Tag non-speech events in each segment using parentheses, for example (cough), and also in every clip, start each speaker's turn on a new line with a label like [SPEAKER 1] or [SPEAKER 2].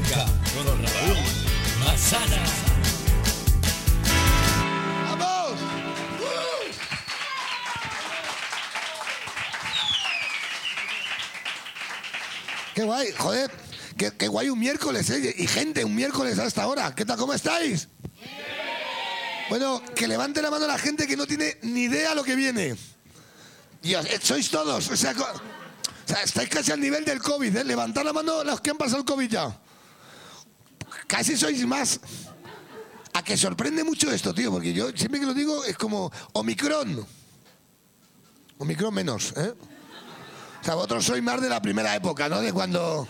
[SPEAKER 1] amigo Raúl Mazana.
[SPEAKER 2] ¡Vamos! ¡Qué guay! Joder, qué, qué guay un miércoles, ¿eh? Y gente, un miércoles hasta ahora. ¿Qué tal? ¿Cómo estáis? Bueno, que levante la mano la gente que no tiene ni idea lo que viene. Dios, eh, sois todos. O sea, co- o sea, estáis casi al nivel del COVID, ¿eh? Levantad la mano los que han pasado el COVID ya. Casi sois más. A que sorprende mucho esto, tío, porque yo siempre que lo digo es como Omicron. Omicron menos, ¿eh? O sea, vosotros sois más de la primera época, ¿no? De cuando.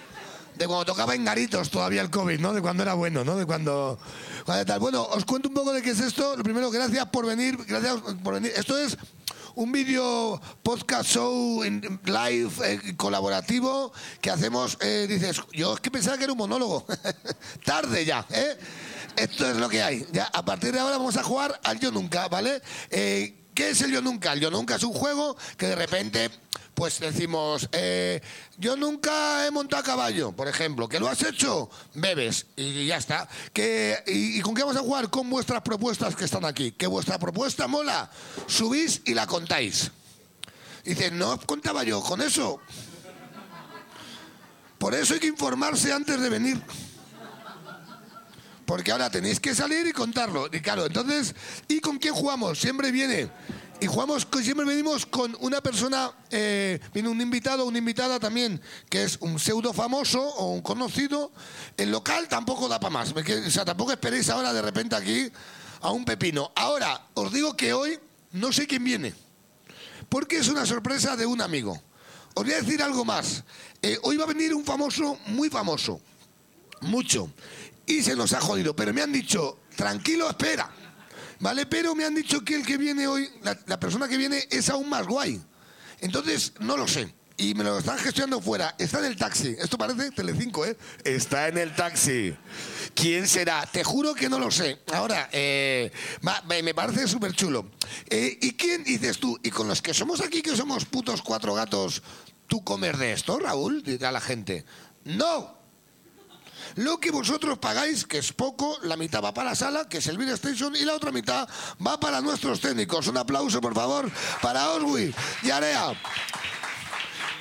[SPEAKER 2] De cuando tocaba en garitos todavía el COVID, ¿no? De cuando era bueno, ¿no? De cuando. cuando tal. Bueno, os cuento un poco de qué es esto. Lo primero, gracias por venir. Gracias por venir. Esto es un vídeo podcast show en- live eh, colaborativo que hacemos. eh, dices, yo es que pensaba que era un monólogo. (laughs) Tarde ya, ¿eh? Esto es lo que hay. Ya, a partir de ahora vamos a jugar al Yo Nunca, ¿vale? Eh, ¿Qué es el Yo Nunca? El Yo Nunca es un juego que de repente, pues decimos, eh, yo nunca he montado a caballo, por ejemplo. ¿Que lo has hecho? Bebes y ya está. ¿Que, y, y con qué vamos a jugar? Con vuestras propuestas que están aquí. Que vuestra propuesta mola, subís y la contáis. Y dices, no os contaba yo con eso. Por eso hay que informarse antes de venir. Porque ahora tenéis que salir y contarlo. Y claro, entonces, ¿y con quién jugamos? Siempre viene. Y jugamos, con- siempre venimos con una persona, eh, viene un invitado o una invitada también, que es un pseudo famoso o un conocido. El local tampoco da para más. Es que, O sea, tampoco esperéis ahora de repente aquí a un pepino. Ahora, os digo que hoy no sé quién viene. Porque es una sorpresa de un amigo. Os voy a decir algo más. Eh, hoy va a venir un famoso, muy famoso mucho. Y se nos ha jodido, pero me han dicho, tranquilo, espera. ¿Vale? Pero me han dicho que el que viene hoy, la, la persona que viene es aún más guay. Entonces, no lo sé. Y me lo están gestionando fuera. Está en el taxi. Esto parece Telecinco, ¿eh? Está en el taxi. ¿Quién será? Te juro que no lo sé. Ahora, eh, va- me me parece súper chulo. Eh, ¿Y quién dices tú? Y con los que somos aquí, que somos putos cuatro gatos, ¿tú comer de esto, Raúl? Dirá la gente. No, lo que vosotros pagáis, que es poco, la mitad va para la sala, que es el Beer Station, y la otra mitad va para nuestros técnicos. Un aplauso, por favor, para Oswi y Area.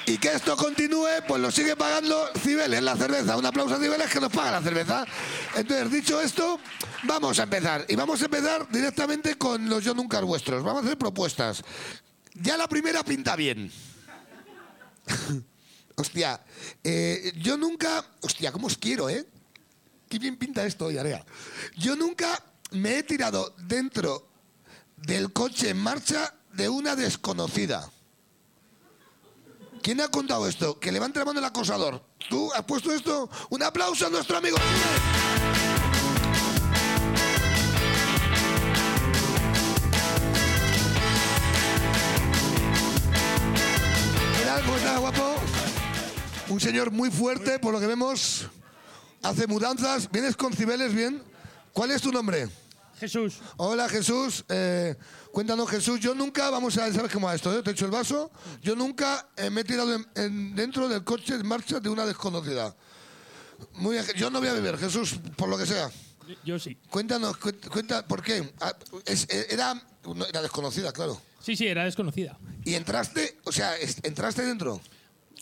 [SPEAKER 2] Y que esto continúe, pues lo sigue pagando Cibeles, la cerveza. Un aplauso a Cibeles que nos paga la cerveza. Entonces, dicho esto, vamos a empezar. Y vamos a empezar directamente con los Yo Nunca Vuestros. Vamos a hacer propuestas. Ya la primera pinta bien. (laughs) Hostia, eh, yo nunca. Hostia, ¿cómo os quiero, eh? Qué bien pinta esto hoy, Area. Yo nunca me he tirado dentro del coche en marcha de una desconocida. ¿Quién ha contado esto? Que levante la mano el acosador. ¿Tú has puesto esto? Un aplauso a nuestro amigo. ¿Qué tal? ¿Cómo estás, guapo? Un señor muy fuerte, por lo que vemos. Hace mudanzas. ¿Vienes con Cibeles bien? ¿Cuál es tu nombre?
[SPEAKER 3] Jesús,
[SPEAKER 2] Hola Jesús, Eh, cuéntanos Jesús, yo nunca, vamos a, ¿sabes cómo va esto? eh? Te echo el vaso, yo nunca eh, me he tirado en- en- dentro del coche en marcha de una desconocida. Muy, bien, yo no voy a beber, Jesús, por lo que sea.
[SPEAKER 3] yo sí.
[SPEAKER 2] Cuéntanos, cuenta, cuenta ¿por qué? Ah, es- eh, era, no, era desconocida, claro.
[SPEAKER 3] Sí, sí, era desconocida.
[SPEAKER 2] ¿Y entraste, o sea, es- entraste dentro?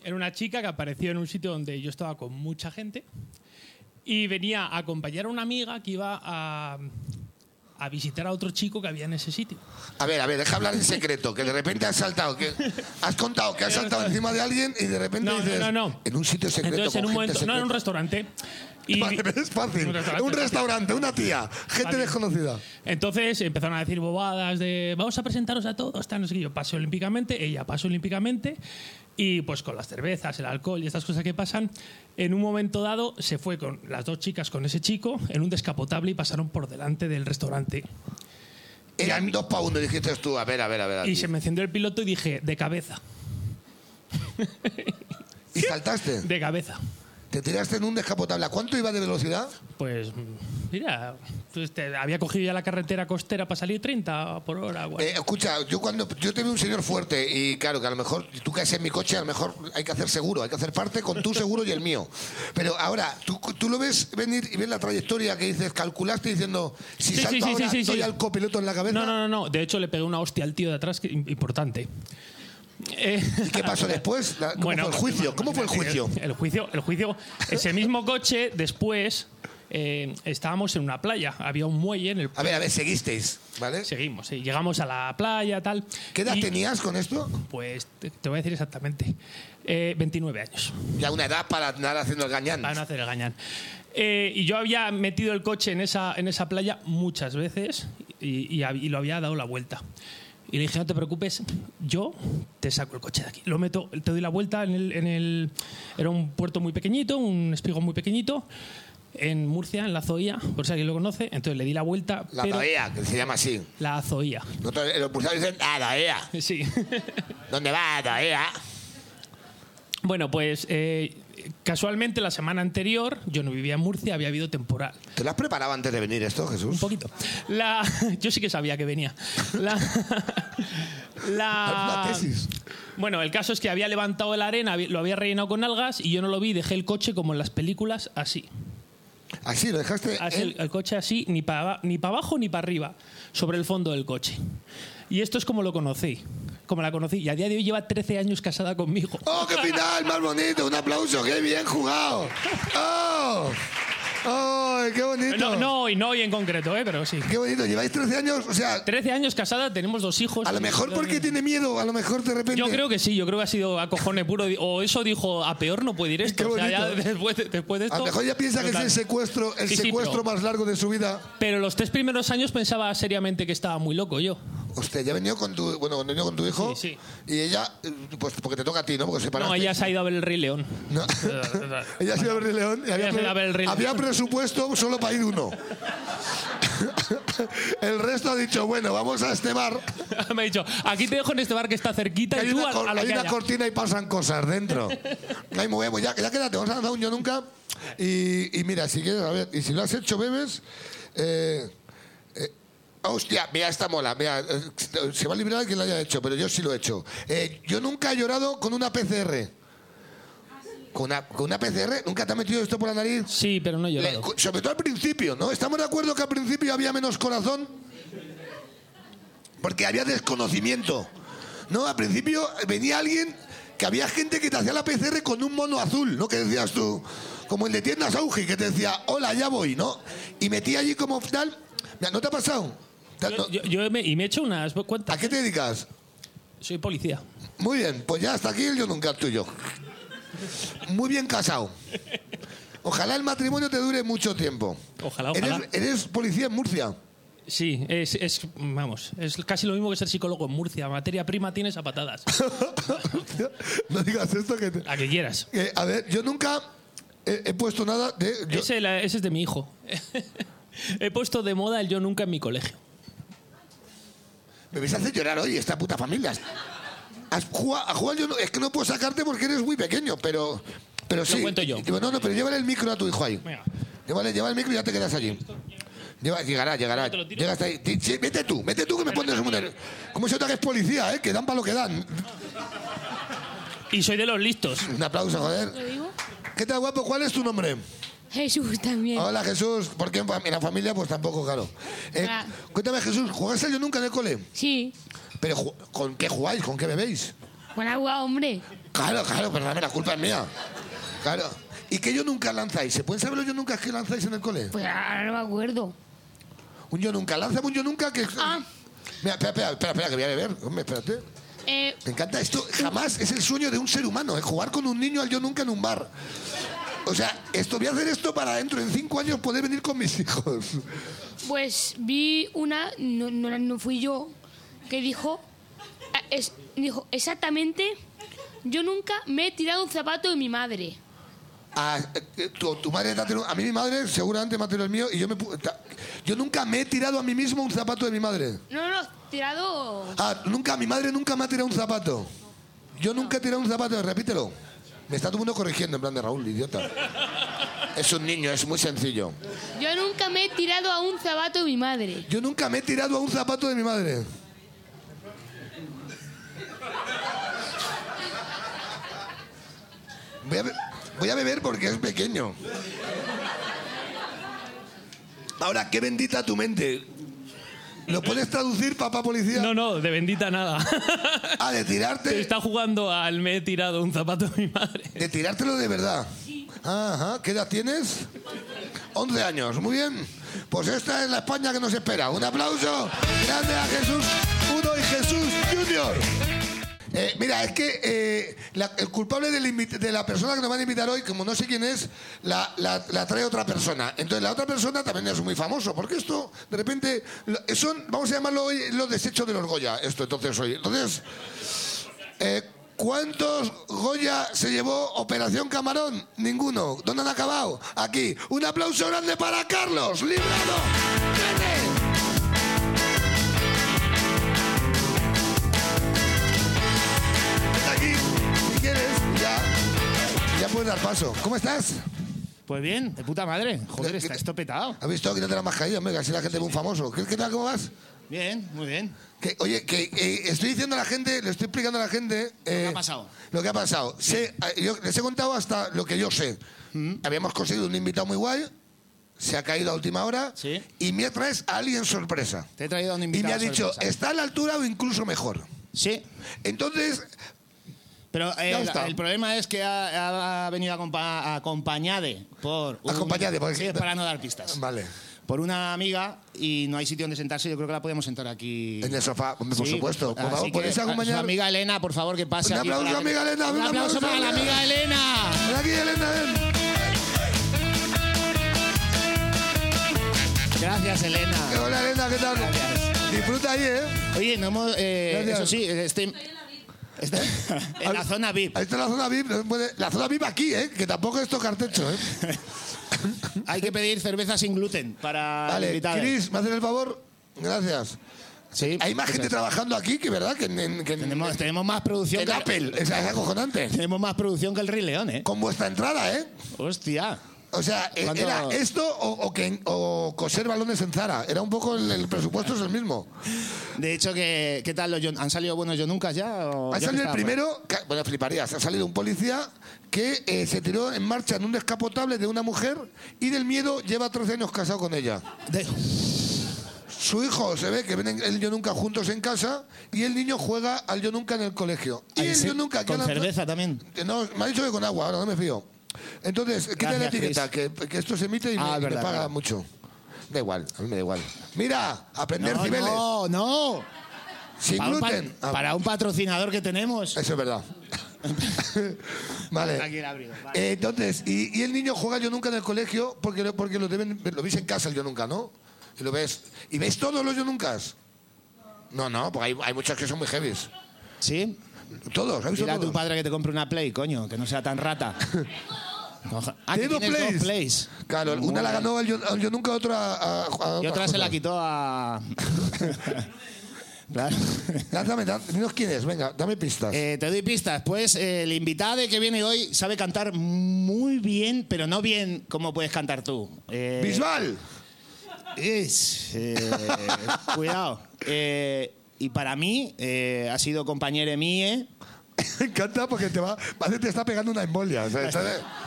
[SPEAKER 3] Era una chica que apareció en un sitio donde yo estaba con mucha gente y venía a acompañar a una amiga que iba a, a visitar a otro chico que había en ese sitio.
[SPEAKER 2] A ver, a ver, deja hablar en secreto, que de repente has saltado, que has contado que has saltado encima de alguien y de repente
[SPEAKER 3] No, no,
[SPEAKER 2] dices,
[SPEAKER 3] no, no.
[SPEAKER 2] en un sitio secreto
[SPEAKER 3] Entonces, en
[SPEAKER 2] con
[SPEAKER 3] un
[SPEAKER 2] gente
[SPEAKER 3] momento, no, en un
[SPEAKER 2] secreta".
[SPEAKER 3] restaurante. Y
[SPEAKER 2] Vale, pero es fácil. Un
[SPEAKER 3] Un
[SPEAKER 2] restaurante,
[SPEAKER 3] restaurante,
[SPEAKER 2] una tía, gente
[SPEAKER 3] Fácil.
[SPEAKER 2] desconocida.
[SPEAKER 3] entonces empezaron a decir bobadas de vamos a presentaros a todos, tan no sé qué. Yo pasé olímpicamente, ella pasó olímpicamente y pues con las cervezas, el alcohol y estas cosas que pasan, en un momento dado se fue con las dos chicas con ese chico en un descapotable y pasaron por delante del restaurante.
[SPEAKER 2] Eran dos para uno, dijiste tú, a ver, a ver, a ver. aquí.
[SPEAKER 3] Y se me encendió el piloto y dije, de cabeza,
[SPEAKER 2] ¿Y saltaste.
[SPEAKER 3] de cabeza.
[SPEAKER 2] Te tiraste en un descapotable. ¿A cuánto iba de velocidad?
[SPEAKER 3] Pues mm, mira, pues, te- había cogido ya la carretera costera para salir 30 por hora. guay.
[SPEAKER 2] Eh, escucha, yo cuando yo te veo un señor fuerte y claro que a lo mejor tú caes en mi coche, a lo mejor hay que hacer seguro, hay que hacer parte con tu seguro y el mío. Pero ahora, tú, tú lo ves venir y ves la trayectoria que dices, calculaste diciendo, si
[SPEAKER 3] Sí,
[SPEAKER 2] salto
[SPEAKER 3] sí, sí,
[SPEAKER 2] ahora
[SPEAKER 3] sí, sí,
[SPEAKER 2] doy
[SPEAKER 3] sí.
[SPEAKER 2] al copiloto en la cabeza.
[SPEAKER 3] no, no, no, no. De hecho, le pegué una hostia al tío de atrás, que, importante. Eh,
[SPEAKER 2] ¿Y qué pasó después? La- ¿Cómo
[SPEAKER 3] Bueno,
[SPEAKER 2] fue el juicio? ¿Cómo fue el juicio?
[SPEAKER 3] El, juicio, el juicio, ese mismo coche después eh, estábamos en una playa, había un muelle en el
[SPEAKER 2] A ver, a ver, seguisteis, ¿vale?
[SPEAKER 3] seguimos, sí, llegamos a la playa tal.
[SPEAKER 2] ¿Qué edad
[SPEAKER 3] y,
[SPEAKER 2] tenías con esto?
[SPEAKER 3] Pues te, te voy a decir exactamente, eh, 29 años.
[SPEAKER 2] Ya una edad para andar haciendo el gañán.
[SPEAKER 3] Van a hacer el gañán. Eh, y yo había metido el coche en esa, en esa playa muchas veces y, y hab- y lo había dado la vuelta. Y le dije, no te preocupes, yo te saco el coche de aquí. Lo meto, te doy la vuelta en el... en el- era un puerto muy pequeñito, un espigón muy pequeñito, en Murcia, en la Zoía, por si alguien lo conoce. Entonces le di la vuelta,
[SPEAKER 2] La
[SPEAKER 3] pero...
[SPEAKER 2] tarea, que se llama así.
[SPEAKER 3] La Zoía,
[SPEAKER 2] Nosotros, eh, los pulsados dicen, ah, tarea.
[SPEAKER 3] sí. (laughs)
[SPEAKER 2] ¿Dónde va, tarea?
[SPEAKER 3] bueno, pues eh, casualmente la semana anterior yo no vivía en Murcia, había habido temporal.
[SPEAKER 2] ¿Te lo has preparado antes de venir esto, Jesús?
[SPEAKER 3] Un poquito. La, (laughs) yo sí que sabía que venía. La, (laughs) la-
[SPEAKER 2] Una tesis.
[SPEAKER 3] Bueno, el caso es que había levantado la arena, había- lo había rellenado con algas y yo no lo vi. Dejé el coche como en las películas, así.
[SPEAKER 2] Así, lo dejaste.
[SPEAKER 3] Así,
[SPEAKER 2] en-
[SPEAKER 3] el, el coche así, ni para ni pa abajo ni para arriba, sobre el fondo del coche. Y esto es como lo conocí, como la conocí. Y a día de hoy lleva 13 años casada conmigo.
[SPEAKER 2] ¡Oh, qué final más bonito! ¡Un aplauso! ¡Qué bien jugado! ¡Oh! ¡Oh, qué bonito!
[SPEAKER 3] No, no y no hoy en concreto, ¿eh? pero sí.
[SPEAKER 2] ¡Qué bonito! Lleváis 13 años, o sea,
[SPEAKER 3] 13 años casada, tenemos dos hijos.
[SPEAKER 2] a lo mejor porque tiene miedo, a lo mejor de repente...
[SPEAKER 3] Yo creo que sí, yo creo que ha sido a cojones puro. O eso dijo, a peor no puede ir
[SPEAKER 2] Qué
[SPEAKER 3] esto. O sea, ya
[SPEAKER 2] bonito.
[SPEAKER 3] después, de- después de esto.
[SPEAKER 2] A lo mejor ya piensa que es
[SPEAKER 3] total.
[SPEAKER 2] el secuestro, el
[SPEAKER 3] Sí, sí,
[SPEAKER 2] secuestro
[SPEAKER 3] pero-
[SPEAKER 2] más largo de su vida.
[SPEAKER 3] Pero los tres primeros años pensaba seriamente que estaba muy loco yo.
[SPEAKER 2] Hostia, ya ha venido con tu, bueno, cuando venido con tu hijo.
[SPEAKER 3] Sí,
[SPEAKER 2] Y ella, eh, pues porque te toca a ti, ¿no? Porque separaste.
[SPEAKER 3] No, ella se ha ido a ver el Rey León. (laughs)
[SPEAKER 2] No. ella ha sido a ver Rey León y
[SPEAKER 3] Ella
[SPEAKER 2] había,
[SPEAKER 3] ha sido a ver el Rey
[SPEAKER 2] había
[SPEAKER 3] León.
[SPEAKER 2] presupuesto solo para ir uno. el resto ha dicho, bueno, vamos a este bar.
[SPEAKER 3] Me ha dicho, aquí te dejo en este bar que está cerquita
[SPEAKER 2] Hay
[SPEAKER 3] y tú
[SPEAKER 2] una,
[SPEAKER 3] a,
[SPEAKER 2] cor-
[SPEAKER 3] a lo
[SPEAKER 2] hay
[SPEAKER 3] que
[SPEAKER 2] una
[SPEAKER 3] haya.
[SPEAKER 2] cortina y pasan cosas dentro. Ahí movemos, ya, ya quédate, vamos a dar un yo nunca. Y, y mira, si quieres, a ver, y si lo has hecho, bebes. Eh, eh, hostia, mira, esta mola. Mira, eh, se va a librar quien lo haya hecho, pero yo sí lo he hecho. Eh, yo nunca he llorado con una PCR. ¿Con una, ¿Con una PCR? ¿Nunca te ha metido esto por la nariz?
[SPEAKER 3] Sí, pero no he
[SPEAKER 2] Le-
[SPEAKER 3] llorado.
[SPEAKER 2] cu- sobre todo al principio, ¿no? ¿Estamos de acuerdo que al principio había menos corazón? Porque había desconocimiento. No, al principio venía alguien que había gente que te hacía la PCR con un mono azul, ¿no? Que decías tú, como el de tiendas Augi, que te decía, hola, ya voy, ¿no? Y metía allí como tal. Mira, ¿no te ha pasado? ¿Te ha- no?
[SPEAKER 3] Yo, yo me- y me he hecho unas cuantas.
[SPEAKER 2] ¿A qué te dedicas?
[SPEAKER 3] Soy policía.
[SPEAKER 2] Muy bien, pues ya hasta aquí el yo nunca tuyo. Muy bien casado. Ojalá el matrimonio te dure mucho tiempo.
[SPEAKER 3] Ojalá, ojalá.
[SPEAKER 2] Eres, eres policía en Murcia.
[SPEAKER 3] Sí, es, es- vamos, es casi lo mismo que ser psicólogo en Murcia. Materia prima tienes a patadas.
[SPEAKER 2] no digas esto que... te-
[SPEAKER 3] A que quieras.
[SPEAKER 2] Eh, a ver, yo nunca (laughs) he, he puesto nada de... yo-
[SPEAKER 3] Ese, la- ese es de mi hijo. (laughs) He puesto de moda el yo nunca en mi colegio.
[SPEAKER 2] Me vais a hacer llorar hoy, esta puta familia. Has jugado- a jugar yo no- es que no puedo sacarte porque eres muy pequeño, pero... Pero sí.
[SPEAKER 3] cuento yo.
[SPEAKER 2] Digo, no, no, pero llévale el micro a tu hijo ahí.
[SPEAKER 3] Venga.
[SPEAKER 2] Llévale, lleva el micro y ya te quedas allí. Lleva- llegará, llegará.
[SPEAKER 3] te lo tiro?
[SPEAKER 2] Llega hasta ahí. Ti- sí, vete tú, vete tú que me pones un... ¿Cómo se nota que es policía, eh? Que dan para lo que dan.
[SPEAKER 3] Y soy de los listos.
[SPEAKER 2] Un aplauso,
[SPEAKER 4] ¿Lo
[SPEAKER 2] joder.
[SPEAKER 4] digo?
[SPEAKER 2] ¿Qué tal, guapo? ¿Cuál es tu nombre?
[SPEAKER 4] Jesús también.
[SPEAKER 2] Hola Jesús, porque en, fam- en la familia pues tampoco, claro. Eh,
[SPEAKER 4] Hola.
[SPEAKER 2] cuéntame Jesús, ¿jugáis al yo nunca en el cole?
[SPEAKER 4] Sí.
[SPEAKER 2] ¿Pero ju- con qué jugáis? ¿Con qué bebéis?
[SPEAKER 4] Buen agua, hombre.
[SPEAKER 2] Claro, claro, perdóname, la culpa es mía. Claro. ¿Y qué yo nunca lanzáis? ¿Se pueden saber los yo nunca que lanzáis en el cole?
[SPEAKER 4] Pues ahora no me acuerdo.
[SPEAKER 2] Un yo nunca, lánzame un yo nunca que...
[SPEAKER 4] Ah.
[SPEAKER 2] Mira, espera, espera, espera, espera, que voy a beber. Hombre, espérate.
[SPEAKER 4] Eh,
[SPEAKER 2] Me encanta esto. Jamás es el sueño de un ser humano, es jugar con un niño al yo nunca en un bar. O sea, esto voy a hacer esto para dentro en cinco años poder venir con mis hijos.
[SPEAKER 4] pues vi una, no, no, no fui yo, que dijo, ah, es- dijo exactamente, yo nunca me he tirado un zapato de mi madre.
[SPEAKER 2] A, eh, tu, tu madre te ha tirado- a mí mi madre seguramente me ha tirado el mío y yo me pu- ta- yo nunca me he tirado a mí mismo un zapato de mi madre
[SPEAKER 4] No, no, tirado...
[SPEAKER 2] ah nunca mi madre nunca me ha tirado un zapato yo nunca he tirado un zapato repítelo me está todo el mundo corrigiendo en plan de Raúl idiota Es un niño, es muy sencillo.
[SPEAKER 4] Yo nunca me he tirado a un zapato de mi madre.
[SPEAKER 2] Yo nunca me he tirado a un zapato de mi madre. Voy a, be- voy a beber porque es pequeño. Ahora, qué bendita tu mente. ¿Lo puedes traducir, papá policía?
[SPEAKER 3] No, no, de bendita nada.
[SPEAKER 2] Ah, de
[SPEAKER 3] Se
[SPEAKER 2] tirarte.
[SPEAKER 3] está jugando al me he tirado un zapato de mi madre.
[SPEAKER 2] De tirártelo de verdad. Ajá, ¿qué edad tienes? 11 años, muy bien. Pues esta es la España que nos espera. Un aplauso grande a Jesús Uno y Jesús Junior. Eh, mira, es que eh, la- el culpable del invit- de la persona que nos van a invitar hoy, como no sé quién es, la, la- la trae otra persona. Entonces la otra persona también es muy famoso, porque esto de repente lo- son, vamos a llamarlo hoy los desechos de los Goya, esto entonces hoy. Entonces, eh, ¿Cuántos Goya se llevó Operación Camarón? Ninguno. ¿Dónde han acabado? Aquí. Un aplauso grande para Carlos. ¡Librado! ¡Vete! Vete aquí, si quieres, ya. Ya puedes dar paso. ¿Cómo estás?
[SPEAKER 5] Pues bien, de puta madre. Joder, está esto petado.
[SPEAKER 2] ¿Has visto? Quítate las mascarillas, hombre, que así la gente ve un famoso. ¿Qué, qué tal? ¿Cómo vas?
[SPEAKER 5] Bien, muy bien.
[SPEAKER 2] Que, oye, que eh, estoy diciendo a la gente, le estoy explicando a la gente... eh,
[SPEAKER 5] ha pasado.
[SPEAKER 2] Lo que ha pasado. Sé, eh, yo les he contado hasta lo que yo sé.
[SPEAKER 5] Mm.
[SPEAKER 2] Habíamos conseguido un invitado muy guay, se ha caído a última hora
[SPEAKER 5] Sí.
[SPEAKER 2] y me traes a alguien sorpresa.
[SPEAKER 5] Te he traído a un
[SPEAKER 2] Y
[SPEAKER 5] invitado.
[SPEAKER 2] me ha dicho,
[SPEAKER 5] sorpresa.
[SPEAKER 2] está a la altura o incluso mejor.
[SPEAKER 5] Sí,
[SPEAKER 2] Entonces,
[SPEAKER 5] pero eh,
[SPEAKER 2] Ya
[SPEAKER 5] la-
[SPEAKER 2] está.
[SPEAKER 5] el problema es que ha, ha venido acompa- acompañade por... un-
[SPEAKER 2] Acompañade, porque-
[SPEAKER 5] Sí, para no dar pistas.
[SPEAKER 2] vale,
[SPEAKER 5] Por una amiga y no hay sitio donde sentarse. Yo creo que la podemos sentar aquí.
[SPEAKER 2] en el sofá, por
[SPEAKER 5] Sí,
[SPEAKER 2] supuesto. Por
[SPEAKER 5] así
[SPEAKER 2] favor,
[SPEAKER 5] que,
[SPEAKER 2] ¿podéis
[SPEAKER 5] a- Su
[SPEAKER 2] acompañar?
[SPEAKER 5] amiga Elena, por favor, que pase
[SPEAKER 2] Un
[SPEAKER 5] aquí
[SPEAKER 2] aplauso,
[SPEAKER 5] para que-
[SPEAKER 2] amiga Elena,
[SPEAKER 5] Un
[SPEAKER 2] un
[SPEAKER 5] aplauso
[SPEAKER 2] aplauso,
[SPEAKER 5] para la
[SPEAKER 2] Elena.
[SPEAKER 5] amiga Elena.
[SPEAKER 2] Ven aquí, Elena, ven.
[SPEAKER 5] Gracias, Elena.
[SPEAKER 2] Hola, Elena, ¿qué tal? Disfruta ahí, ¿eh?
[SPEAKER 5] Oye, no hemos... eh,
[SPEAKER 2] Gracias.
[SPEAKER 5] eso sí, este... este-
[SPEAKER 2] (laughs)
[SPEAKER 5] en la zona VIP.
[SPEAKER 2] Ahí está la zona VIP. no se puede- La zona VIP aquí, ¿eh? Que tampoco es tocar techo, ¿eh?
[SPEAKER 5] (laughs) Hay que pedir cerveza sin gluten para
[SPEAKER 2] Vale,
[SPEAKER 5] invitados.
[SPEAKER 2] Cris, ¿me haces el favor? Gracias.
[SPEAKER 5] Sí,
[SPEAKER 2] Hay más
[SPEAKER 5] eso
[SPEAKER 2] gente
[SPEAKER 5] es.
[SPEAKER 2] trabajando aquí que, ¿verdad? Que en, en- que en-
[SPEAKER 5] Tenemos, tenemos más
[SPEAKER 2] que
[SPEAKER 5] producción
[SPEAKER 2] en Apple. Es, es acojonante.
[SPEAKER 5] Tenemos más producción que el Rey León, ¿eh?
[SPEAKER 2] Con vuestra entrada, ¿eh?
[SPEAKER 5] Hostia.
[SPEAKER 2] O sea, eh,
[SPEAKER 5] ¿Cuánto?
[SPEAKER 2] ¿era esto o, o que, o coser balones en Zara? Era un poco el, el presupuesto, es el mismo.
[SPEAKER 5] De hecho, ¿qué, qué tal los John- ¿Han salido buenos yo nunca ya? o ya
[SPEAKER 2] Ha
[SPEAKER 5] pues.
[SPEAKER 2] salido el
[SPEAKER 5] está?
[SPEAKER 2] primero, que- bueno, fliparías, ha salido un policía que eh, se tiró en marcha en un descapotable de una mujer y del miedo lleva 13 años casado con ella.
[SPEAKER 5] De-
[SPEAKER 2] Su hijo se ve que vienen el yo nunca juntos en casa y el niño juega al yo nunca en el colegio. Y
[SPEAKER 5] Ay,
[SPEAKER 2] el
[SPEAKER 5] sí,
[SPEAKER 2] yo nunca...
[SPEAKER 5] Con
[SPEAKER 2] Jonathan-
[SPEAKER 5] cerveza también.
[SPEAKER 2] No, me ha dicho que con agua, ahora no me fío. Entonces, quita la
[SPEAKER 5] Gracias,
[SPEAKER 2] etiqueta, que, que esto se emite y
[SPEAKER 5] Ah,
[SPEAKER 2] me,
[SPEAKER 5] es
[SPEAKER 2] y me
[SPEAKER 5] verdad,
[SPEAKER 2] paga
[SPEAKER 5] verdad.
[SPEAKER 2] mucho. Da igual, a mí me da igual. Mira, aprender
[SPEAKER 5] No,
[SPEAKER 2] cibeles,
[SPEAKER 5] no, no.
[SPEAKER 2] sin
[SPEAKER 5] Para un, pa-
[SPEAKER 2] gluten. Ah,
[SPEAKER 5] para un patrocinador que tenemos.
[SPEAKER 2] Eso
[SPEAKER 5] (laughs)
[SPEAKER 2] es verdad. vale.
[SPEAKER 5] Aquí el abrigo, vale.
[SPEAKER 2] Eh, entonces, y, y el niño juega yo nunca en el colegio porque, lo- porque lo, deben, lo veis en casa el yo nunca, ¿no? Y lo ves. ¿Y ves todos los yo nunca? No, no, porque hay, hay muchos que son muy heavies.
[SPEAKER 5] ¿Sí?
[SPEAKER 2] Todos, ¿has visto
[SPEAKER 5] Dile a tu
[SPEAKER 2] todos?
[SPEAKER 5] padre que te compre una Play, coño, que no sea tan
[SPEAKER 2] (laughs)
[SPEAKER 5] rata. Oja- Ah, que
[SPEAKER 2] Tengo
[SPEAKER 5] tienes dos
[SPEAKER 2] plays.
[SPEAKER 5] Plays.
[SPEAKER 2] Claro,
[SPEAKER 5] Muy
[SPEAKER 2] una la
[SPEAKER 5] bien.
[SPEAKER 2] ganó al yo, al yo nunca, otra a, a- a
[SPEAKER 5] Y otra
[SPEAKER 2] otras
[SPEAKER 5] se la
[SPEAKER 2] cosas.
[SPEAKER 5] quitó a. claro.
[SPEAKER 2] Lánzame, dan- dinos quién es, venga, dame pistas.
[SPEAKER 5] Eh, te doy pistas. Pues eh, el invitado que viene hoy sabe cantar muy bien, pero no bien como puedes cantar tú. Eh,
[SPEAKER 2] ¡Bisbal!
[SPEAKER 5] es, eh, cuidado. Eh, y para mí eh, ha sido compañero mío.
[SPEAKER 2] Me encanta porque te va. Parece que te está pegando una embolia. o sea, está-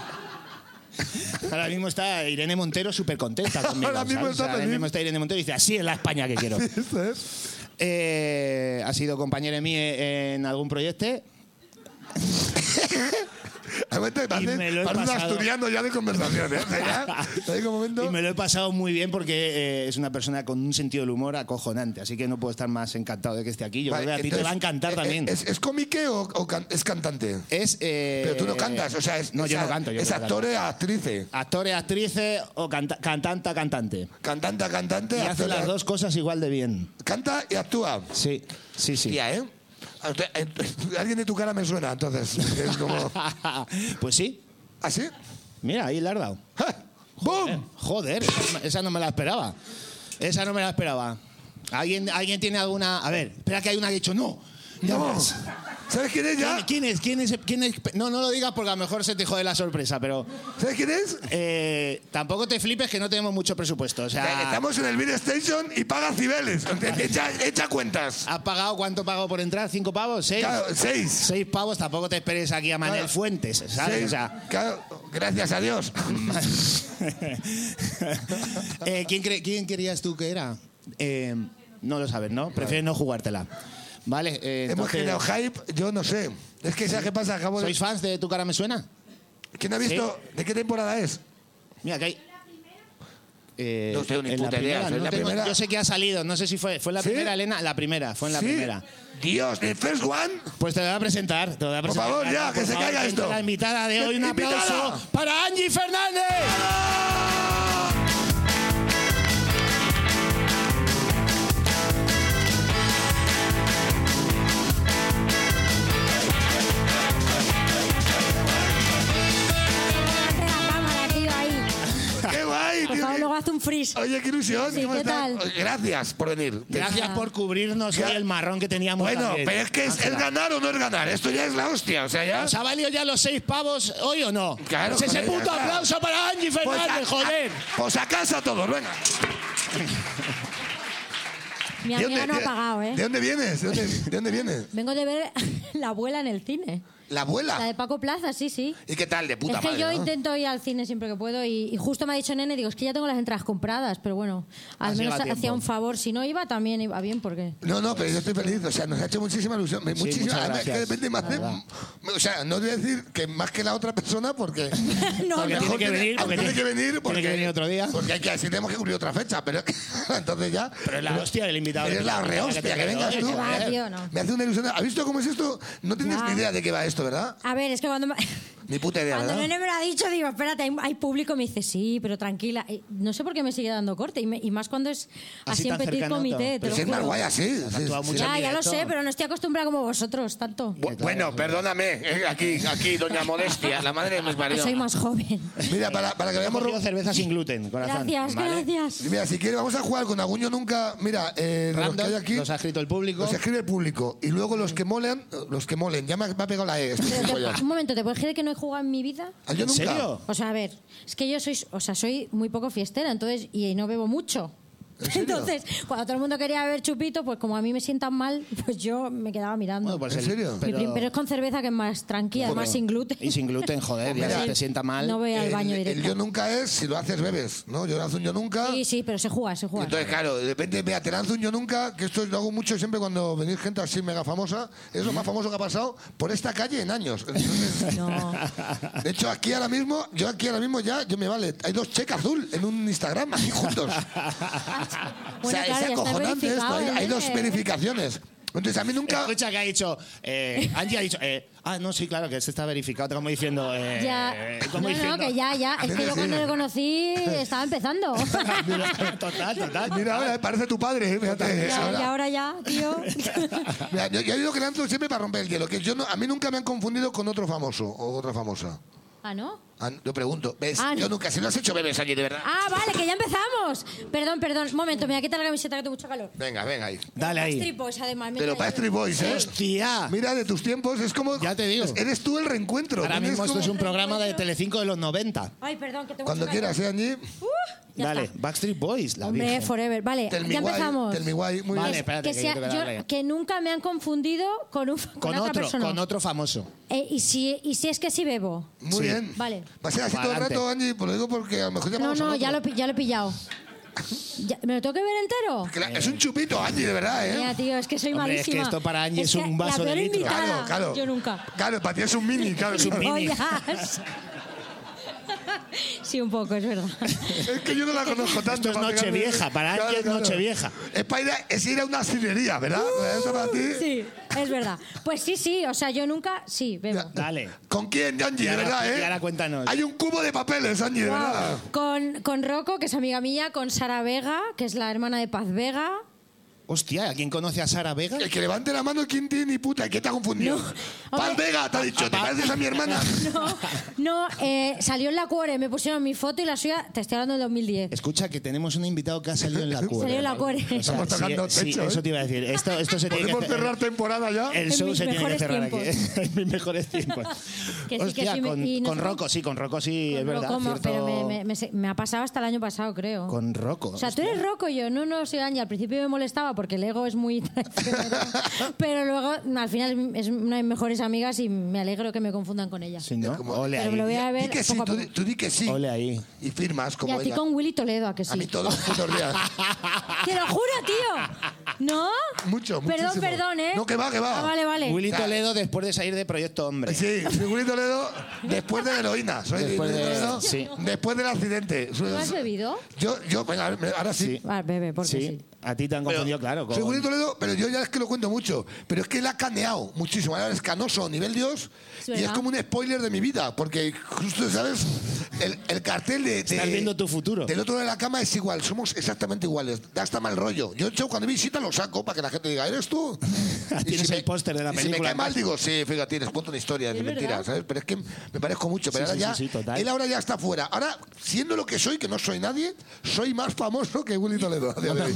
[SPEAKER 5] Ahora mismo está Irene Montero súper
[SPEAKER 2] (laughs)
[SPEAKER 5] contenta conmigo.
[SPEAKER 2] Ahora mismo
[SPEAKER 5] ¿sabes? O sea,
[SPEAKER 2] está
[SPEAKER 5] ahora
[SPEAKER 2] feliz.
[SPEAKER 5] mismo está Irene Montero y dice, así es la España que
[SPEAKER 2] (laughs)
[SPEAKER 5] quiero.
[SPEAKER 2] Eso es.
[SPEAKER 5] Eh, ha sido compañero mío en algún
[SPEAKER 2] (laughs)
[SPEAKER 5] proyecto.
[SPEAKER 2] Aguanta, parece,
[SPEAKER 5] me lo he
[SPEAKER 2] parece un
[SPEAKER 5] pasado.
[SPEAKER 2] asturiano ya de conversación, ¿eh? O sea, ya, hay
[SPEAKER 5] Y
[SPEAKER 2] un momento.
[SPEAKER 5] me lo he pasado muy bien porque eh, es una persona con un sentido del humor acojonante, así que no puedo estar más encantado de que esté aquí. Yo
[SPEAKER 2] Vale,
[SPEAKER 5] creo que a ti te
[SPEAKER 2] entonces,
[SPEAKER 5] va a encantar
[SPEAKER 2] eh,
[SPEAKER 5] también.
[SPEAKER 2] eh, ¿Es, es cómique o, o can- es cantante?
[SPEAKER 5] Es, (laughs) eh,
[SPEAKER 2] Pero tú no cantas, o sea, es,
[SPEAKER 5] no,
[SPEAKER 2] o
[SPEAKER 5] yo
[SPEAKER 2] sea,
[SPEAKER 5] no canto. Yo
[SPEAKER 2] es
[SPEAKER 5] no canto.
[SPEAKER 2] actor, e actriz.
[SPEAKER 5] Actores, actrices o canta- cantanta, cantante.
[SPEAKER 2] Cantante, cantante,
[SPEAKER 5] Y hace
[SPEAKER 2] actor, eh.
[SPEAKER 5] las dos cosas igual de bien.
[SPEAKER 2] Canta y actúa.
[SPEAKER 5] Sí, sí, sí.
[SPEAKER 2] Tía, ¿eh? (laughs) Alguien de tu cara me suena, entonces. (laughs) Es como.
[SPEAKER 5] (laughs) pues sí.
[SPEAKER 2] ¿Así?
[SPEAKER 5] Mira, ahí la has dado.
[SPEAKER 2] (laughs) ¡Ja! ¡Bum!
[SPEAKER 5] Joder, esa no me la esperaba. Esa no me la esperaba. ¿Alguien, ¿alguien tiene alguna...? A ver, espera que hay una que ha dicho no. Ya
[SPEAKER 2] No.
[SPEAKER 5] verás.
[SPEAKER 2] ¿Sabes quién es ya?
[SPEAKER 5] ¿Quién es? ¿Quién es? ¿Quién es? No, no lo digas porque a lo mejor se te jode la sorpresa, pero
[SPEAKER 2] ¿Sabes quién es?
[SPEAKER 5] eh, tampoco te flipes que no tenemos mucho presupuesto. O sea,
[SPEAKER 2] Eh, Estamos en el Beer Station y paga Cibeles. Echa, echa cuentas.
[SPEAKER 5] ¿has pagado cuánto pago por entrar? ¿Cinco pavos? ¿Seis?
[SPEAKER 2] Claro, seis.
[SPEAKER 5] Seis pavos, tampoco te esperes aquí a Manuel
[SPEAKER 2] Claro.
[SPEAKER 5] Fuentes, ¿sabes?
[SPEAKER 2] Seis.
[SPEAKER 5] O sea,
[SPEAKER 2] Claro, gracias a Dios.
[SPEAKER 5] (laughs) Eh, ¿quién, cre- quién querías tú que era? Eh, no lo sabes, ¿no? Prefieres no jugártela. Vale, eh,
[SPEAKER 2] Hemos
[SPEAKER 5] entonces,
[SPEAKER 2] generado hype, yo no sé. Es que ¿sabes qué pasa? Acabo de...
[SPEAKER 5] ¿sois fans de Tu cara me suena?
[SPEAKER 2] ¿Quién ha visto? ¿De qué temporada es?
[SPEAKER 5] Mira, que hay... Eh,
[SPEAKER 2] No tengo ni
[SPEAKER 5] en la
[SPEAKER 2] puta idea,
[SPEAKER 5] primera,
[SPEAKER 2] soy
[SPEAKER 5] no
[SPEAKER 2] la
[SPEAKER 5] tengo-
[SPEAKER 2] primera.
[SPEAKER 5] Yo sé que ha salido, no sé si fue. ¿Fue en la
[SPEAKER 2] ¿Sí?
[SPEAKER 5] primera, Elena? La primera, fue en la
[SPEAKER 2] ¿Sí?
[SPEAKER 5] primera.
[SPEAKER 2] Dios, ¿el first (laughs) one?
[SPEAKER 5] Pues te lo voy a presentar. Te lo voy a
[SPEAKER 2] Por
[SPEAKER 5] presentar.
[SPEAKER 2] favor, ya, que
[SPEAKER 5] Por
[SPEAKER 2] se
[SPEAKER 5] favor,
[SPEAKER 2] caiga
[SPEAKER 5] gente,
[SPEAKER 2] esto.
[SPEAKER 5] La invitada de hoy, un
[SPEAKER 2] ¡Invitada!
[SPEAKER 5] aplauso para Angie Fernández.
[SPEAKER 6] Hazte la cámara, tío, ahí.
[SPEAKER 2] ¡Qué guay!
[SPEAKER 6] Por
[SPEAKER 2] tío,
[SPEAKER 6] favor,
[SPEAKER 2] qué-
[SPEAKER 6] luego hazte un freeze.
[SPEAKER 2] Oye, qué ilusión.
[SPEAKER 6] Sí,
[SPEAKER 2] ¿cómo
[SPEAKER 6] ¿qué
[SPEAKER 2] estás?
[SPEAKER 6] tal?
[SPEAKER 2] Gracias por venir.
[SPEAKER 5] Gracias por cubrirnos hoy el marrón que teníamos.
[SPEAKER 2] Bueno,
[SPEAKER 5] también.
[SPEAKER 2] pero es que es, es
[SPEAKER 5] Ángela.
[SPEAKER 2] ganar o no es ganar. Esto ya es la hostia. O sea, ya.
[SPEAKER 5] ¿Os ha valido ya los seis pavos hoy o no?
[SPEAKER 2] Claro,
[SPEAKER 5] Pues ese
[SPEAKER 2] joder,
[SPEAKER 5] puto
[SPEAKER 2] ya está.
[SPEAKER 5] aplauso para Angie
[SPEAKER 2] Pues
[SPEAKER 5] Fernández,
[SPEAKER 2] a-
[SPEAKER 5] joder.
[SPEAKER 2] a- Pues a casa todos, venga.
[SPEAKER 6] Mi
[SPEAKER 2] ¿De
[SPEAKER 6] amiga
[SPEAKER 2] dónde-
[SPEAKER 6] no ha
[SPEAKER 2] de-
[SPEAKER 6] pagado,
[SPEAKER 2] ¿De
[SPEAKER 6] ¿eh?
[SPEAKER 2] dónde vienes? ¿De dónde, de dónde vienes?
[SPEAKER 6] Vengo de ver (laughs) La abuela en el cine.
[SPEAKER 2] La
[SPEAKER 6] La
[SPEAKER 2] abuela.
[SPEAKER 6] de Paco Plaza, sí, sí.
[SPEAKER 2] ¿Y qué tal? De puta
[SPEAKER 6] es que
[SPEAKER 2] madre.
[SPEAKER 6] yo
[SPEAKER 2] ¿no?
[SPEAKER 6] intento ir al cine siempre que puedo y, y justo me ha dicho Nene, digo, es que ya tengo las entradas compradas, pero bueno, al
[SPEAKER 5] Has
[SPEAKER 6] menos
[SPEAKER 5] llegado a
[SPEAKER 6] hacía
[SPEAKER 5] tiempo.
[SPEAKER 6] un favor. Si no iba, también iba bien porque...
[SPEAKER 2] No, no, pero yo estoy feliz. O sea, nos ha hecho muchísima ilusión. Me- muchísima.
[SPEAKER 5] muchas
[SPEAKER 2] además, que de
[SPEAKER 5] gracias,
[SPEAKER 2] repente me
[SPEAKER 5] la
[SPEAKER 2] hace.
[SPEAKER 5] verdad.
[SPEAKER 2] O sea, no te voy a decir que más que la otra persona
[SPEAKER 6] (laughs)
[SPEAKER 2] porque.
[SPEAKER 6] (laughs) no,
[SPEAKER 5] Porque
[SPEAKER 6] no.
[SPEAKER 5] tiene que venir, porque
[SPEAKER 2] tiene que
[SPEAKER 5] tiene-
[SPEAKER 2] venir. Porque,
[SPEAKER 5] tiene que venir otro día.
[SPEAKER 2] Porque hay que, así tenemos que cumplir otra fecha. Pero es que. (laughs) Entonces ya.
[SPEAKER 5] Pero es la hostia del invitado.
[SPEAKER 2] Eres la rehostia, que vengas tú.
[SPEAKER 6] va,
[SPEAKER 2] joder.
[SPEAKER 6] Ah, tío, no.
[SPEAKER 2] Me hace una ilusión. ¿Has visto cómo es esto? No tienes
[SPEAKER 6] Ya.
[SPEAKER 2] ni idea de qué va esto, ¿verdad?
[SPEAKER 6] A ver, es que cuando me... (laughs)
[SPEAKER 2] Ni puta idea,
[SPEAKER 6] Cuando
[SPEAKER 2] ¿verdad?
[SPEAKER 6] Nene me lo ha dicho, digo, espérate, hay, hay público. Me dice, sí, pero tranquila. Eh, No sé por qué me sigue dando corte. Y, me- y más cuando es
[SPEAKER 5] Así
[SPEAKER 6] así, en
[SPEAKER 5] tan
[SPEAKER 6] petit
[SPEAKER 5] cercano, todo.
[SPEAKER 6] comité, te
[SPEAKER 2] Pero
[SPEAKER 6] lo
[SPEAKER 2] si es más
[SPEAKER 6] juro.
[SPEAKER 2] guay así. sí,
[SPEAKER 5] actuado
[SPEAKER 2] sí.
[SPEAKER 5] mucho.
[SPEAKER 6] Ya, ya lo
[SPEAKER 5] Directo.
[SPEAKER 6] sé, pero no estoy acostumbrada como vosotros tanto.
[SPEAKER 7] Bu- Bueno, perdóname, eh, aquí, aquí, doña Modestia, la madre de mis
[SPEAKER 6] Que
[SPEAKER 7] maridos.
[SPEAKER 6] soy más joven.
[SPEAKER 2] (laughs) Mira, para, para que veamos.
[SPEAKER 5] Hemos cerveza sin gluten, corazón.
[SPEAKER 6] (laughs) Gracias,
[SPEAKER 5] ¿vale?
[SPEAKER 6] gracias.
[SPEAKER 2] Mira, si quieres, vamos a jugar con algún yo nunca. Mira, eh, de los que
[SPEAKER 5] Random,
[SPEAKER 2] hay aquí.
[SPEAKER 5] nos ha escrito el público.
[SPEAKER 2] Los escribe el público. Y luego los que molen, los que molen. Ya me ha, me ha pegado la E.
[SPEAKER 6] (laughs)
[SPEAKER 2] este
[SPEAKER 6] Pero te-
[SPEAKER 2] gilipollas.
[SPEAKER 6] un momento, ¿te puedes creer que no he jugado en mi vida?
[SPEAKER 2] Ah, yo
[SPEAKER 5] ¿En
[SPEAKER 2] nunca.
[SPEAKER 5] serio?
[SPEAKER 6] O sea, a ver, es que yo soy, o sea, soy muy poco fiestera, entonces, y no bebo mucho.
[SPEAKER 2] ¿En serio?
[SPEAKER 6] Entonces, cuando todo el mundo quería beber chupito, pues como a mí me sientan mal, pues yo me quedaba
[SPEAKER 5] Bueno,
[SPEAKER 6] mirando.
[SPEAKER 5] pues
[SPEAKER 2] ¿En
[SPEAKER 5] el-
[SPEAKER 2] serio?
[SPEAKER 6] Mi prim- pero...
[SPEAKER 5] Pero,
[SPEAKER 6] es con cerveza que es más tranquila, además sin gluten.
[SPEAKER 5] y sin gluten, joder,
[SPEAKER 6] (laughs)
[SPEAKER 2] Pues
[SPEAKER 5] ya
[SPEAKER 2] mira,
[SPEAKER 5] si te sienta mal.
[SPEAKER 6] No voy al
[SPEAKER 2] El-
[SPEAKER 6] baño
[SPEAKER 2] el,
[SPEAKER 6] directo.
[SPEAKER 2] yo nunca es si lo haces bebes, ¿no? Yo lanzo un yo nunca.
[SPEAKER 6] Sí, sí, pero se juega, se juega.
[SPEAKER 2] Entonces, claro, de repente, mira, te lanzo un yo nunca, que esto lo hago mucho siempre cuando venís gente así mega famosa. Es lo más famoso que ha pasado por esta calle en años. Entonces,
[SPEAKER 6] No.
[SPEAKER 5] (laughs)
[SPEAKER 2] de hecho, aquí ahora mismo, yo aquí ahora mismo ya, yo me vale. Hay dos checas azul en un Instagram
[SPEAKER 5] (laughs)
[SPEAKER 2] aquí juntos. o
[SPEAKER 6] Bueno,
[SPEAKER 2] sea,
[SPEAKER 6] claro,
[SPEAKER 2] es
[SPEAKER 6] ya está
[SPEAKER 2] acojonante esto.
[SPEAKER 6] verificado,
[SPEAKER 2] Hay, hay
[SPEAKER 6] ¿eh?
[SPEAKER 2] dos verificaciones. Entonces, a mí nunca.
[SPEAKER 5] Escucha que ha dicho, eh, Angie ha dicho, eh, ah, no, sí, claro, que este está verificado, como diciendo, eh,
[SPEAKER 6] Ya. No,
[SPEAKER 5] como
[SPEAKER 6] no,
[SPEAKER 5] diciendo,
[SPEAKER 6] que ya, ya.
[SPEAKER 2] A
[SPEAKER 6] Es
[SPEAKER 2] mí
[SPEAKER 6] que
[SPEAKER 2] me
[SPEAKER 6] yo cuando
[SPEAKER 2] sigue.
[SPEAKER 6] le conocí estaba empezando.
[SPEAKER 5] total, total.
[SPEAKER 2] Mira, ahora eh, parece tu padre, eh, fíjate.
[SPEAKER 6] Ya,
[SPEAKER 2] ahora.
[SPEAKER 6] y ahora ya, tío.
[SPEAKER 2] (laughs) Mira, yo, yo he ido creando siempre para romper el hielo. Que yo no- a mí nunca me han confundido con otro famoso o otra famosa.
[SPEAKER 6] ah, ¿no?
[SPEAKER 2] Ah, yo pregunto, ¿ves?
[SPEAKER 6] Ah,
[SPEAKER 2] yo
[SPEAKER 6] no.
[SPEAKER 2] nunca, si lo has hecho, bebes allí, de verdad.
[SPEAKER 6] Ah, vale, que ya empezamos. Perdón, perdón. Momento, me voy a quitar la camiseta que tengo mucho calor.
[SPEAKER 2] Venga, venga ahí.
[SPEAKER 5] Dale ahí.
[SPEAKER 6] Stripos, además. me
[SPEAKER 2] Pero
[SPEAKER 6] callo.
[SPEAKER 2] para Street Boys, ¿eh?
[SPEAKER 5] Hostia.
[SPEAKER 2] Mira, de tus tiempos es como.
[SPEAKER 5] Ya te digo.
[SPEAKER 2] es- Eres tú el reencuentro.
[SPEAKER 5] Ahora
[SPEAKER 2] Tienes
[SPEAKER 5] mismo esto
[SPEAKER 2] como-
[SPEAKER 5] es un programa de Telecinco de los 90.
[SPEAKER 6] Ay, perdón, que tengo
[SPEAKER 2] Cuando
[SPEAKER 6] mucho calor.
[SPEAKER 2] quieras, ¿eh, Angie?
[SPEAKER 6] Ya
[SPEAKER 5] Dale,
[SPEAKER 6] está.
[SPEAKER 5] Backstreet Boys, la
[SPEAKER 6] Hombre,
[SPEAKER 5] virgen.
[SPEAKER 6] forever. Vale,
[SPEAKER 2] Tell me
[SPEAKER 6] ya
[SPEAKER 2] why,
[SPEAKER 6] empezamos.
[SPEAKER 2] tell me why, muy
[SPEAKER 5] Vale,
[SPEAKER 2] bien.
[SPEAKER 5] espérate,
[SPEAKER 6] que,
[SPEAKER 5] que yo
[SPEAKER 6] sea-
[SPEAKER 5] tengo que
[SPEAKER 6] yo-
[SPEAKER 5] darle.
[SPEAKER 6] que nunca me han confundido con, un, con,
[SPEAKER 5] Con
[SPEAKER 6] otra
[SPEAKER 5] otro,
[SPEAKER 6] persona.
[SPEAKER 5] con otro famoso.
[SPEAKER 6] Eh, y, si, y si es que sí bebo.
[SPEAKER 2] Muy bien.
[SPEAKER 6] Vale.
[SPEAKER 2] Va a ser así todo el
[SPEAKER 5] Pa'lante.
[SPEAKER 2] rato, Angie, por lo digo porque a lo mejor
[SPEAKER 6] No,
[SPEAKER 2] llamamos
[SPEAKER 6] no,
[SPEAKER 2] al
[SPEAKER 6] ya lo,
[SPEAKER 2] otro.
[SPEAKER 6] he pi- ya lo
[SPEAKER 2] (laughs)
[SPEAKER 6] he pillado. Ya- ¿Me lo tengo que ver entero?
[SPEAKER 2] Cla- Es un chupito, Angie, de verdad, ¿eh?
[SPEAKER 6] Mira, tío, es que soy
[SPEAKER 5] Eh. Hombre, es que
[SPEAKER 6] malísima.
[SPEAKER 5] esto para Angie es
[SPEAKER 6] que
[SPEAKER 5] un vaso de
[SPEAKER 6] la peor
[SPEAKER 5] litro.
[SPEAKER 6] invitada,
[SPEAKER 2] Claro, claro.
[SPEAKER 6] Yo nunca.
[SPEAKER 2] Claro, para ti es un (laughs) mini, claro.
[SPEAKER 5] Es un mini.
[SPEAKER 6] Ollas. (laughs) sí, un poco, es verdad.
[SPEAKER 2] (laughs) Es que yo no la conozco tanto.
[SPEAKER 5] Esto es
[SPEAKER 2] para
[SPEAKER 5] noche
[SPEAKER 2] pegarme-
[SPEAKER 5] vieja, para Angie es noche vieja.
[SPEAKER 2] Es, para ir a, es ir a una cinería, ¿verdad? Eso para ti.
[SPEAKER 6] Sí, es verdad. Pues sí, sí, o sea, yo nunca, sí, bebo.
[SPEAKER 5] Dale.
[SPEAKER 2] ¿Con quién, Angie?
[SPEAKER 5] Y
[SPEAKER 2] De
[SPEAKER 5] ahora-
[SPEAKER 2] verdad, ¿eh?
[SPEAKER 5] y ahora cuéntanos.
[SPEAKER 2] Hay un cubo de papeles, Angie, de verdad.
[SPEAKER 6] Con, con Rocco, que es amiga mía, con Sara Vega, que es la hermana de Paz Vega.
[SPEAKER 5] Hostia, ¿a quién conoce a Sara Vega?
[SPEAKER 2] El que levante la mano, ¿quién tiene ni puta? ¿Qué te ha confundido? Pal Vega, te ha dicho, ¿te pareces a mi hermana?
[SPEAKER 6] No, eh, salió en la cuore, me pusieron mi foto y la suya, te estoy hablando del 2010.
[SPEAKER 5] Escucha, que tenemos un invitado que ha salido
[SPEAKER 6] (laughs)
[SPEAKER 5] en la cuerda.
[SPEAKER 6] Salió en la cuore.
[SPEAKER 2] Estamos tocando
[SPEAKER 5] sí,
[SPEAKER 2] techo,
[SPEAKER 5] eso
[SPEAKER 2] ¿eh?
[SPEAKER 5] te iba a decir. Esto, esto se tiene que
[SPEAKER 2] ¿Podemos
[SPEAKER 5] hacer-
[SPEAKER 2] cerrar temporada ya?
[SPEAKER 5] El
[SPEAKER 6] En
[SPEAKER 5] show
[SPEAKER 6] mis
[SPEAKER 5] se tiene que
[SPEAKER 6] mejores
[SPEAKER 5] cerrar
[SPEAKER 6] tiempos.
[SPEAKER 5] aquí. (laughs) en mis
[SPEAKER 6] (laughs)
[SPEAKER 5] mejores tiempos.
[SPEAKER 6] Que sí, que
[SPEAKER 5] Hostia,
[SPEAKER 6] sí, me-
[SPEAKER 5] con,
[SPEAKER 6] y no
[SPEAKER 5] con
[SPEAKER 6] sé-
[SPEAKER 5] Rocco, sí, con Rocco sí, es
[SPEAKER 6] Con
[SPEAKER 5] verdad.
[SPEAKER 6] Rocco,
[SPEAKER 5] cierto-
[SPEAKER 6] pero me, me- me se- me ha pasado hasta el año pasado, creo.
[SPEAKER 5] Con Rocco.
[SPEAKER 6] O sea, tú eres roco y yo, no, no soy Angie. Al principio me molestaba porque el ego es muy (laughs) traicionero, pero luego al final es una de mis mejores amigas y me alegro que me confundan con ella.
[SPEAKER 5] Sí, ¿no?
[SPEAKER 2] Como-
[SPEAKER 5] Ole
[SPEAKER 6] Pero me lo voy
[SPEAKER 5] ahí.
[SPEAKER 6] a
[SPEAKER 2] Di
[SPEAKER 6] ver
[SPEAKER 2] que sí,
[SPEAKER 6] poco a
[SPEAKER 2] tú,
[SPEAKER 6] poco.
[SPEAKER 2] di- tú di que sí.
[SPEAKER 5] Ole ahí.
[SPEAKER 2] Y firmas
[SPEAKER 6] Y a
[SPEAKER 2] como
[SPEAKER 6] ti
[SPEAKER 2] ella.
[SPEAKER 6] con Willy Toledo, ¿a que sí?
[SPEAKER 2] A mí todos los putos días.
[SPEAKER 6] (laughs) Te lo juro, tío. ¿No?
[SPEAKER 2] Mucho,
[SPEAKER 6] Perdón,
[SPEAKER 2] muchísimo.
[SPEAKER 6] perdón, ¿eh?
[SPEAKER 2] No, que va, que va.
[SPEAKER 6] Ah, vale, vale.
[SPEAKER 5] Willy Toledo después de salir de Proyecto Hombre.
[SPEAKER 2] Sí, sí, Willy Toledo, después de la heroína. Soy
[SPEAKER 5] Después
[SPEAKER 2] Willy
[SPEAKER 5] de-
[SPEAKER 2] Toledo,
[SPEAKER 5] sí.
[SPEAKER 2] después del accidente. Soy-
[SPEAKER 6] ¿Tú has bebido?
[SPEAKER 2] Yo, yo, venga, ahora sí.
[SPEAKER 6] Vale, bebe, porque sí.
[SPEAKER 5] Sí, a ti te han confundido, claro.
[SPEAKER 2] Soy
[SPEAKER 5] con-
[SPEAKER 2] Willy Toledo, pero yo ya es que lo cuento mucho. Pero es que él ha caneado muchísimo. Ahora es canoso, nivel Dios.
[SPEAKER 6] Es
[SPEAKER 2] Y
[SPEAKER 6] verdad.
[SPEAKER 2] es como un spoiler de mi vida, porque justo, ¿sabes? El, el cartel de, de-
[SPEAKER 5] Estás viendo tu futuro.
[SPEAKER 2] Del otro lado de la cama es igual, somos exactamente iguales. Da hasta mal rollo. Yo, de hecho, cuando visita lo saco para que la gente diga,
[SPEAKER 5] (laughs)
[SPEAKER 2] ¿eres tú?
[SPEAKER 5] Ah, Tienes el póster de la
[SPEAKER 2] y Si me
[SPEAKER 5] película.
[SPEAKER 2] cae mal, digo, sí, fíjate, tienes cuento una historia, es
[SPEAKER 6] Es
[SPEAKER 2] mentira,
[SPEAKER 6] verdad.
[SPEAKER 2] ¿sabes? Pero es que me parezco mucho. Pero
[SPEAKER 5] Sí,
[SPEAKER 2] ahora
[SPEAKER 5] sí,
[SPEAKER 2] ya,
[SPEAKER 5] sí, sí, total.
[SPEAKER 2] él ahora ya está fuera. Ahora, siendo lo que soy, que no soy nadie, soy más famoso que Willy Toledo. a
[SPEAKER 5] (laughs)
[SPEAKER 2] día de hoy.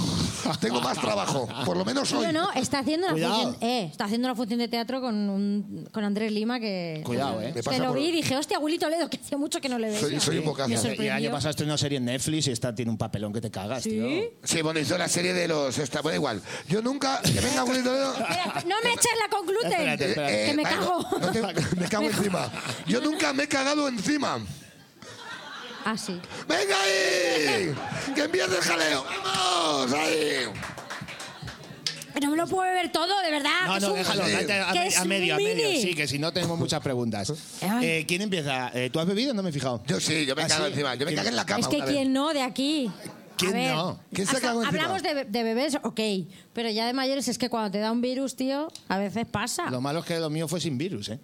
[SPEAKER 2] Tengo más trabajo, por lo menos hoy.
[SPEAKER 6] No, no, está haciendo una
[SPEAKER 5] Cuidado.
[SPEAKER 6] función, eh, está haciendo una función de teatro con, un- con Andrés Lima que
[SPEAKER 5] Cuidado, ¿eh?
[SPEAKER 2] Me
[SPEAKER 6] que
[SPEAKER 2] pasa
[SPEAKER 6] lo
[SPEAKER 2] por-
[SPEAKER 6] vi y dije, hostia, Willy Toledo, que hacía mucho que no le veía.
[SPEAKER 2] Soy- soy un bocazo.
[SPEAKER 6] Me
[SPEAKER 2] Y- y
[SPEAKER 5] Y el año
[SPEAKER 6] sorprendió.
[SPEAKER 5] pasado estrenó serie en Netflix y esta tiene un papelón que te cagas, tío.
[SPEAKER 2] Sí, bueno, hizo la serie de los... Esta, bueno, igual. Yo nunca... Que venga
[SPEAKER 6] (laughs)
[SPEAKER 2] Willy Toledo...
[SPEAKER 6] Espera, espera, no me eches la con gluten,
[SPEAKER 5] Espérate, espérate.
[SPEAKER 6] que me
[SPEAKER 2] vale,
[SPEAKER 6] cago.
[SPEAKER 2] Eh, (laughs) no, no te- me cago encima. Yo nunca me he cagado encima.
[SPEAKER 6] Ah, sí.
[SPEAKER 2] ¡Venga ahí! ¡Que empiece el jaleo! ¡Vamos! ¡Ahí!
[SPEAKER 6] No me lo puedo beber todo, de verdad.
[SPEAKER 5] No,
[SPEAKER 6] Ah, que
[SPEAKER 5] no,
[SPEAKER 6] es un-
[SPEAKER 5] déjalo, date a, a-
[SPEAKER 6] que es
[SPEAKER 5] a
[SPEAKER 6] un
[SPEAKER 5] medio, a
[SPEAKER 6] mini.
[SPEAKER 5] medio. Sí, que si no tenemos muchas preguntas.
[SPEAKER 6] Ay.
[SPEAKER 5] Eh, ¿Quién empieza? Eh, ¿Tú has bebido? No me he fijado.
[SPEAKER 2] Yo sí, yo me
[SPEAKER 5] ¿Ah,
[SPEAKER 2] cago
[SPEAKER 5] sí?
[SPEAKER 2] encima. Yo me
[SPEAKER 5] ¿Quién-
[SPEAKER 2] cago en la cama
[SPEAKER 6] Es que
[SPEAKER 2] una vez.
[SPEAKER 6] quién no de aquí.
[SPEAKER 5] ¿Quién
[SPEAKER 6] a ver,
[SPEAKER 5] no?
[SPEAKER 2] ¿Quién se
[SPEAKER 6] hasta-
[SPEAKER 2] cagó encima?
[SPEAKER 6] Hablamos de, de bebés, ok. Pero ya de mayores es que cuando te da un virus, tío, a veces pasa.
[SPEAKER 5] Lo malo es que lo mío fue sin virus, ¿eh?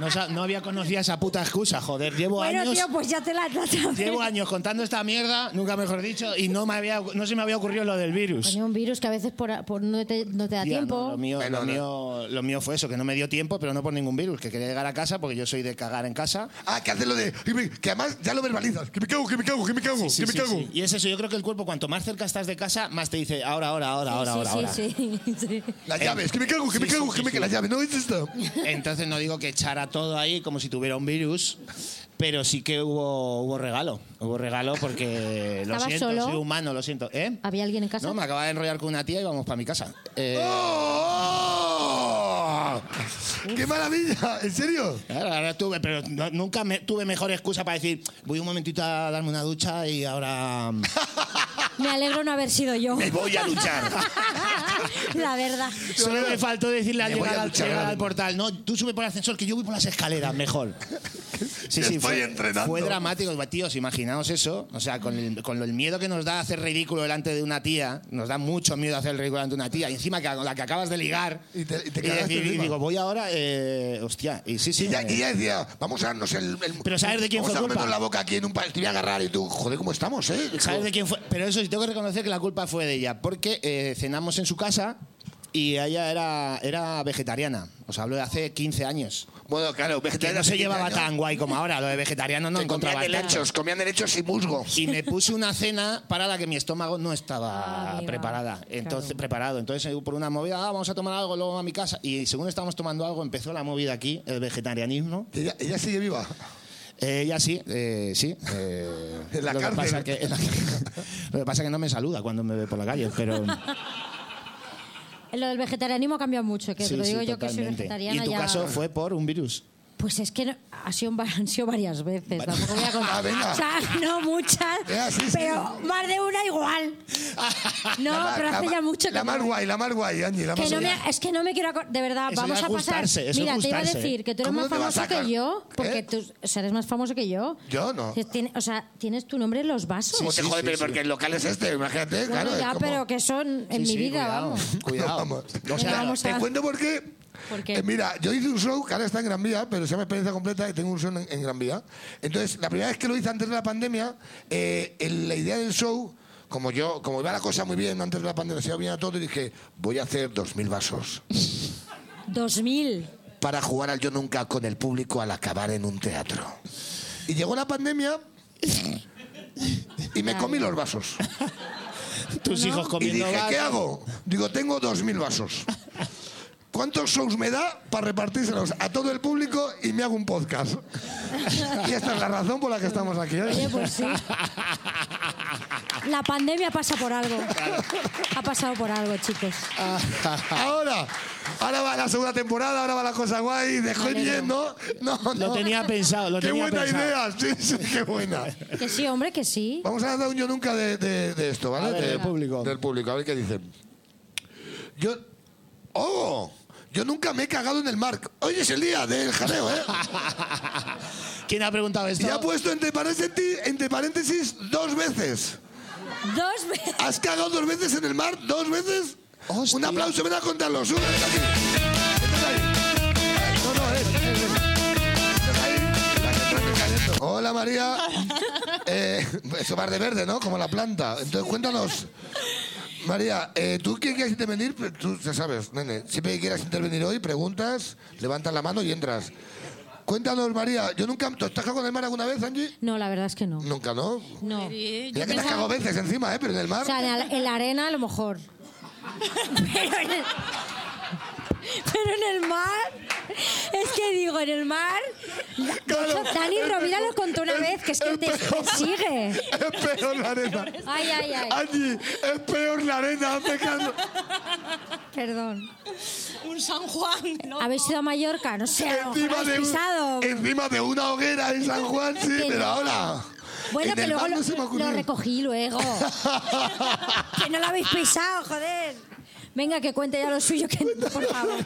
[SPEAKER 5] No, sa- no había conocido esa puta excusa, joder. Llevo
[SPEAKER 6] Bueno,
[SPEAKER 5] años.
[SPEAKER 6] tío, pues ya te la la sabes.
[SPEAKER 5] Llevo años contando esta mierda, nunca mejor dicho, y no, me había, no se me había ocurrido lo del virus.
[SPEAKER 6] Coño, un virus que a veces por, por no, te, no te da
[SPEAKER 5] Tía, no,
[SPEAKER 6] tiempo.
[SPEAKER 5] lo, mío,
[SPEAKER 2] Bueno,
[SPEAKER 5] lo,
[SPEAKER 2] no.
[SPEAKER 5] mío, lo mío fue eso, que no me dio tiempo, pero no por ningún virus, que quería llegar a casa porque yo soy de cagar en casa.
[SPEAKER 2] Ah, que haces lo de... Que además ya lo verbalizas. Que me cago, que me cago, que me cago,
[SPEAKER 5] Sí,
[SPEAKER 2] que me
[SPEAKER 5] sí,
[SPEAKER 2] cago.
[SPEAKER 5] sí. Y es eso, yo creo que el cuerpo, cuanto más cerca estás de casa, más te dice ahora, ahora, ahora, ahora, ahora. ahora.
[SPEAKER 6] sí, sí, sí, sí.
[SPEAKER 2] Las llaves, que me cago, que me
[SPEAKER 5] Eh, sí,
[SPEAKER 2] cago,
[SPEAKER 5] sí,
[SPEAKER 2] que me
[SPEAKER 5] sí,
[SPEAKER 2] cago.
[SPEAKER 5] sí.
[SPEAKER 2] Las llaves, ¿no es esto?
[SPEAKER 5] Entonces no digo que echara todo ahí como si tuviera un virus, pero sí que hubo, hubo regalo. Hubo regalo porque lo
[SPEAKER 6] ¿Estabas
[SPEAKER 5] siento,
[SPEAKER 6] solo?
[SPEAKER 5] soy humano, lo siento. ¿Eh?
[SPEAKER 6] ¿Había alguien en casa?
[SPEAKER 5] No, me acababa de enrollar con una tía y vamos para mi casa. Eh,
[SPEAKER 2] ¡Oh! ¡Qué maravilla! ¿En serio?
[SPEAKER 5] Claro, ahora tuve, pero no- nunca me- tuve mejor excusa para decir, voy un momentito a darme una ducha y ahora... mm".
[SPEAKER 6] (laughs) Me alegro no haber sido yo.
[SPEAKER 7] Me voy a luchar.
[SPEAKER 6] (laughs) la verdad.
[SPEAKER 5] Solo me faltó decirle al
[SPEAKER 2] Me voy
[SPEAKER 5] llegar,
[SPEAKER 2] a
[SPEAKER 5] al,
[SPEAKER 2] duchar
[SPEAKER 5] llegar
[SPEAKER 2] ahora
[SPEAKER 5] al
[SPEAKER 2] mismo.
[SPEAKER 5] portal, no, tú sube por el ascensor, que yo voy por las escaleras, mejor. Sí,
[SPEAKER 2] Estoy
[SPEAKER 5] fue,
[SPEAKER 2] entrenando.
[SPEAKER 5] fue dramático. Tíos, imaginaos eso. O sea, con el, con el miedo que nos da hacer ridículo delante de una tía, nos da mucho miedo hacer ridículo delante de una tía. Y encima, que, con la que acabas de ligar.
[SPEAKER 2] Y te- y te
[SPEAKER 5] y
[SPEAKER 2] cagaste
[SPEAKER 5] decir- Eh, y
[SPEAKER 2] encima.
[SPEAKER 5] digo, voy ahora, eh, hostia. Y sí, sí.
[SPEAKER 2] Y ya,
[SPEAKER 5] me-
[SPEAKER 2] y ya decía, vamos a darnos el... el-
[SPEAKER 5] Pero ¿sabes de quién
[SPEAKER 2] vamos
[SPEAKER 5] fue
[SPEAKER 2] a
[SPEAKER 5] culpa?
[SPEAKER 2] comernos la boca aquí en un país. Te voy a agarrar y tú, joder, ¿cómo estamos, eh?
[SPEAKER 5] ¿Sabes de quién fue? Pero eso sí, tengo que reconocer que la culpa fue de ella, porque eh, cenamos en su casa y ella era, era vegetariana. Os hablo de hace 15 años.
[SPEAKER 2] Bueno, claro,
[SPEAKER 5] Que no se llevaba tan guay como ahora, lo de vegetariano no
[SPEAKER 2] Te comían
[SPEAKER 5] encontraba nada.
[SPEAKER 2] helechos, comían helechos y musgo.
[SPEAKER 5] Y me puse una cena para la que mi estómago no estaba
[SPEAKER 6] Ah, amiga.
[SPEAKER 5] preparada. Entonces,
[SPEAKER 6] Claro.
[SPEAKER 5] preparado. Entonces, por una movida, "Ah, vamos a tomar algo, luego a mi casa. Y según estábamos tomando algo, empezó la movida aquí, el vegetarianismo.
[SPEAKER 2] Ella, ella sigue viva.
[SPEAKER 5] Eh, Ella sí, eh, sí. eh,
[SPEAKER 2] (laughs) En la
[SPEAKER 5] lo
[SPEAKER 2] cárcel.
[SPEAKER 5] Que pasa que, en la- (laughs) lo que pasa que no me saluda cuando me ve por la calle,
[SPEAKER 6] (laughs)
[SPEAKER 5] pero...
[SPEAKER 6] Lo del vegetarianismo ha cambiado mucho, que te
[SPEAKER 5] Sí,
[SPEAKER 6] lo
[SPEAKER 5] sí,
[SPEAKER 6] digo yo que soy
[SPEAKER 5] totalmente.
[SPEAKER 6] vegetariana
[SPEAKER 5] Y tu
[SPEAKER 6] ya.
[SPEAKER 5] caso fue por un
[SPEAKER 6] (laughs)
[SPEAKER 5] virus.
[SPEAKER 6] Pues es que no- ha sido, va- (laughs) han sido varias veces, tampoco voy a
[SPEAKER 2] Ah,
[SPEAKER 6] contar.
[SPEAKER 2] venga.
[SPEAKER 6] O sea, no muchas, (laughs)
[SPEAKER 2] Ya, sí, sí.
[SPEAKER 6] pero más de una
[SPEAKER 2] (laughs)
[SPEAKER 6] igual. No,
[SPEAKER 2] La mar-
[SPEAKER 6] pero hace
[SPEAKER 2] la
[SPEAKER 6] ya
[SPEAKER 2] mar-
[SPEAKER 6] mucho que
[SPEAKER 2] La
[SPEAKER 6] no-
[SPEAKER 2] más guay, la más guay, Angie, la
[SPEAKER 6] Que
[SPEAKER 2] más
[SPEAKER 6] no me,
[SPEAKER 2] guay.
[SPEAKER 6] es que no me quiero acor- De verdad,
[SPEAKER 5] Eso
[SPEAKER 6] vamos
[SPEAKER 5] es
[SPEAKER 6] a pasar.
[SPEAKER 5] gustarse, eso es
[SPEAKER 6] Mira, te iba a
[SPEAKER 5] gustarse.
[SPEAKER 6] decir que tú eres
[SPEAKER 2] ¿Cómo
[SPEAKER 6] más
[SPEAKER 2] te vas a
[SPEAKER 6] famoso
[SPEAKER 2] sacar?
[SPEAKER 6] que yo, porque
[SPEAKER 2] ¿Eh?
[SPEAKER 6] tú o sea, eres más famoso que yo.
[SPEAKER 2] Yo no.
[SPEAKER 6] Que tiene- o sea, tienes tu nombre en los vasos.
[SPEAKER 2] ¿Cómo
[SPEAKER 5] sí,
[SPEAKER 2] te jode?
[SPEAKER 5] sí,
[SPEAKER 2] Pero
[SPEAKER 5] sí.
[SPEAKER 2] porque el local es este, imagínate,
[SPEAKER 6] Bueno,
[SPEAKER 2] claro. es
[SPEAKER 6] ya,
[SPEAKER 2] como-
[SPEAKER 6] pero que son en
[SPEAKER 5] Sí,
[SPEAKER 6] mi
[SPEAKER 5] sí,
[SPEAKER 6] vida,
[SPEAKER 5] cuidado,
[SPEAKER 6] vamos.
[SPEAKER 5] Cuidado.
[SPEAKER 2] Vamos.
[SPEAKER 5] O
[SPEAKER 6] Venga,
[SPEAKER 5] sea,
[SPEAKER 6] vamos
[SPEAKER 2] Te
[SPEAKER 6] a-
[SPEAKER 2] cuento por qué.
[SPEAKER 6] ¿Por qué?
[SPEAKER 2] Eh, mira, yo hice un show, que ahora está en Gran Vía, pero se llama Experiencia Completa y tengo un show en, en Gran Vía. Entonces, la primera vez que lo hice antes de la pandemia, eh, el- la idea del show como yo, como iba la cosa muy bien antes de la pandemia, se iba bien a todo, y dije, voy a hacer 2.000 vasos (laughs)
[SPEAKER 6] 2000.
[SPEAKER 2] para jugar al yo nunca con el público al acabar en un teatro. Y llegó la pandemia y me comí los vasos.
[SPEAKER 5] Tus hijos
[SPEAKER 2] Y
[SPEAKER 5] comiendo
[SPEAKER 2] dije, ¿qué
[SPEAKER 5] vasos.
[SPEAKER 2] hago? Digo, tengo 2.000 vasos. ¿Cuántos shows me da para repartírselos a todo el público y me hago un podcast? Y esta es la razón por la que estamos aquí
[SPEAKER 6] Oye,
[SPEAKER 2] hoy.
[SPEAKER 6] pues sí. La pandemia pasa por algo. Ha pasado por algo, chicos.
[SPEAKER 2] (laughs) Ahora, (laughs) ahora va la segunda temporada, ahora va la cosa guay. Dejó bien, ¿no? No, no.
[SPEAKER 5] Lo tenía pensado, lo
[SPEAKER 2] qué
[SPEAKER 5] tenía
[SPEAKER 2] buena
[SPEAKER 5] pensado.
[SPEAKER 2] idea, sí, sí, qué buena.
[SPEAKER 6] Que sí, hombre, que sí.
[SPEAKER 2] Vamos a dar un yo nunca de, de- de esto, ¿vale?
[SPEAKER 5] A ver,
[SPEAKER 2] De-
[SPEAKER 5] del público.
[SPEAKER 2] Del público, a ver qué dicen. Yo. ¡Oh! Yo nunca me he cagado en el mar. Hoy es el día del jaleo,
[SPEAKER 5] (laughs)
[SPEAKER 2] ¿eh?
[SPEAKER 5] (laughs) ¿Quién ha preguntado
[SPEAKER 2] Y ha
[SPEAKER 5] esto?
[SPEAKER 2] puesto entre paréntesis, entre paréntesis dos veces.
[SPEAKER 6] Dos veces.
[SPEAKER 2] ¿Has cagado dos veces en el mar? ¿Dos veces?
[SPEAKER 5] Hostia.
[SPEAKER 2] Un aplauso, ven a contarlo. Sube, ven aquí. Estás ahí. No, no, es. es- es. Estás ahí. La que está recayendo. Hola María. Eh, eso va de verde, ¿no? Como la planta. Entonces cuéntanos. María, eh, ¿tú qué quieres intervenir? Pero Tú ya sabes, nene. Siempre que quieras intervenir hoy, preguntas, levantas la mano y entras. Cuéntanos, María. Yo nunca. ¿Te has cagado con el mar alguna vez, Angie?
[SPEAKER 6] No, la verdad es que no.
[SPEAKER 2] Nunca, ¿no?
[SPEAKER 6] No.
[SPEAKER 8] Sí,
[SPEAKER 2] Mira
[SPEAKER 8] yo
[SPEAKER 2] que te has cagado
[SPEAKER 8] tengo,
[SPEAKER 2] veces encima, ¿eh? Pero en el
[SPEAKER 6] O
[SPEAKER 2] mar.
[SPEAKER 6] sea, en la, en la arena a lo mejor. Pero en, el, pero en el mar. Es que digo, en el mar.
[SPEAKER 2] Claro.
[SPEAKER 6] Eso, Dani Rovira lo contó una vez, que es que te, te sigue.
[SPEAKER 2] Es peor la arena.
[SPEAKER 6] Ay, ay, ay.
[SPEAKER 2] Angie, es peor la arena. me cago.
[SPEAKER 6] Perdón.
[SPEAKER 8] un San Juan, ¿no?
[SPEAKER 6] ¿Habéis ido a Mallorca? No sé, a lo mejor
[SPEAKER 2] Encima de,
[SPEAKER 6] habéis
[SPEAKER 2] un-
[SPEAKER 6] pisado.
[SPEAKER 2] encima de una hoguera en San Juan, sí,
[SPEAKER 6] Que
[SPEAKER 2] pero
[SPEAKER 6] no.
[SPEAKER 2] ahora.
[SPEAKER 6] Bueno,
[SPEAKER 2] en
[SPEAKER 6] que
[SPEAKER 2] el
[SPEAKER 6] luego
[SPEAKER 2] mar
[SPEAKER 6] lo,
[SPEAKER 2] no se me
[SPEAKER 6] lo
[SPEAKER 2] ocurrió. (laughs)
[SPEAKER 6] recogí luego. que no lo habéis pisado, joder. Venga, que cuente ya lo suyo, que, por favor.
[SPEAKER 9] (laughs)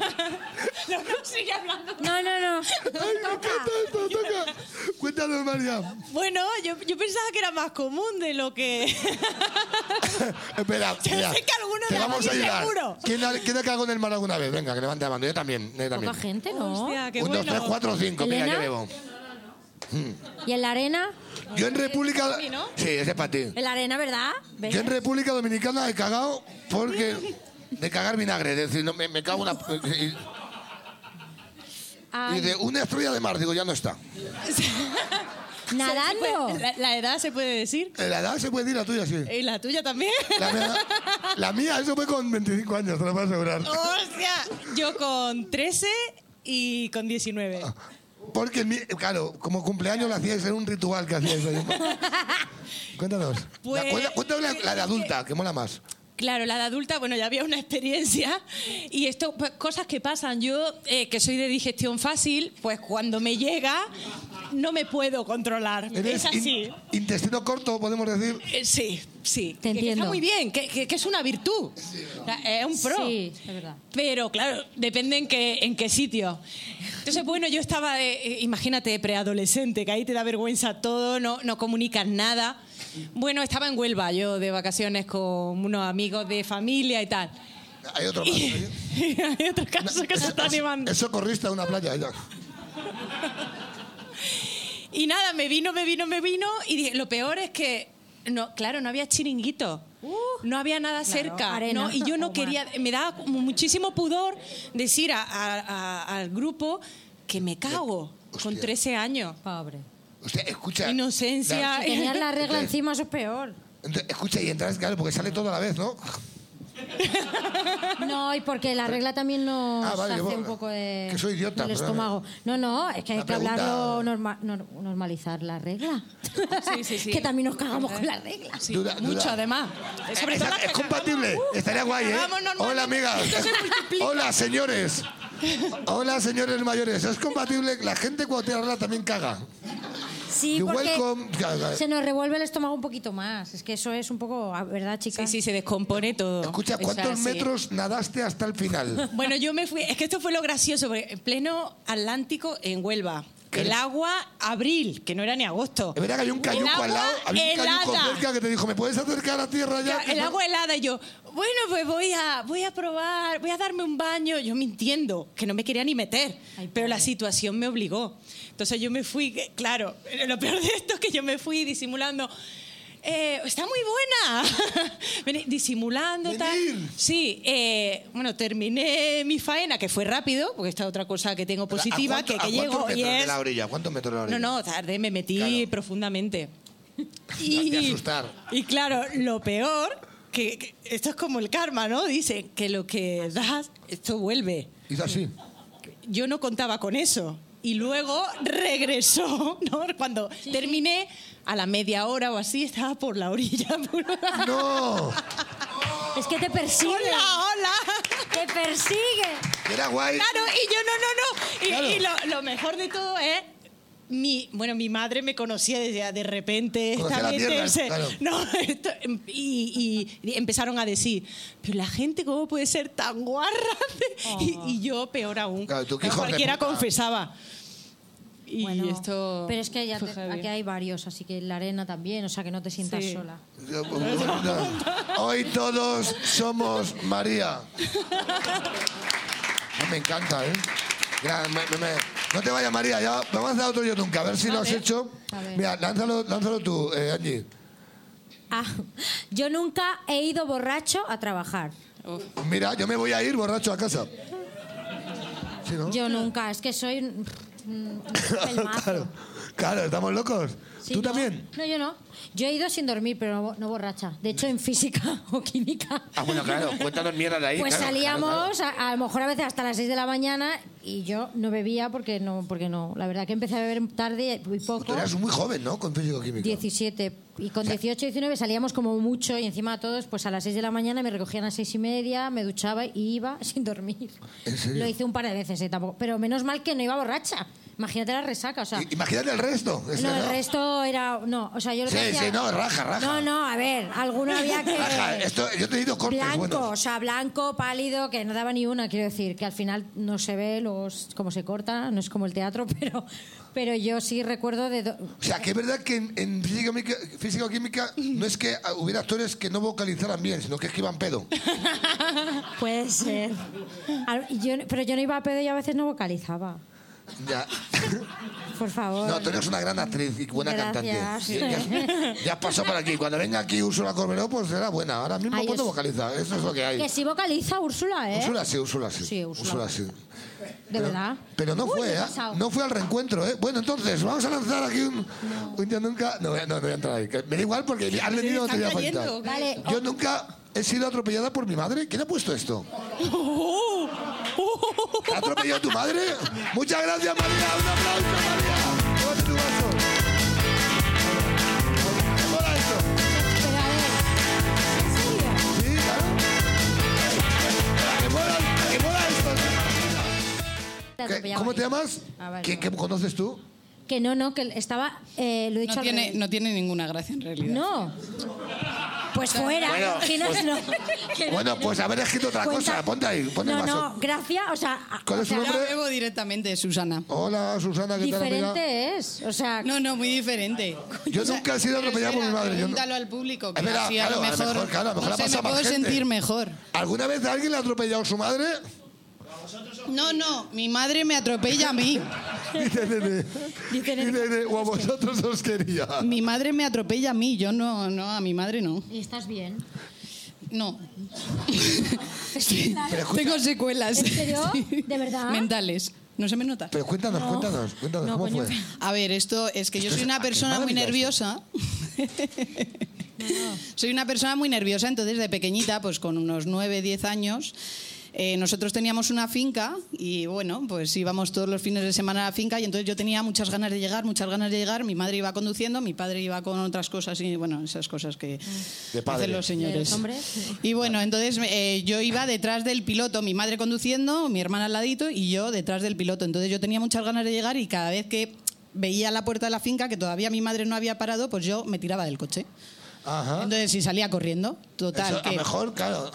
[SPEAKER 8] No, no, sigue hablando.
[SPEAKER 6] No, no, no.
[SPEAKER 2] Ay, me encanta esto, toca. Cuéntanos, María.
[SPEAKER 8] Bueno, yo, yo pensaba que era más común de lo que... (laughs)
[SPEAKER 2] Espera, mira,
[SPEAKER 8] sé que alguno
[SPEAKER 2] te
[SPEAKER 8] de
[SPEAKER 2] vamos a
[SPEAKER 8] aquí,
[SPEAKER 2] ayudar.
[SPEAKER 8] seguro.
[SPEAKER 2] ¿Quién ha, quién ha cagado en el mar alguna vez? Venga, que levante la mano. Yo también, yo también.
[SPEAKER 6] Poca gente, ¿no?
[SPEAKER 8] Hostia, qué
[SPEAKER 2] Un, dos, tres,
[SPEAKER 8] bueno.
[SPEAKER 2] cuatro, cinco. Mira,
[SPEAKER 6] ¿Elena?
[SPEAKER 2] yo bebo.
[SPEAKER 6] ¿Y en la arena?
[SPEAKER 2] Yo en República...
[SPEAKER 8] mí, ¿no?
[SPEAKER 2] Sí, ese es para ti.
[SPEAKER 6] En la arena, ¿verdad? ¿Ves?
[SPEAKER 2] Yo en República Dominicana he cagado porque. De cagar vinagre, es decir, no, me, me cago una. Y, y
[SPEAKER 6] Ay,
[SPEAKER 2] de
[SPEAKER 8] (laughs)
[SPEAKER 2] una estrella de mar, digo, ya no está.
[SPEAKER 8] Se puede-
[SPEAKER 6] nadando.
[SPEAKER 8] La, la edad se puede decir.
[SPEAKER 2] Eh, La edad se puede decir la tuya, sí.
[SPEAKER 8] ¿Y la tuya también?
[SPEAKER 2] La mía, la mía, eso fue con 25 años, te lo puedo asegurar.
[SPEAKER 8] (laughs) Hostia, yo con 13 y con 19.
[SPEAKER 2] Ah. Porque, mi- claro, como cumpleaños lo hacíais, era un ritual que hacíais.
[SPEAKER 8] (laughs)
[SPEAKER 2] ahí. Cuéntanos.
[SPEAKER 8] Pues-
[SPEAKER 2] La- cuenta- Cuéntanos la, la de adulta, que mola más.
[SPEAKER 8] Claro, la de adulta, bueno, ya había una experiencia y esto, pues, cosas que pasan. Yo, eh, que soy de digestión fácil, pues cuando me llega no me puedo controlar.
[SPEAKER 2] Eres
[SPEAKER 8] Es así.
[SPEAKER 2] in- intestino corto, podemos decir.
[SPEAKER 8] Eh, sí, sí.
[SPEAKER 6] Te
[SPEAKER 8] Que- Que
[SPEAKER 6] entiendo.
[SPEAKER 8] está muy bien, que, que- que es una virtud. O sea,
[SPEAKER 9] eh,
[SPEAKER 8] Es un pro.
[SPEAKER 6] Sí, es verdad.
[SPEAKER 8] Pero claro, depende en qué, en qué sitio. Entonces, bueno, yo estaba, eh, eh, imagínate, preadolescente, que ahí te da vergüenza todo, no, no comunicas nada. Bueno, estaba en Huelva, yo de vacaciones con unos amigos de familia y tal. (laughs)
[SPEAKER 2] Hay otro más.
[SPEAKER 8] Y,
[SPEAKER 2] ¿eh?
[SPEAKER 8] hay otro (laughs) caso que se está animando.
[SPEAKER 2] Es socorrista de una playa. ¿eh? ya.
[SPEAKER 8] Y nada, me vino, me vino, me vino. Y dije, lo peor es que, no, claro, no había chiringuito. no había nada cerca.
[SPEAKER 6] Uh, arena
[SPEAKER 8] ¿no? Y yo
[SPEAKER 6] o (laughs)
[SPEAKER 8] no
[SPEAKER 6] mar.
[SPEAKER 8] quería, me daba como muchísimo pudor decir a- a- a- al grupo que me cago con
[SPEAKER 2] Hostia.
[SPEAKER 8] 13 años.
[SPEAKER 6] Pobre.
[SPEAKER 2] Usted, escucha.
[SPEAKER 8] Inocencia.
[SPEAKER 6] Si tenías
[SPEAKER 2] (laughs)
[SPEAKER 8] (laughs)
[SPEAKER 6] la regla encima, eso es peor.
[SPEAKER 2] Entonces, escucha y entras, claro, porque sale todo a la vez, ¿no?
[SPEAKER 6] No, y porque la regla también nos
[SPEAKER 2] Ah, vale,
[SPEAKER 6] hace
[SPEAKER 2] yo-
[SPEAKER 6] un poco de...
[SPEAKER 2] que soy idiota,
[SPEAKER 6] del
[SPEAKER 2] perdón.
[SPEAKER 6] estómago. No, no, es que hay
[SPEAKER 2] La
[SPEAKER 6] que
[SPEAKER 2] pregunta-
[SPEAKER 6] hablarlo, norma- nor- normalizar la
[SPEAKER 8] (laughs)
[SPEAKER 6] regla.
[SPEAKER 8] Sí, sí, sí.
[SPEAKER 6] que también nos cagamos con la regla.
[SPEAKER 8] Sí,
[SPEAKER 2] Duda-
[SPEAKER 8] mucho,
[SPEAKER 2] duda.
[SPEAKER 8] además. Sobre todo
[SPEAKER 2] Esa-
[SPEAKER 8] las
[SPEAKER 2] es
[SPEAKER 8] que
[SPEAKER 2] compatible. Estaría guay, ¿eh?
[SPEAKER 8] Vamos, normal.
[SPEAKER 2] Hola, amigas.
[SPEAKER 8] Esto se multiplica.
[SPEAKER 2] Hola, señores. Hola, señores mayores. Es compatible. La gente cuando tiene regla también caga.
[SPEAKER 6] Sí,
[SPEAKER 2] You
[SPEAKER 6] porque
[SPEAKER 2] welcome. Caga.
[SPEAKER 6] se nos revuelve el estómago un poquito más. Es que eso es un poco, ah, ¿verdad,
[SPEAKER 8] Sí,
[SPEAKER 6] chicas?
[SPEAKER 8] sí, se descompone todo.
[SPEAKER 2] Escucha,
[SPEAKER 8] Eso
[SPEAKER 2] ¿cuántos
[SPEAKER 8] es así.
[SPEAKER 2] metros nadaste hasta el final?
[SPEAKER 8] (laughs) Bueno, yo me fui. Es que esto fue lo gracioso, porque en pleno Atlántico, en Huelva,
[SPEAKER 2] ¿Qué?
[SPEAKER 8] el agua, abril, que no era ni agosto.
[SPEAKER 2] Es verdad que hay un
[SPEAKER 8] El
[SPEAKER 2] cayuco al
[SPEAKER 8] agua
[SPEAKER 2] lado. Había un cayuco
[SPEAKER 8] helada.
[SPEAKER 2] cerca que te dijo, ¿me puedes acercar a tierra ya?
[SPEAKER 8] Ya, El agua helada y yo, bueno, pues voy a, voy a probar, voy a darme un baño. Yo mintiendo, que no me quería ni meter,
[SPEAKER 6] Ay,
[SPEAKER 8] pero la
[SPEAKER 6] pobre.
[SPEAKER 8] situación me eh, obligó. Entonces yo me fui, que- claro, lo peor de esto es que yo me fui disimulando. eh, está muy buena. (laughs) Vení, Disimulando, tal. Sí, eh, bueno, terminé mi faena, que fue rápido, porque esta es otra cosa que tengo positiva,
[SPEAKER 2] ¿A cuánto-
[SPEAKER 8] que, que
[SPEAKER 2] a cuántos
[SPEAKER 8] llego y
[SPEAKER 2] metros de
[SPEAKER 8] es...
[SPEAKER 2] la orilla? ¿Cuántos metros de la orilla?
[SPEAKER 8] No, no, tardé, me metí
[SPEAKER 2] Claro. (laughs)
[SPEAKER 8] profundamente.
[SPEAKER 2] De- de asustar.
[SPEAKER 8] Y claro, lo peor, que, que esto es como el karma, ¿no? Dice que lo que das, esto vuelve.
[SPEAKER 2] Hizo así.
[SPEAKER 8] Yo no contaba con eso. Y luego regresó, (laughs) ¿no? Cuando terminé, a la media hora o así, estaba por la orilla. (laughs) por-
[SPEAKER 2] ¡No!
[SPEAKER 6] Es que te persigue.
[SPEAKER 8] ¡Hola, hola!
[SPEAKER 6] Te persigue.
[SPEAKER 2] Era guay.
[SPEAKER 8] Claro, y yo no, no, no. Y,
[SPEAKER 2] Claro.
[SPEAKER 8] y lo, lo mejor de todo es. Mi, bueno, mi madre me conocía desde de repente.
[SPEAKER 2] Conocía
[SPEAKER 8] esta
[SPEAKER 2] la
[SPEAKER 8] gente
[SPEAKER 2] tierra,
[SPEAKER 8] se-
[SPEAKER 2] claro.
[SPEAKER 8] (laughs) no, esto- y, y empezaron a decir, pero la gente, ¿cómo puede ser tan guarra? (laughs) Y, y yo, peor aún.
[SPEAKER 2] Claro, tú, qué hijos de
[SPEAKER 8] cualquiera
[SPEAKER 2] puta.
[SPEAKER 8] confesaba. Y
[SPEAKER 6] Bueno,
[SPEAKER 8] esto.
[SPEAKER 6] Pero es que ya
[SPEAKER 8] fue
[SPEAKER 6] te-
[SPEAKER 8] heavy.
[SPEAKER 6] aquí hay varios, así que en la arena también, o sea que no te sientas
[SPEAKER 8] Sí.
[SPEAKER 6] sola.
[SPEAKER 2] Yo- no. Hoy todos somos María. Ah, Me encanta, ¿eh? Gran- me- me- me- No te vayas, María. Ya vamos a hacer otro yo nunca. A ver si lo has hecho.
[SPEAKER 6] A ver.
[SPEAKER 2] Mira, lánzalo, lánzalo tú, eh, Angie.
[SPEAKER 6] Ah, (laughs) yo nunca he ido borracho a trabajar.
[SPEAKER 2] Mira, yo me voy a ir borracho a casa. ¿Sí,
[SPEAKER 6] (laughs)
[SPEAKER 2] no?
[SPEAKER 6] Yo nunca, es que soy mm, un, un
[SPEAKER 2] (coughs)
[SPEAKER 6] pelmazo.
[SPEAKER 2] claro, claro, estamos locos.
[SPEAKER 6] Sí,
[SPEAKER 2] ¿Tú
[SPEAKER 6] ¿no?
[SPEAKER 2] también?
[SPEAKER 6] No, yo no. Yo he ido sin dormir, pero no, bo- no borracha. De hecho,
[SPEAKER 2] (laughs)
[SPEAKER 6] en física o química.
[SPEAKER 7] Ah, bueno, claro, cuéntanos mierda de ahí.
[SPEAKER 6] Pues
[SPEAKER 7] claro, claro,
[SPEAKER 6] salíamos A, a lo mejor a veces hasta las 6 de la mañana y yo no bebía porque no, porque no. La verdad que empecé a beber tarde, muy
[SPEAKER 2] Tú
[SPEAKER 6] poco.
[SPEAKER 2] eras muy joven, ¿no? Con físico-químico.
[SPEAKER 6] 17 y con 18, 19 salíamos como mucho y encima todos pues a las 6 de la mañana me recogían a las 6 y media, me duchaba y iba (laughs) sin dormir.
[SPEAKER 2] ¿En serio?
[SPEAKER 6] Lo hice un par de veces, eh, tampoco. pero menos mal que no iba borracha. Imagínate la resaca, o sea,
[SPEAKER 2] I- Imagínate el resto. Este,
[SPEAKER 6] no, el
[SPEAKER 2] ¿no?
[SPEAKER 6] resto era no, o sea, yo lo que
[SPEAKER 2] Sí,
[SPEAKER 6] hacía-
[SPEAKER 2] sí, no, raja, raja.
[SPEAKER 6] No, no, a ver, alguno había que
[SPEAKER 2] Raja, esto, yo te he ido cortes
[SPEAKER 6] Blanco, o
[SPEAKER 2] buenos.
[SPEAKER 6] sea, blanco, pálido, que no daba ni una, quiero decir, que al final no se ve los cómo se corta, no es como el teatro, (laughs) pero pero yo sí recuerdo de do- (laughs)
[SPEAKER 2] O sea, que es verdad que en, en físico-química físico-química no es que ah, hubiera actores que no vocalizaran bien, sino que es que iban pedo.
[SPEAKER 6] Puede ser. Al- y yo- pero yo no iba a pedo y a veces no vocalizaba.
[SPEAKER 2] Ya.
[SPEAKER 6] Por favor.
[SPEAKER 2] No, tú eres una gran actriz y buena
[SPEAKER 6] Gracias.
[SPEAKER 2] cantante. Ya, ya- ya pasó por aquí. Cuando venga aquí Úrsula Corberó, pues será buena. Ahora mismo,
[SPEAKER 6] Ay,
[SPEAKER 2] ¿cuánto
[SPEAKER 6] yo-
[SPEAKER 2] vocaliza? Eso es lo que hay.
[SPEAKER 6] Que sí vocaliza Úrsula, ¿eh?
[SPEAKER 2] Úrsula sí, Úrsula sí.
[SPEAKER 6] Sí, Úrsula.
[SPEAKER 2] sí.
[SPEAKER 6] De verdad.
[SPEAKER 2] Pero no
[SPEAKER 6] Uy, me
[SPEAKER 2] fue,
[SPEAKER 6] he
[SPEAKER 2] ¿eh?
[SPEAKER 6] pasado.
[SPEAKER 2] No fue al reencuentro, ¿eh? Bueno, entonces, vamos a lanzar aquí un, un Yo Nunca... No, voy a- no, no voy a entrar ahí. que Me da igual porque has venido te voy a
[SPEAKER 8] están cayendo,
[SPEAKER 2] faltar.
[SPEAKER 6] Vale.
[SPEAKER 2] Yo nunca he sido atropellada por mi madre. ¿Quién ha puesto esto?
[SPEAKER 6] oh.
[SPEAKER 2] ¿Ha atropellado tu madre? Muchas gracias, María. Un aplauso, María. Llévate tu vaso. ¿Qué mola esto?
[SPEAKER 6] Pero a ver. ¿En serio?
[SPEAKER 2] Sí, claro. ¿Qué mola, (laughs) qué mola esto?
[SPEAKER 6] Te
[SPEAKER 2] ¿Qué-
[SPEAKER 6] atropellaba
[SPEAKER 2] ¿Cómo
[SPEAKER 6] ahí.
[SPEAKER 2] te llamas?
[SPEAKER 6] Ah, vale,
[SPEAKER 2] ¿Qué,
[SPEAKER 6] vale.
[SPEAKER 2] qué conoces tú?
[SPEAKER 6] Que no, no, que estaba. eh, lo he dicho
[SPEAKER 10] No
[SPEAKER 6] al
[SPEAKER 10] tiene,
[SPEAKER 6] revés.
[SPEAKER 10] no tiene ninguna gracia en realidad.
[SPEAKER 6] No. Pues fuera, (laughs)
[SPEAKER 7] Bueno,
[SPEAKER 6] imagínate,
[SPEAKER 2] (laughs)
[SPEAKER 6] no. Que no.
[SPEAKER 2] Pues, Bueno, pues haber escrito otra
[SPEAKER 6] Cuenta-
[SPEAKER 2] cosa. Ponte ahí, ponte el
[SPEAKER 6] no,
[SPEAKER 2] vaso.
[SPEAKER 6] no, gracias, o sea, a-
[SPEAKER 2] ¿Cuál
[SPEAKER 6] o
[SPEAKER 2] es su
[SPEAKER 6] sea,
[SPEAKER 10] La
[SPEAKER 2] nombre?
[SPEAKER 10] bebo directamente, Susana.
[SPEAKER 2] Hola, Susana, ¿qué tal, amiga?
[SPEAKER 6] diferente ¿eh? es, o sea,
[SPEAKER 10] No, no, muy diferente.
[SPEAKER 2] Yo nunca he sido
[SPEAKER 10] Pero
[SPEAKER 2] atropellado por mi
[SPEAKER 10] espera,
[SPEAKER 2] madre. yo no-
[SPEAKER 10] Pregúntalo al público, que
[SPEAKER 2] Es verdad,
[SPEAKER 10] así a
[SPEAKER 2] claro,
[SPEAKER 10] lo mejor,
[SPEAKER 2] claro, a lo mejor
[SPEAKER 10] no
[SPEAKER 2] ha
[SPEAKER 10] sé,
[SPEAKER 2] pasado
[SPEAKER 10] me
[SPEAKER 2] más
[SPEAKER 10] puedo
[SPEAKER 2] gente.
[SPEAKER 10] sentir mejor.
[SPEAKER 2] ¿Alguna vez alguien le ha atropellado a su madre?
[SPEAKER 10] No, no, mi madre me atropella a mí. (laughs)
[SPEAKER 2] Dice Nene.
[SPEAKER 6] Dice Nene.
[SPEAKER 2] Dice Nene, o a vosotros os quería.
[SPEAKER 10] Mi madre me atropella a mí, yo no, no, a mi madre no.
[SPEAKER 6] ¿y estás (laughs) bien?
[SPEAKER 10] No.
[SPEAKER 2] Pero escucha-
[SPEAKER 10] Tengo secuelas.
[SPEAKER 6] ¿En serio?
[SPEAKER 10] (laughs) Sí.
[SPEAKER 6] ¿De verdad?
[SPEAKER 10] Mentales. No se me nota.
[SPEAKER 2] Pero cuéntanos, cuéntanos, cuéntanos,
[SPEAKER 6] No,
[SPEAKER 2] ¿cómo
[SPEAKER 6] coño.
[SPEAKER 2] fue?
[SPEAKER 10] A ver, esto es que yo
[SPEAKER 2] Esto
[SPEAKER 10] soy
[SPEAKER 2] es- ¿a
[SPEAKER 10] una
[SPEAKER 2] qué
[SPEAKER 10] persona muy
[SPEAKER 2] madre diga eso?
[SPEAKER 10] nerviosa. (laughs) Soy una persona muy nerviosa, entonces de pequeñita, pues con unos 9, 10 años, eh, nosotros teníamos una finca y bueno, pues íbamos todos los fines de semana a la finca y entonces yo tenía muchas ganas de llegar, muchas ganas de llegar, mi madre iba conduciendo, mi padre iba con otras cosas y bueno, esas cosas que
[SPEAKER 6] Mm.
[SPEAKER 2] De padre.
[SPEAKER 10] hacen los señores.
[SPEAKER 6] ¿De hombres?
[SPEAKER 10] Y bueno, entonces eh, yo iba detrás del piloto, mi madre conduciendo, mi hermana al ladito y yo detrás del piloto. Entonces yo tenía muchas ganas de llegar y cada vez que veía la puerta de la finca, que todavía mi madre no había parado, pues yo me tiraba del coche.
[SPEAKER 2] Ajá.
[SPEAKER 10] Entonces sí salía corriendo, total.
[SPEAKER 2] Eso, a
[SPEAKER 10] que-
[SPEAKER 2] lo mejor, claro.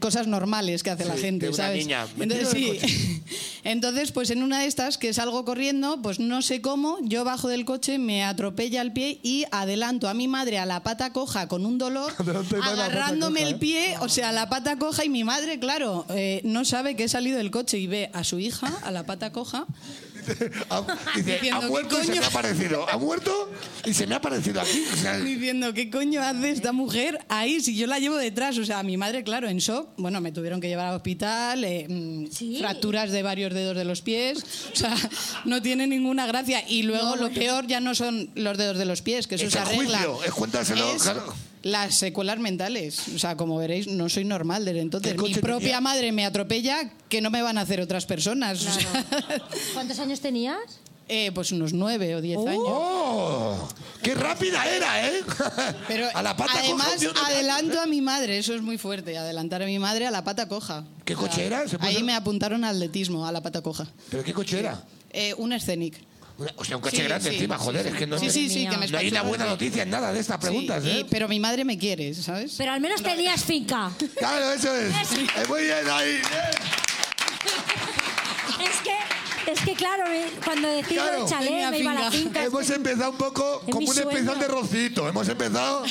[SPEAKER 10] cosas normales que hace la
[SPEAKER 7] Sí,
[SPEAKER 10] gente,
[SPEAKER 7] de una
[SPEAKER 10] ¿sabes?
[SPEAKER 7] niña, me
[SPEAKER 10] Entonces,
[SPEAKER 7] tiro del
[SPEAKER 10] sí. (laughs) Entonces, pues en una de estas que salgo corriendo, pues no sé cómo, yo bajo del coche, me atropella el pie y adelanto a mi madre a la pata coja con un
[SPEAKER 2] (laughs)
[SPEAKER 10] dolor,
[SPEAKER 2] Adelanta a mi madre a la pata
[SPEAKER 10] agarrándome
[SPEAKER 2] coja,
[SPEAKER 10] el
[SPEAKER 2] ¿eh?
[SPEAKER 10] pie, o sea, la pata coja
[SPEAKER 2] (laughs)
[SPEAKER 10] y mi madre, claro, eh, no sabe que he salido del coche y ve a su hija, a la pata coja.
[SPEAKER 2] Ha- Ah, dice,
[SPEAKER 10] Diciendo,
[SPEAKER 2] ha
[SPEAKER 10] ¿qué
[SPEAKER 2] muerto y se
[SPEAKER 10] coño? (laughs)
[SPEAKER 2] me ha aparecido. Ha muerto y se me ha aparecido aquí. O sea,
[SPEAKER 10] diciendo, ¿qué coño hace esta mujer ahí si yo la llevo detrás? O sea, mi madre, claro, en shock, bueno, me tuvieron que llevar al hospital, eh, mm, fracturas de varios dedos de los pies, o sea, (laughs) no tiene ninguna gracia. Y luego lo peor ya no son los dedos de los pies, que eso
[SPEAKER 2] Es
[SPEAKER 10] se
[SPEAKER 2] el
[SPEAKER 10] arregla.
[SPEAKER 2] juicio, es cuéntaselo,
[SPEAKER 10] Es
[SPEAKER 2] claro.
[SPEAKER 10] Las secuelas mentales. O sea, como veréis, no soy normal desde entonces. Mi
[SPEAKER 2] coche
[SPEAKER 10] propia
[SPEAKER 2] tenía?
[SPEAKER 10] madre me atropella, que no me van a hacer otras personas. O sea,
[SPEAKER 6] ¿Cuántos años tenías?
[SPEAKER 10] eh, pues unos nueve o diez años.
[SPEAKER 2] ¡Oh! ¡Qué rápida era, eh! (laughs)
[SPEAKER 10] Pero
[SPEAKER 2] a la pata
[SPEAKER 10] además
[SPEAKER 2] coja, tío, no-
[SPEAKER 10] adelanto a mi madre, eso es muy fuerte, adelantar a mi madre a la pata coja.
[SPEAKER 2] ¿Qué coche era? ¿Se puede
[SPEAKER 10] Ahí
[SPEAKER 2] saber?
[SPEAKER 10] me apuntaron al atletismo, a la pata coja.
[SPEAKER 2] ¿Pero qué coche era?
[SPEAKER 10] Eh, un scenic.
[SPEAKER 2] O sea, un coche
[SPEAKER 10] Sí,
[SPEAKER 2] grande
[SPEAKER 10] sí,
[SPEAKER 2] encima, joder, es que no,
[SPEAKER 10] Sí, sí, sí, que me
[SPEAKER 2] no hay
[SPEAKER 10] espachurró.
[SPEAKER 2] una buena noticia en nada de estas preguntas,
[SPEAKER 10] Sí, y-
[SPEAKER 2] ¿eh?
[SPEAKER 10] pero mi madre me quiere, ¿sabes?
[SPEAKER 6] Pero al menos tenías finca.
[SPEAKER 2] Claro, eso
[SPEAKER 10] (laughs)
[SPEAKER 2] es. Eh, Muy bien, ahí. eh.
[SPEAKER 6] Es que, es que claro, eh, cuando decía
[SPEAKER 2] Claro.
[SPEAKER 6] el chalet
[SPEAKER 10] Tenía
[SPEAKER 6] me iba a la
[SPEAKER 10] finca.
[SPEAKER 6] finca.
[SPEAKER 2] Hemos empezado un poco
[SPEAKER 6] mi
[SPEAKER 2] como un
[SPEAKER 6] sueño.
[SPEAKER 2] especial de rocito. Hemos empezado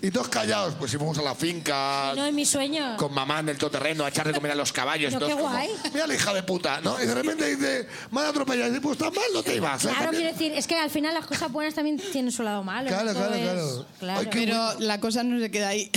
[SPEAKER 2] y todos callados. Pues íbamos a la finca,
[SPEAKER 6] No, es mi sueño.
[SPEAKER 7] Con mamá en el todoterreno a echar de comer a los caballos.
[SPEAKER 6] (laughs) Pero
[SPEAKER 7] todos
[SPEAKER 6] qué
[SPEAKER 7] como-
[SPEAKER 6] guay.
[SPEAKER 2] Mira la hija de puta, ¿no? Y de repente dice, me han atropellado. Y dice, pues tan mal no te ibas. ¿eh?
[SPEAKER 6] Claro,
[SPEAKER 2] También-
[SPEAKER 6] quiero decir, es que al final las cosas buenas también tienen su lado malo.
[SPEAKER 2] Claro,
[SPEAKER 6] no
[SPEAKER 2] claro,
[SPEAKER 6] todo es-
[SPEAKER 2] claro. Ay, qué
[SPEAKER 10] Pero la cosa no se queda ahí.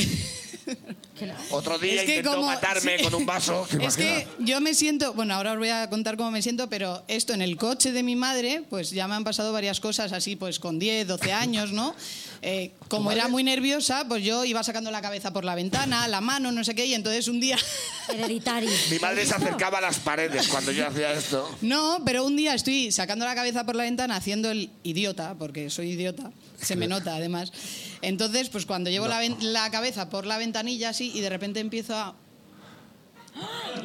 [SPEAKER 6] Claro.
[SPEAKER 7] Otro día
[SPEAKER 10] Es que
[SPEAKER 7] intentó
[SPEAKER 10] como-
[SPEAKER 7] matarme
[SPEAKER 10] sí.
[SPEAKER 7] con un vaso.
[SPEAKER 2] ¿Te
[SPEAKER 10] Es que
[SPEAKER 2] imaginas?
[SPEAKER 10] yo me siento, bueno, ahora os voy a contar cómo me siento, pero esto en el coche de mi madre, pues ya me han pasado varias cosas así, pues con
[SPEAKER 7] (laughs)
[SPEAKER 10] 10, 12 años, ¿no? Eh, como era muy nerviosa, pues yo iba sacando la cabeza por la ventana, la mano, no sé qué, y entonces un día... (laughs)
[SPEAKER 6] Hereditario.
[SPEAKER 7] Mi madre se acercaba a las paredes cuando yo hacía esto.
[SPEAKER 10] No, pero un día estoy sacando la cabeza por la ventana haciendo el idiota, porque soy idiota, se me nota además. Entonces, pues cuando llevo la, ven- la cabeza por la ventanilla así y de repente empiezo a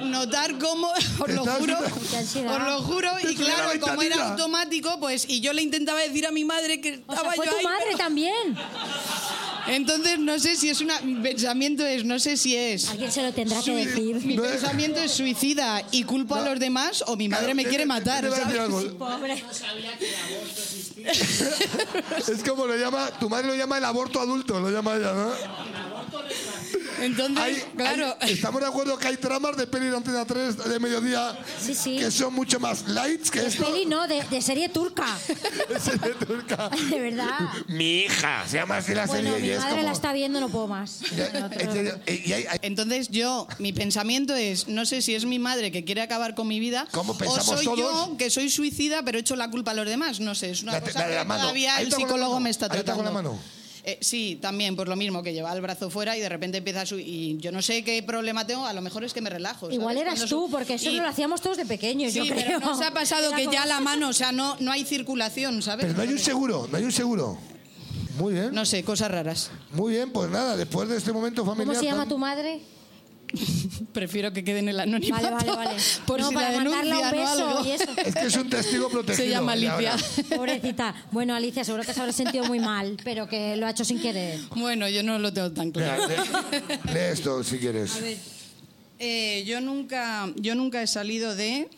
[SPEAKER 10] notar cómo, (laughs) os lo
[SPEAKER 2] Estás-
[SPEAKER 10] juro,
[SPEAKER 6] Qué ansiedad.
[SPEAKER 10] os lo juro,
[SPEAKER 2] Te
[SPEAKER 10] y
[SPEAKER 2] sube la
[SPEAKER 10] claro, como
[SPEAKER 2] ventanilla.
[SPEAKER 10] era automático, pues, y yo le intentaba decir a mi madre que
[SPEAKER 6] O sea,
[SPEAKER 10] estaba
[SPEAKER 6] fue
[SPEAKER 10] yo
[SPEAKER 6] tu
[SPEAKER 10] ahí,
[SPEAKER 6] madre
[SPEAKER 10] pero-
[SPEAKER 6] también.
[SPEAKER 10] Entonces, no sé si es una, mi pensamiento es, no sé si es...
[SPEAKER 6] Alguien se lo tendrá que
[SPEAKER 2] Sí.
[SPEAKER 10] Mi
[SPEAKER 6] decir.
[SPEAKER 2] No es-
[SPEAKER 10] pensamiento es suicida y culpo a los demás o mi madre me
[SPEAKER 2] Claro,
[SPEAKER 10] quiere
[SPEAKER 2] te- te- te
[SPEAKER 10] matar.
[SPEAKER 2] voy a decir
[SPEAKER 10] ¿sabes?
[SPEAKER 2] algo.
[SPEAKER 6] Pobre.
[SPEAKER 2] (laughs) Es como lo llama, tu madre lo llama el aborto adulto, lo llama ella, ¿no?
[SPEAKER 10] Entonces,
[SPEAKER 2] Hay-
[SPEAKER 10] claro.
[SPEAKER 2] hay- estamos de acuerdo que hay tramas de peli de Antena 3 de mediodía
[SPEAKER 6] Sí, sí.
[SPEAKER 2] que son mucho más lights que esto.
[SPEAKER 6] Peli no, de, de
[SPEAKER 2] (laughs)
[SPEAKER 6] serie turca.
[SPEAKER 2] Serie turca.
[SPEAKER 6] De verdad.
[SPEAKER 7] (laughs) Mi hija se llama así la
[SPEAKER 6] Bueno,
[SPEAKER 7] serie y
[SPEAKER 6] mi
[SPEAKER 7] es
[SPEAKER 6] madre
[SPEAKER 7] como...
[SPEAKER 6] la está viendo, no puedo más.
[SPEAKER 2] (laughs) Ya, en serio, y- y hay- hay-
[SPEAKER 10] Entonces yo, mi pensamiento es, no sé si es mi madre que quiere acabar con mi vida
[SPEAKER 2] ¿Cómo pensamos
[SPEAKER 10] o soy
[SPEAKER 2] todos?
[SPEAKER 10] yo que soy suicida pero echo la culpa a los demás, no sé, es una
[SPEAKER 2] Date-
[SPEAKER 10] cosa
[SPEAKER 2] dale la
[SPEAKER 10] que
[SPEAKER 2] mano.
[SPEAKER 10] todavía
[SPEAKER 2] Ahí
[SPEAKER 10] el
[SPEAKER 2] está con la
[SPEAKER 10] psicólogo
[SPEAKER 2] mano.
[SPEAKER 10] me está
[SPEAKER 2] Ahí está
[SPEAKER 10] tratando.
[SPEAKER 2] con la mano.
[SPEAKER 10] Eh, sí, también por lo mismo que lleva el brazo fuera y de repente empieza a su y yo no sé qué problema tengo, a lo mejor es que me relajo. ¿sabes?
[SPEAKER 6] Igual eras
[SPEAKER 10] Cuando su-
[SPEAKER 6] tú, porque eso
[SPEAKER 10] y-
[SPEAKER 6] no lo hacíamos todos de pequeños,
[SPEAKER 10] Sí,
[SPEAKER 6] yo creo.
[SPEAKER 10] pero no os ha pasado
[SPEAKER 6] Era
[SPEAKER 10] que
[SPEAKER 6] como-
[SPEAKER 10] ya la mano, o sea, no, no hay circulación, ¿sabes?
[SPEAKER 2] Pero no hay un seguro, no hay un seguro. Muy bien,
[SPEAKER 10] No sé, cosas raras.
[SPEAKER 2] muy bien, pues nada, después de este momento
[SPEAKER 6] ¿Cómo
[SPEAKER 2] familiar.
[SPEAKER 6] se llama
[SPEAKER 2] tan-
[SPEAKER 6] tu madre?
[SPEAKER 10] Prefiero que quede en el anonimato.
[SPEAKER 6] Vale, vale, vale.
[SPEAKER 10] (laughs) Por
[SPEAKER 6] no,
[SPEAKER 10] si
[SPEAKER 6] para
[SPEAKER 10] la
[SPEAKER 6] mandarla
[SPEAKER 10] denuncia,
[SPEAKER 6] un beso
[SPEAKER 10] ¿no? Algo.
[SPEAKER 6] y eso.
[SPEAKER 10] (laughs)
[SPEAKER 2] Es que es un testigo protegido.
[SPEAKER 10] Se llama
[SPEAKER 2] y ahora-
[SPEAKER 10] Alicia.
[SPEAKER 6] Pobrecita. Bueno, Alicia, seguro que se habrá sentido muy mal, pero que lo ha hecho sin querer.
[SPEAKER 10] Bueno, yo no lo tengo tan
[SPEAKER 2] Mira,
[SPEAKER 10] claro.
[SPEAKER 2] lee, lee esto si
[SPEAKER 6] Pues.
[SPEAKER 2] quieres.
[SPEAKER 10] A ver, eh, yo nunca, yo nunca he salido de.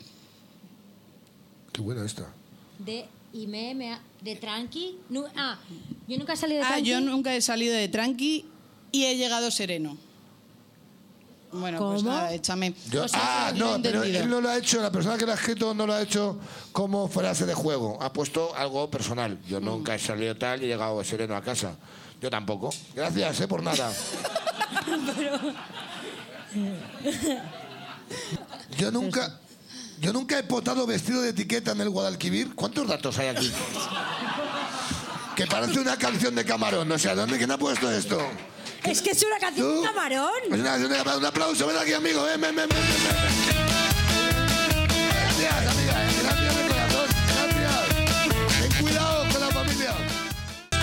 [SPEAKER 2] Qué buena esta.
[SPEAKER 6] De y me, me ha- de tranqui. nu- ah, yo nunca he salido de
[SPEAKER 10] Ah,
[SPEAKER 6] tranqui.
[SPEAKER 10] yo
[SPEAKER 6] (laughs)
[SPEAKER 10] nunca he salido de tranqui y he llegado sereno. Bueno, pues
[SPEAKER 6] ¿Cómo?
[SPEAKER 10] nada, échame.
[SPEAKER 2] Yo-
[SPEAKER 10] O sea,
[SPEAKER 2] ah,
[SPEAKER 10] yo lo
[SPEAKER 2] no,
[SPEAKER 10] he
[SPEAKER 2] pero
[SPEAKER 10] entendido.
[SPEAKER 2] él no lo ha hecho, la persona que lo ha escrito no lo ha hecho como frase de juego. Ha puesto algo personal. Yo
[SPEAKER 6] Mm.
[SPEAKER 2] nunca he salido tal y he llegado sereno a casa. Yo tampoco. Gracias, eh, por nada. Yo nunca. Yo nunca he potado vestido de etiqueta en el Guadalquivir. ¿Cuántos datos hay aquí? que parece una canción de camarón. O sea, ¿dónde? ¿Quién ha puesto esto?
[SPEAKER 6] (laughs) Es que es una canción
[SPEAKER 2] ¿Tú?
[SPEAKER 6] de camarón.
[SPEAKER 2] Pues nada, un- un aplauso, ven aquí, amigo. Ven, ven, ven, ven, ven, ven. Gracias, amiga. eh. Gracias de corazón. Gracias. Ten cuidado con la familia.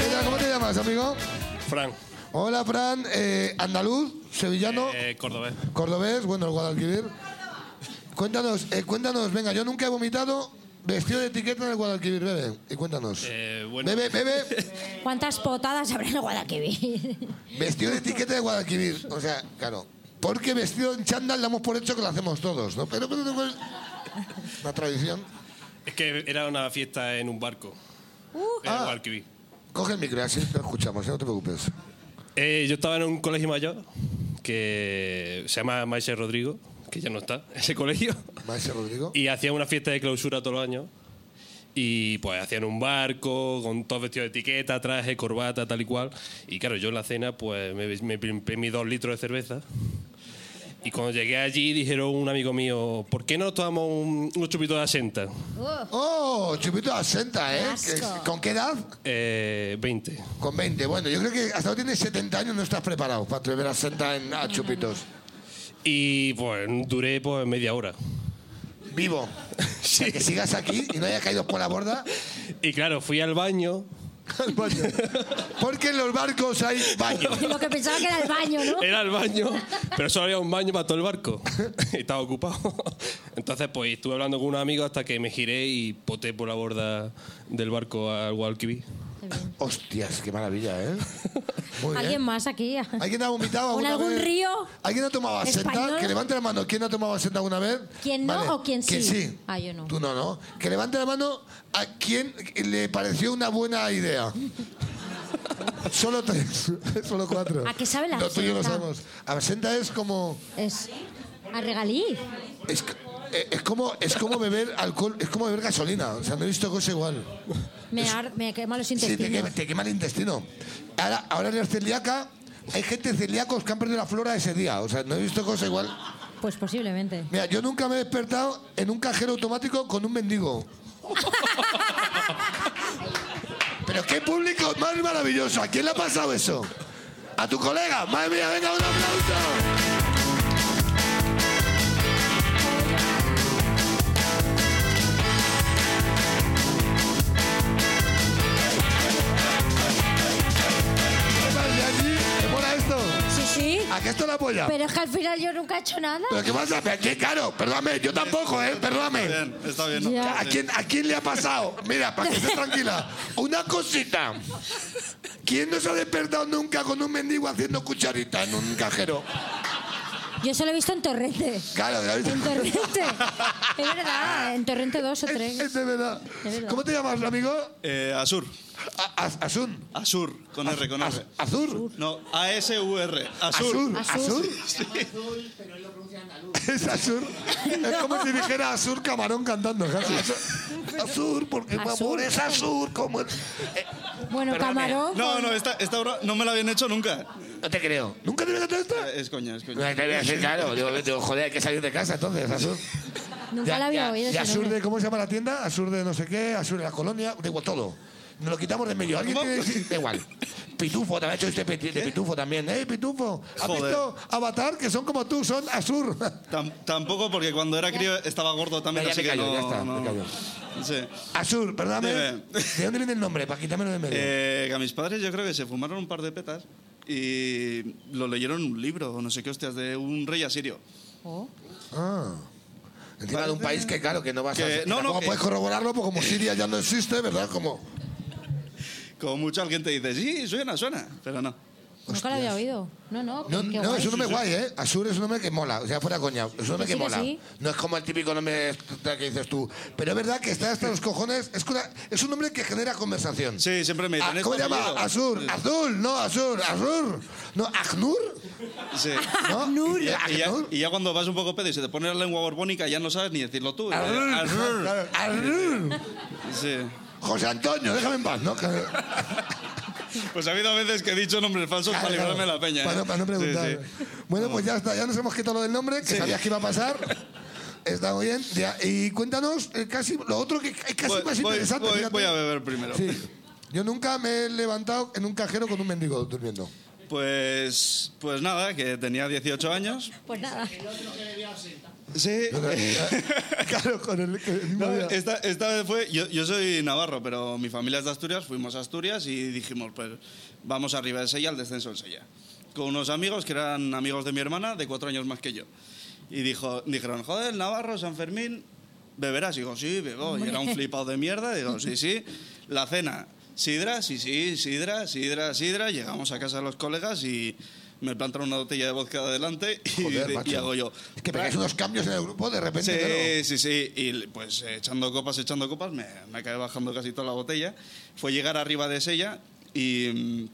[SPEAKER 2] Mira, ¿Cómo te llamas, amigo?
[SPEAKER 11] Frank,
[SPEAKER 2] Hola, Fran. Eh, andaluz, sevillano,
[SPEAKER 11] eh, cordobés.
[SPEAKER 2] cordobés, bueno, el Guadalquivir. Cuéntanos, eh, cuéntanos. Venga, yo nunca he vomitado vestido de etiqueta en el Guadalquivir, bebe. Y cuéntanos.
[SPEAKER 11] Eh, bueno,
[SPEAKER 2] Bebe, bebe,
[SPEAKER 6] ¿Cuántas potadas habrá en el Guadalquivir?
[SPEAKER 2] vestido de etiqueta de Guadalquivir. O sea, claro. Porque vestido en chándal damos por hecho que lo hacemos todos, ¿no? Pero, pero, pero, la tradición.
[SPEAKER 11] es que era una fiesta en un barco. en
[SPEAKER 2] ah.
[SPEAKER 11] Guadalquivir.
[SPEAKER 2] Coge el micro, así lo escuchamos, ¿eh? no te preocupes.
[SPEAKER 11] Eh, yo estaba en un colegio mayor que se llama Maese Rodrigo, que ya no está, ese colegio.
[SPEAKER 2] Maese Rodrigo.
[SPEAKER 11] Y hacía una fiesta de clausura todos los años. Y pues hacían un barco con todos vestidos de etiqueta, traje, corbata, tal y cual. Y claro, yo en la cena pues me, me pimpé mis dos litros de cerveza. Y cuando llegué allí dijeron un amigo mío, ¿por qué no nos tomamos un, un chupito de asenta?
[SPEAKER 2] Oh, chupito de asenta, ¿eh?
[SPEAKER 11] asco.
[SPEAKER 2] ¿Con qué edad?
[SPEAKER 11] Eh, 20.
[SPEAKER 2] Con 20. Bueno, yo creo que hasta ahora tienes 70 años no estás preparado para beber asenta en a chupitos.
[SPEAKER 11] Y pues duré pues media hora.
[SPEAKER 2] Vivo.
[SPEAKER 11] Sí.
[SPEAKER 2] que sigas aquí y no hayas caído por la borda.
[SPEAKER 11] (laughs) Y claro, fui al baño.
[SPEAKER 2] al baño. Porque en los barcos hay
[SPEAKER 6] (laughs)
[SPEAKER 2] baño.
[SPEAKER 6] Lo que pensaba que era el baño, ¿no?
[SPEAKER 11] Era el baño, pero solo había un baño para todo el barco. (laughs) Y estaba ocupado. Entonces, pues estuve hablando con unos amigos hasta que me giré y poté por la borda del barco al Guadalquivir.
[SPEAKER 2] Hostias, qué maravilla,
[SPEAKER 11] (laughs)
[SPEAKER 2] ¿eh?
[SPEAKER 6] ¿Alguien más aquí? ¿Alguien
[SPEAKER 2] ha vomitado
[SPEAKER 6] ¿En
[SPEAKER 2] alguna
[SPEAKER 6] algún
[SPEAKER 2] vez?
[SPEAKER 6] río?
[SPEAKER 2] ¿Alguien ha tomado asenta?
[SPEAKER 6] Español.
[SPEAKER 2] Que levante la mano. ¿Quién ha tomado asenta alguna vez?
[SPEAKER 6] ¿Quién no
[SPEAKER 2] Vale.
[SPEAKER 6] o quién sí?
[SPEAKER 2] Que sí.
[SPEAKER 6] Ah, yo no.
[SPEAKER 2] Tú no, ¿no? Que levante la mano a quien le pareció una buena idea. Solo tres, (laughs) solo cuatro.
[SPEAKER 6] ¿A qué sabe la
[SPEAKER 2] Lo tuyo lo
[SPEAKER 6] absenta?
[SPEAKER 2] sabemos. Absenta es como...
[SPEAKER 6] Es a regalí.
[SPEAKER 2] Es, c- eh, es como, es como beber alcohol, es como beber gasolina. O sea, no he visto cosa igual.
[SPEAKER 6] Me, ar- me quema los
[SPEAKER 2] Sí,
[SPEAKER 6] intestinos.
[SPEAKER 2] te quema, te quema el intestino. Ahora, ahora en el celíaca hay gente celíacos que han perdido la flora ese día. O sea, no he visto cosa igual.
[SPEAKER 6] Pues posiblemente.
[SPEAKER 2] Mira, yo nunca me he despertado en un cajero automático con un mendigo. Pero qué público más maravilloso. ¿A quién le ha pasado eso? A tu colega. Madre mía, venga, un aplauso. ¿Qué tal, Yanni? ¿Te mola esto?
[SPEAKER 6] Sí, sí.
[SPEAKER 2] ¿A qué esto la apoya?
[SPEAKER 6] Pero es que al final yo nunca he hecho nada.
[SPEAKER 2] ¿Pero qué pasa? ¿Pero qué caro? Perdóname, yo tampoco, ¿eh? Perdóname.
[SPEAKER 12] Está bien, está bien,
[SPEAKER 6] ¿no? Ya.
[SPEAKER 2] ¿A quién, ¿A quién le ha pasado? Mira, para que estés tranquila. Una cosita. ¿Quién no se ha despertado nunca con un mendigo haciendo cucharita en un cajero?
[SPEAKER 6] Yo solo he visto en Torrente.
[SPEAKER 2] Claro, ¿la viste?
[SPEAKER 6] En Torrente. es verdad, en Torrente 2 o 3.
[SPEAKER 2] Es de verdad. ¿Cómo te llamas, amigo?
[SPEAKER 12] Eh, Asur.
[SPEAKER 2] Asun.
[SPEAKER 12] Asur, con R, con R.
[SPEAKER 2] ¿Azur?
[SPEAKER 12] No, A-S-U-R. Asur.
[SPEAKER 2] ¿Azur? ¿Azur? (laughs) Es Azur. Es como si dijera Azur Camarón cantando. casi. Azur, porque mi amor
[SPEAKER 12] Azur.
[SPEAKER 2] es Azur. Como el-
[SPEAKER 6] Bueno,
[SPEAKER 2] eh.
[SPEAKER 6] Camarón.
[SPEAKER 12] No, no, esta, esta obra no me la habían hecho nunca. Eh,
[SPEAKER 2] No te creo. ¿Nunca te habían hecho esta?
[SPEAKER 12] Es coña, es coña.
[SPEAKER 7] No, te voy a decir,
[SPEAKER 6] (laughs)
[SPEAKER 7] claro. Digo, digo, joder, hay que salir de casa entonces, Azul.
[SPEAKER 6] Nunca la había oído.
[SPEAKER 2] Y
[SPEAKER 6] ese
[SPEAKER 2] Azur
[SPEAKER 6] nombre.
[SPEAKER 2] de, ¿cómo se llama la tienda? Azur de no sé qué, Azur de la colonia, digo, todo. Nos lo quitamos de en medio. ¿Alguien tiene (laughs) que decir? Da igual. Pitufo, también ha hecho este pe- de Pitufo también. ¡Eh, Pitufo! ¿Has
[SPEAKER 12] Joder.
[SPEAKER 2] visto Avatar? Que son como tú, son Azur.
[SPEAKER 12] Tam- tampoco porque cuando era crío estaba gordo también,
[SPEAKER 2] Ya, ya
[SPEAKER 12] así
[SPEAKER 2] me
[SPEAKER 12] que
[SPEAKER 2] callo,
[SPEAKER 12] no.
[SPEAKER 2] ya está, me
[SPEAKER 12] no.
[SPEAKER 2] callo.
[SPEAKER 12] Sí.
[SPEAKER 2] Azur, perdóname.
[SPEAKER 12] Dime.
[SPEAKER 2] ¿De dónde viene el nombre? Para quitármelo de en medio.
[SPEAKER 12] Eh, que a mis padres yo creo que se fumaron un par de petas y lo leyeron en un libro, o no sé qué hostias, de un rey asirio.
[SPEAKER 2] Ah. Encima de un país que, claro, que no vas
[SPEAKER 12] Que-
[SPEAKER 2] a...
[SPEAKER 12] no, no,
[SPEAKER 2] tampoco
[SPEAKER 12] que- Eh.
[SPEAKER 2] puedes corroborarlo, porque como Siria ya no existe, ¿verdad? Como...
[SPEAKER 12] Como mucha gente dice, sí, suena, suena, pero no.
[SPEAKER 6] Nunca la había oído. No, no.
[SPEAKER 2] No,
[SPEAKER 6] qué
[SPEAKER 2] no,
[SPEAKER 6] guay.
[SPEAKER 2] es un nombre guay, ¿eh? Azur es un nombre que mola, o sea, fuera coña, es un nombre
[SPEAKER 6] Que
[SPEAKER 2] que,
[SPEAKER 6] sí, que
[SPEAKER 2] mola.
[SPEAKER 6] sí.
[SPEAKER 2] No es como el típico nombre que dices tú. Pero es verdad que está hasta los cojones, es, que una- es un nombre que genera conversación.
[SPEAKER 12] Sí, siempre me
[SPEAKER 2] Ah,
[SPEAKER 12] dicen,
[SPEAKER 2] ¿Cómo se
[SPEAKER 12] ¿es tu
[SPEAKER 2] llama?
[SPEAKER 12] apellido?
[SPEAKER 2] Azur, Azul, no, Azur, Azur. No, Agnur,
[SPEAKER 12] Sí.
[SPEAKER 2] ¿no?
[SPEAKER 12] Y ya, y ya- y ya cuando vas un poco pedo y se te pone la lengua borbónica, ya no sabes ni decirlo tú.
[SPEAKER 2] Arrr,
[SPEAKER 12] Arrr.
[SPEAKER 2] claro, arrr.
[SPEAKER 12] Sí.
[SPEAKER 2] José Antonio, déjame en paz, ¿no? Claro,
[SPEAKER 12] Pues ha habido veces que he dicho nombres falsos para
[SPEAKER 2] claro.
[SPEAKER 12] librarme la peña.
[SPEAKER 2] Para, no- para
[SPEAKER 12] Sí,
[SPEAKER 2] no preguntar.
[SPEAKER 12] sí. Mm.
[SPEAKER 2] Bueno, pues ya está, ya nos hemos quitado lo del nombre, que sabías que iba a
[SPEAKER 12] (laughs)
[SPEAKER 2] pasar. Está muy bien. Ya, y cuéntanos eh, casi lo otro que es casi
[SPEAKER 12] Voy-
[SPEAKER 2] más
[SPEAKER 12] voy-
[SPEAKER 2] interesante.
[SPEAKER 12] voy-
[SPEAKER 2] fíjate.
[SPEAKER 12] voy a beber primero.
[SPEAKER 2] Sí. Yo nunca me he levantado en un cajero con un mendigo durmiendo.
[SPEAKER 12] Pues, pues nada, que tenía 18 años.
[SPEAKER 6] Pues nada.
[SPEAKER 2] (laughs)
[SPEAKER 12] Sí.
[SPEAKER 2] eh,
[SPEAKER 12] (laughs) eh,
[SPEAKER 2] claro, con el, que- el mismo día.
[SPEAKER 12] Esta, esta vez fue, yo, yo soy navarro, pero mi familia es de Asturias, fuimos a Asturias y dijimos, pues vamos arriba de Sella, al descenso en Sella. Con unos amigos que eran amigos de mi hermana, de cuatro años más que yo. Y dijo, dijeron, joder, Navarro, San Fermín, ¿beberás? Y digo, sí, bebo. Y era un flipado de mierda. Y digo, sí, sí. La cena, sidra, sí, sí, sidra, sidra, sidra. Llegamos a casa de los colegas y me plantan una botella de vodka de adelante y,
[SPEAKER 2] Joder,
[SPEAKER 12] y
[SPEAKER 2] macho.
[SPEAKER 12] hago yo.
[SPEAKER 2] Es que pegáis unos cambios en el grupo de repente.
[SPEAKER 12] Sí,
[SPEAKER 2] claro.
[SPEAKER 12] sí, sí. Y pues eh, echando copas, echando copas, me, me acabé bajando casi toda la botella. Fue llegar arriba de Sella y mm,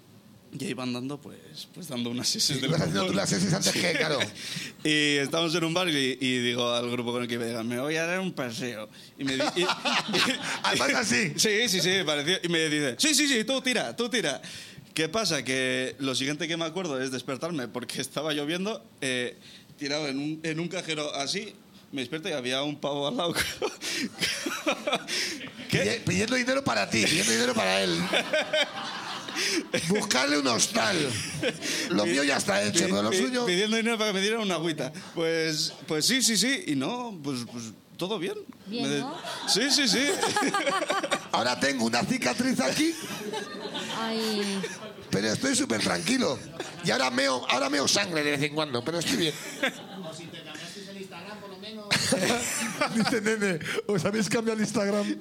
[SPEAKER 12] Y ahí van dando, pues, pues dando unas sesiones
[SPEAKER 2] ibas haciendo tú las sesiones antes que, claro.
[SPEAKER 12] (laughs) Y estamos en un bar y, y digo al grupo con el que me digan, me voy a dar un paseo. Y me di-
[SPEAKER 2] (laughs)
[SPEAKER 12] y-
[SPEAKER 2] Además así.
[SPEAKER 12] (laughs) Sí, sí, sí, pareció. Y me dice, sí, sí, sí, tú tira, tú tira. ¿Qué pasa? Que lo siguiente que me acuerdo es despertarme porque estaba lloviendo, eh, tirado en un, en un cajero así, me despierto y había un pavo al lado. (laughs)
[SPEAKER 2] Pide- Pidiendo dinero para ti, pidiendo dinero para
[SPEAKER 12] (laughs)
[SPEAKER 2] él. Buscarle un hostal. Lo mío ya está hecho,
[SPEAKER 12] Pi-
[SPEAKER 2] pero lo
[SPEAKER 12] pi-
[SPEAKER 2] suyo.
[SPEAKER 12] Pidiendo dinero para que me dieran una agüita. Pues, pues sí, sí, sí. Y no, pues, pues todo bien.
[SPEAKER 6] Bien,
[SPEAKER 12] Me de-
[SPEAKER 6] ¿no?
[SPEAKER 12] Sí, sí, sí.
[SPEAKER 2] (laughs) Ahora tengo una cicatriz aquí,
[SPEAKER 6] (laughs) Ay.
[SPEAKER 2] pero estoy súper tranquilo. Y ahora meo, ahora meo sangre de vez en cuando, pero estoy bien. (laughs) Dice nene, ¿os habéis cambiado el Instagram?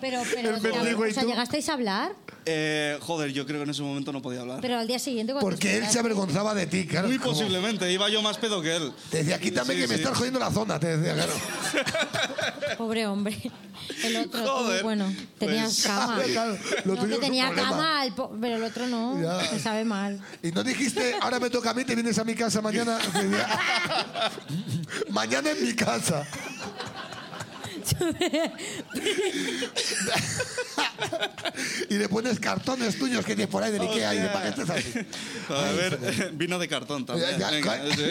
[SPEAKER 6] Pero, pero,
[SPEAKER 12] El verdugo y
[SPEAKER 6] o sea,
[SPEAKER 12] tú.
[SPEAKER 6] ¿llegasteis a hablar?
[SPEAKER 12] Eh, joder, yo creo que en ese momento no podía hablar.
[SPEAKER 6] Pero al día siguiente... cuando os enterasteis-
[SPEAKER 2] avergonzaba de ti, claro.
[SPEAKER 12] Muy posiblemente, iba yo más pedo que él.
[SPEAKER 2] Te decía, quítame
[SPEAKER 12] Sí,
[SPEAKER 2] que me
[SPEAKER 12] sí.
[SPEAKER 2] estás jodiendo la zona, te decía, claro.
[SPEAKER 6] Pobre hombre. El otro, tú,
[SPEAKER 2] Joder,
[SPEAKER 6] bueno, tenías
[SPEAKER 2] pues, (laughs)
[SPEAKER 6] cama.
[SPEAKER 2] claro, lo
[SPEAKER 6] no
[SPEAKER 2] tuyo es
[SPEAKER 6] que
[SPEAKER 2] un
[SPEAKER 6] tenía
[SPEAKER 2] problema.
[SPEAKER 6] cama, el po- pero el otro no.
[SPEAKER 2] Ya.
[SPEAKER 6] Me sabe mal. (laughs)
[SPEAKER 2] Y no dijiste, ahora me toca a mí, te vienes a mi
[SPEAKER 12] (laughs)
[SPEAKER 2] casa mañana. Te decía, mañana en mi casa. y le pones cartones tuyos que tienes por ahí de Ikea y de
[SPEAKER 12] Hostia.
[SPEAKER 2] paquetes así.
[SPEAKER 12] (laughs) A ver, (laughs) vino de cartón también.
[SPEAKER 2] Ya, ya,
[SPEAKER 12] Venga,
[SPEAKER 2] co-
[SPEAKER 12] sí.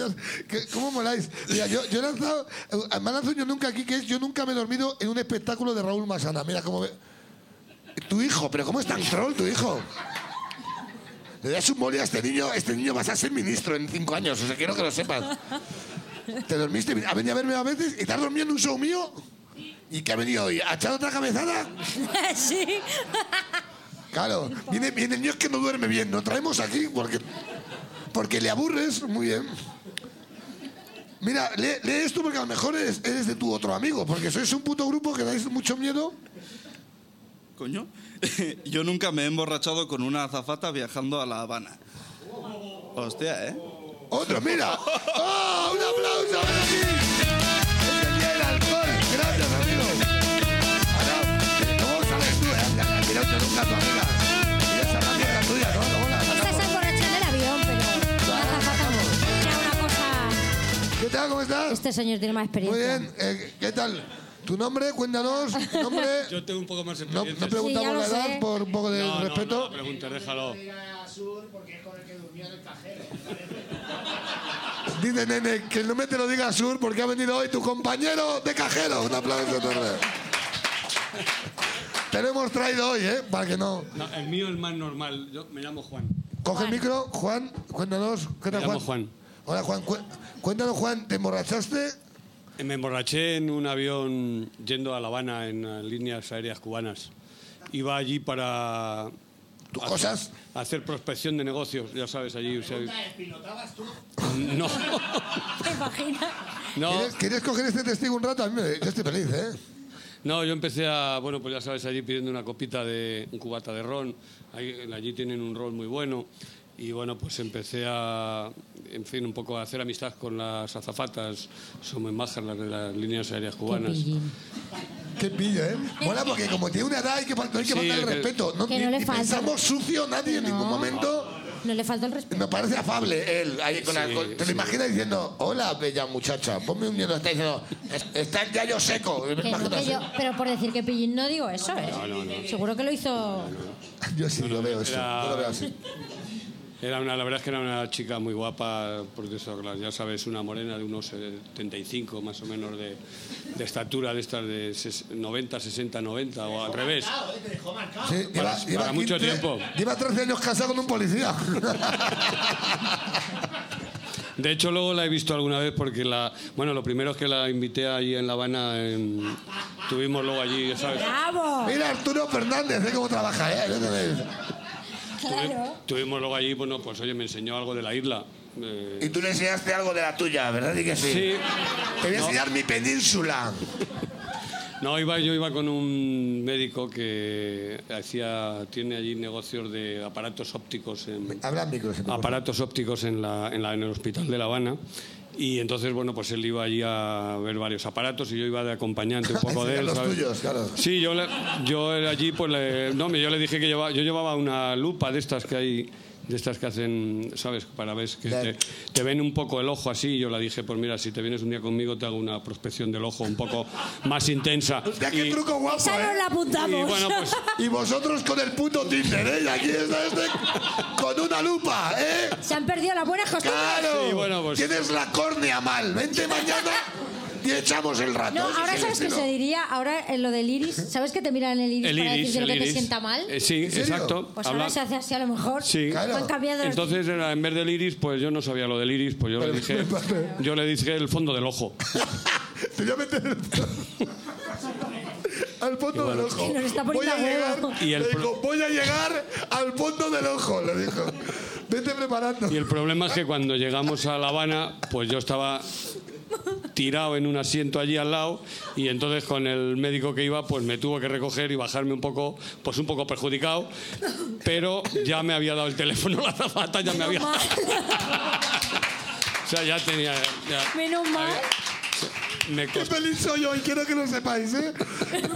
[SPEAKER 2] Hostias, que- ¿cómo moláis? Mira, yo, yo he lanzado, eh, me ha lanzado yo nunca aquí, que es yo nunca me he dormido en un espectáculo de Raúl Masana. Mira cómo ve. Tu hijo, pero ¿cómo es tan troll tu hijo? Le das un boli a este niño, este niño vas a ser ministro en cinco años, o sea, quiero que lo sepas. Te dormiste, ha venido a verme a veces y te has dormido en un show mío. ¿Y qué ha venido hoy? ¿Ha echado otra cabezada?
[SPEAKER 6] sí.
[SPEAKER 2] Claro, viene, viene el niño es que no duerme bien, lo traemos aquí porque, porque le aburres, muy bien. Mira, lee, lee esto porque a lo mejor eres, eres de tu otro amigo, porque sois un puto grupo que dais mucho miedo.
[SPEAKER 12] Coño. (laughs) Yo nunca me he emborrachado con una azafata viajando a La Habana. Hostia, ¿eh? (laughs)
[SPEAKER 2] ¡Otro, mira! ¡Oh, un aplauso para ti! ¡Es el día del alcohol! ¡Gracias, amigo! Ahora, ¿cómo sales tú? eh? Ya, ya, Mira, yo nunca tu amiga. Y esa es la mierda tuya, ¿no? ¿Cómo la
[SPEAKER 6] Esta
[SPEAKER 2] sacamos?
[SPEAKER 6] se emborrachó en el avión, pero... la zapata no. Era una cosa...
[SPEAKER 2] ¿Qué tal? ¿Cómo estás?
[SPEAKER 6] Este señor tiene más
[SPEAKER 2] Muy
[SPEAKER 6] experiencia.
[SPEAKER 2] bien. eh, ¿Qué tal? ¿Tu nombre? Cuéntanos. ¿Tu nombre?
[SPEAKER 13] Yo tengo un poco más
[SPEAKER 2] No,
[SPEAKER 13] experiencia.
[SPEAKER 2] no preguntamos la edad por un poco de
[SPEAKER 13] No, no, no,
[SPEAKER 2] respeto.
[SPEAKER 13] no preguntes, déjalo.
[SPEAKER 2] Dice nene que no me te lo diga Sur porque ha venido hoy tu compañero de cajero. Un aplauso, Torre. Te lo hemos traído hoy, ¿eh? Para que no.
[SPEAKER 13] No, el mío es más normal. Yo me llamo Juan.
[SPEAKER 2] Coge el micro, Juan. Cuéntanos. ¿Qué tal,
[SPEAKER 13] Me llamo
[SPEAKER 2] Juan? Hola, Juan. Cué- Cuéntanos, Juan. ¿Te emborrachaste?
[SPEAKER 13] Eh, Me emborraché en un avión yendo a La Habana en las líneas aéreas cubanas. Iba allí para... hacer-
[SPEAKER 2] cosas?
[SPEAKER 13] Hacer prospección de negocios, ya sabes, allí... o sea,
[SPEAKER 1] ¿Pilotabas tú?
[SPEAKER 13] (laughs) no,
[SPEAKER 6] ¿Te imaginas?
[SPEAKER 13] no,
[SPEAKER 2] ¿Quieres, quieres coger este testigo un rato? A mí me, yo estoy feliz, ¿eh?
[SPEAKER 13] no, yo empecé a... Bueno, pues ya sabes, allí pidiendo una copita de... un cubata de ron. Ahí- allí tienen un ron muy bueno. Y bueno, pues empecé a, en fin, un poco a hacer amistad con las azafatas, son muy majas las de las líneas aéreas cubanas.
[SPEAKER 2] Qué pillo, ¿eh? Mola porque como tiene una edad hay que, fal- no hay que
[SPEAKER 13] Sí,
[SPEAKER 2] faltar el
[SPEAKER 13] que-
[SPEAKER 2] respeto. No,
[SPEAKER 6] que no
[SPEAKER 2] ni-
[SPEAKER 6] le
[SPEAKER 2] ni
[SPEAKER 6] falta.
[SPEAKER 2] pensamos sucio nadie en ningún momento.
[SPEAKER 6] No le faltó el respeto.
[SPEAKER 2] Me parece afable eh. él. ahí con la- con- te lo imaginas diciendo, hola, bella muchacha, ponme un hielo. Está diciendo, "Es- está el gallo seco. Me
[SPEAKER 6] Que no,
[SPEAKER 2] imagino
[SPEAKER 6] que
[SPEAKER 2] así.
[SPEAKER 6] yo- pero por decir que pillín no digo eso, ¿eh?
[SPEAKER 13] No, no, no.
[SPEAKER 6] Seguro que lo hizo...
[SPEAKER 2] Yo sí lo veo eso.
[SPEAKER 13] era-
[SPEAKER 2] yo lo veo así.
[SPEAKER 13] (laughs) Era una, la verdad es que era una chica muy guapa, por eso, claro, ya sabes, una morena de unos 75 más o menos de, de estatura, de estas de ses- 90, 60, 90 o al revés.
[SPEAKER 2] Sí, lleva,
[SPEAKER 13] para
[SPEAKER 2] lleva
[SPEAKER 13] mucho tiempo.
[SPEAKER 2] Lleva 13 años casado con un policía.
[SPEAKER 13] De hecho, luego la he visto alguna vez porque la, bueno, lo primero es que la invité allí en La Habana, en- tuvimos luego allí, ya sabes,
[SPEAKER 6] ¡Bravo!
[SPEAKER 2] Mira Arturo Fernández, ¿eh? cómo trabaja. ¿eh? Ya tenéis.
[SPEAKER 6] Claro.
[SPEAKER 13] tuvimos luego allí, bueno, pues oye, me enseñó algo de la isla. eh,
[SPEAKER 7] Y tú le enseñaste algo de la tuya, ¿verdad? Y que sí.
[SPEAKER 13] sí.
[SPEAKER 2] Te voy a enseñar mi península.
[SPEAKER 13] No, iba, yo iba con un médico que hacía, tiene allí negocios de aparatos ópticos en,
[SPEAKER 2] Habla al micro. siempre, por favor.
[SPEAKER 13] aparatos ópticos en, la, en, la- en el hospital de La Habana Y entonces, bueno, pues él iba allí a ver varios aparatos y yo iba de acompañante un poco de él.
[SPEAKER 2] los
[SPEAKER 13] ¿sabes?
[SPEAKER 2] tuyos, claro.
[SPEAKER 13] Sí, yo, le- yo era allí, pues le, no, me- yo le dije que llevaba, yo llevaba una lupa de estas que hay, de estas que hacen, ¿sabes? Para ver que te, te ven un poco el ojo así. Y yo le dije, pues mira, si te vienes un día conmigo, te hago una prospección del ojo un poco más intensa. Y-
[SPEAKER 2] truco guapo,
[SPEAKER 6] Esa nos
[SPEAKER 2] ¿eh?
[SPEAKER 6] la apuntamos.
[SPEAKER 13] Y bueno, pues-
[SPEAKER 2] Y vosotros con el puto Tinder, ¿eh? Y aquí está este con una lupa, ¿eh?
[SPEAKER 6] Se han perdido las buenas costumbres.
[SPEAKER 2] ¡Claro!
[SPEAKER 13] Sí, bueno, pues-
[SPEAKER 2] Tienes la córnea mal. Vente mañana y echamos el rato.
[SPEAKER 6] No,
[SPEAKER 2] Ese
[SPEAKER 6] ahora
[SPEAKER 2] es el
[SPEAKER 6] sabes que
[SPEAKER 2] estilo.
[SPEAKER 6] se diría, ahora en lo del iris, ¿sabes que te miran el iris
[SPEAKER 13] El
[SPEAKER 6] para
[SPEAKER 13] iris,
[SPEAKER 6] decirte
[SPEAKER 13] el
[SPEAKER 6] lo que te
[SPEAKER 13] iris.
[SPEAKER 6] sienta mal?
[SPEAKER 13] Eh, sí,
[SPEAKER 6] serio?
[SPEAKER 13] exacto.
[SPEAKER 6] Pues
[SPEAKER 13] Habla-
[SPEAKER 6] ahora se hace así a lo mejor.
[SPEAKER 13] Sí,
[SPEAKER 6] Han cambiado los-
[SPEAKER 13] Entonces, era, en vez del iris, pues yo no sabía lo del iris, pues yo le
[SPEAKER 2] (laughs)
[SPEAKER 13] dije, yo le dije el fondo del ojo.
[SPEAKER 2] Te voy a meter el- al fondo del ojo.
[SPEAKER 6] Nos está
[SPEAKER 2] voy,
[SPEAKER 6] poniendo
[SPEAKER 2] a
[SPEAKER 6] a
[SPEAKER 2] llegar,
[SPEAKER 6] huevo.
[SPEAKER 13] Y el
[SPEAKER 2] le
[SPEAKER 13] pro-
[SPEAKER 2] dijo, voy a llegar al fondo del ojo, le dijo. Vete preparando.
[SPEAKER 13] Y el problema es que cuando llegamos a La Habana, pues yo estaba tirado en un asiento allí al lado y entonces con el médico que iba pues me tuvo que recoger y bajarme un poco pues un poco perjudicado pero ya me había dado el teléfono la zapata ya me había
[SPEAKER 6] Menos
[SPEAKER 13] o (laughs) sea ya tenía ya-
[SPEAKER 6] Menos mal.
[SPEAKER 13] me
[SPEAKER 2] Qué
[SPEAKER 13] costó
[SPEAKER 2] feliz soy hoy, quiero que lo sepáis, ¿eh?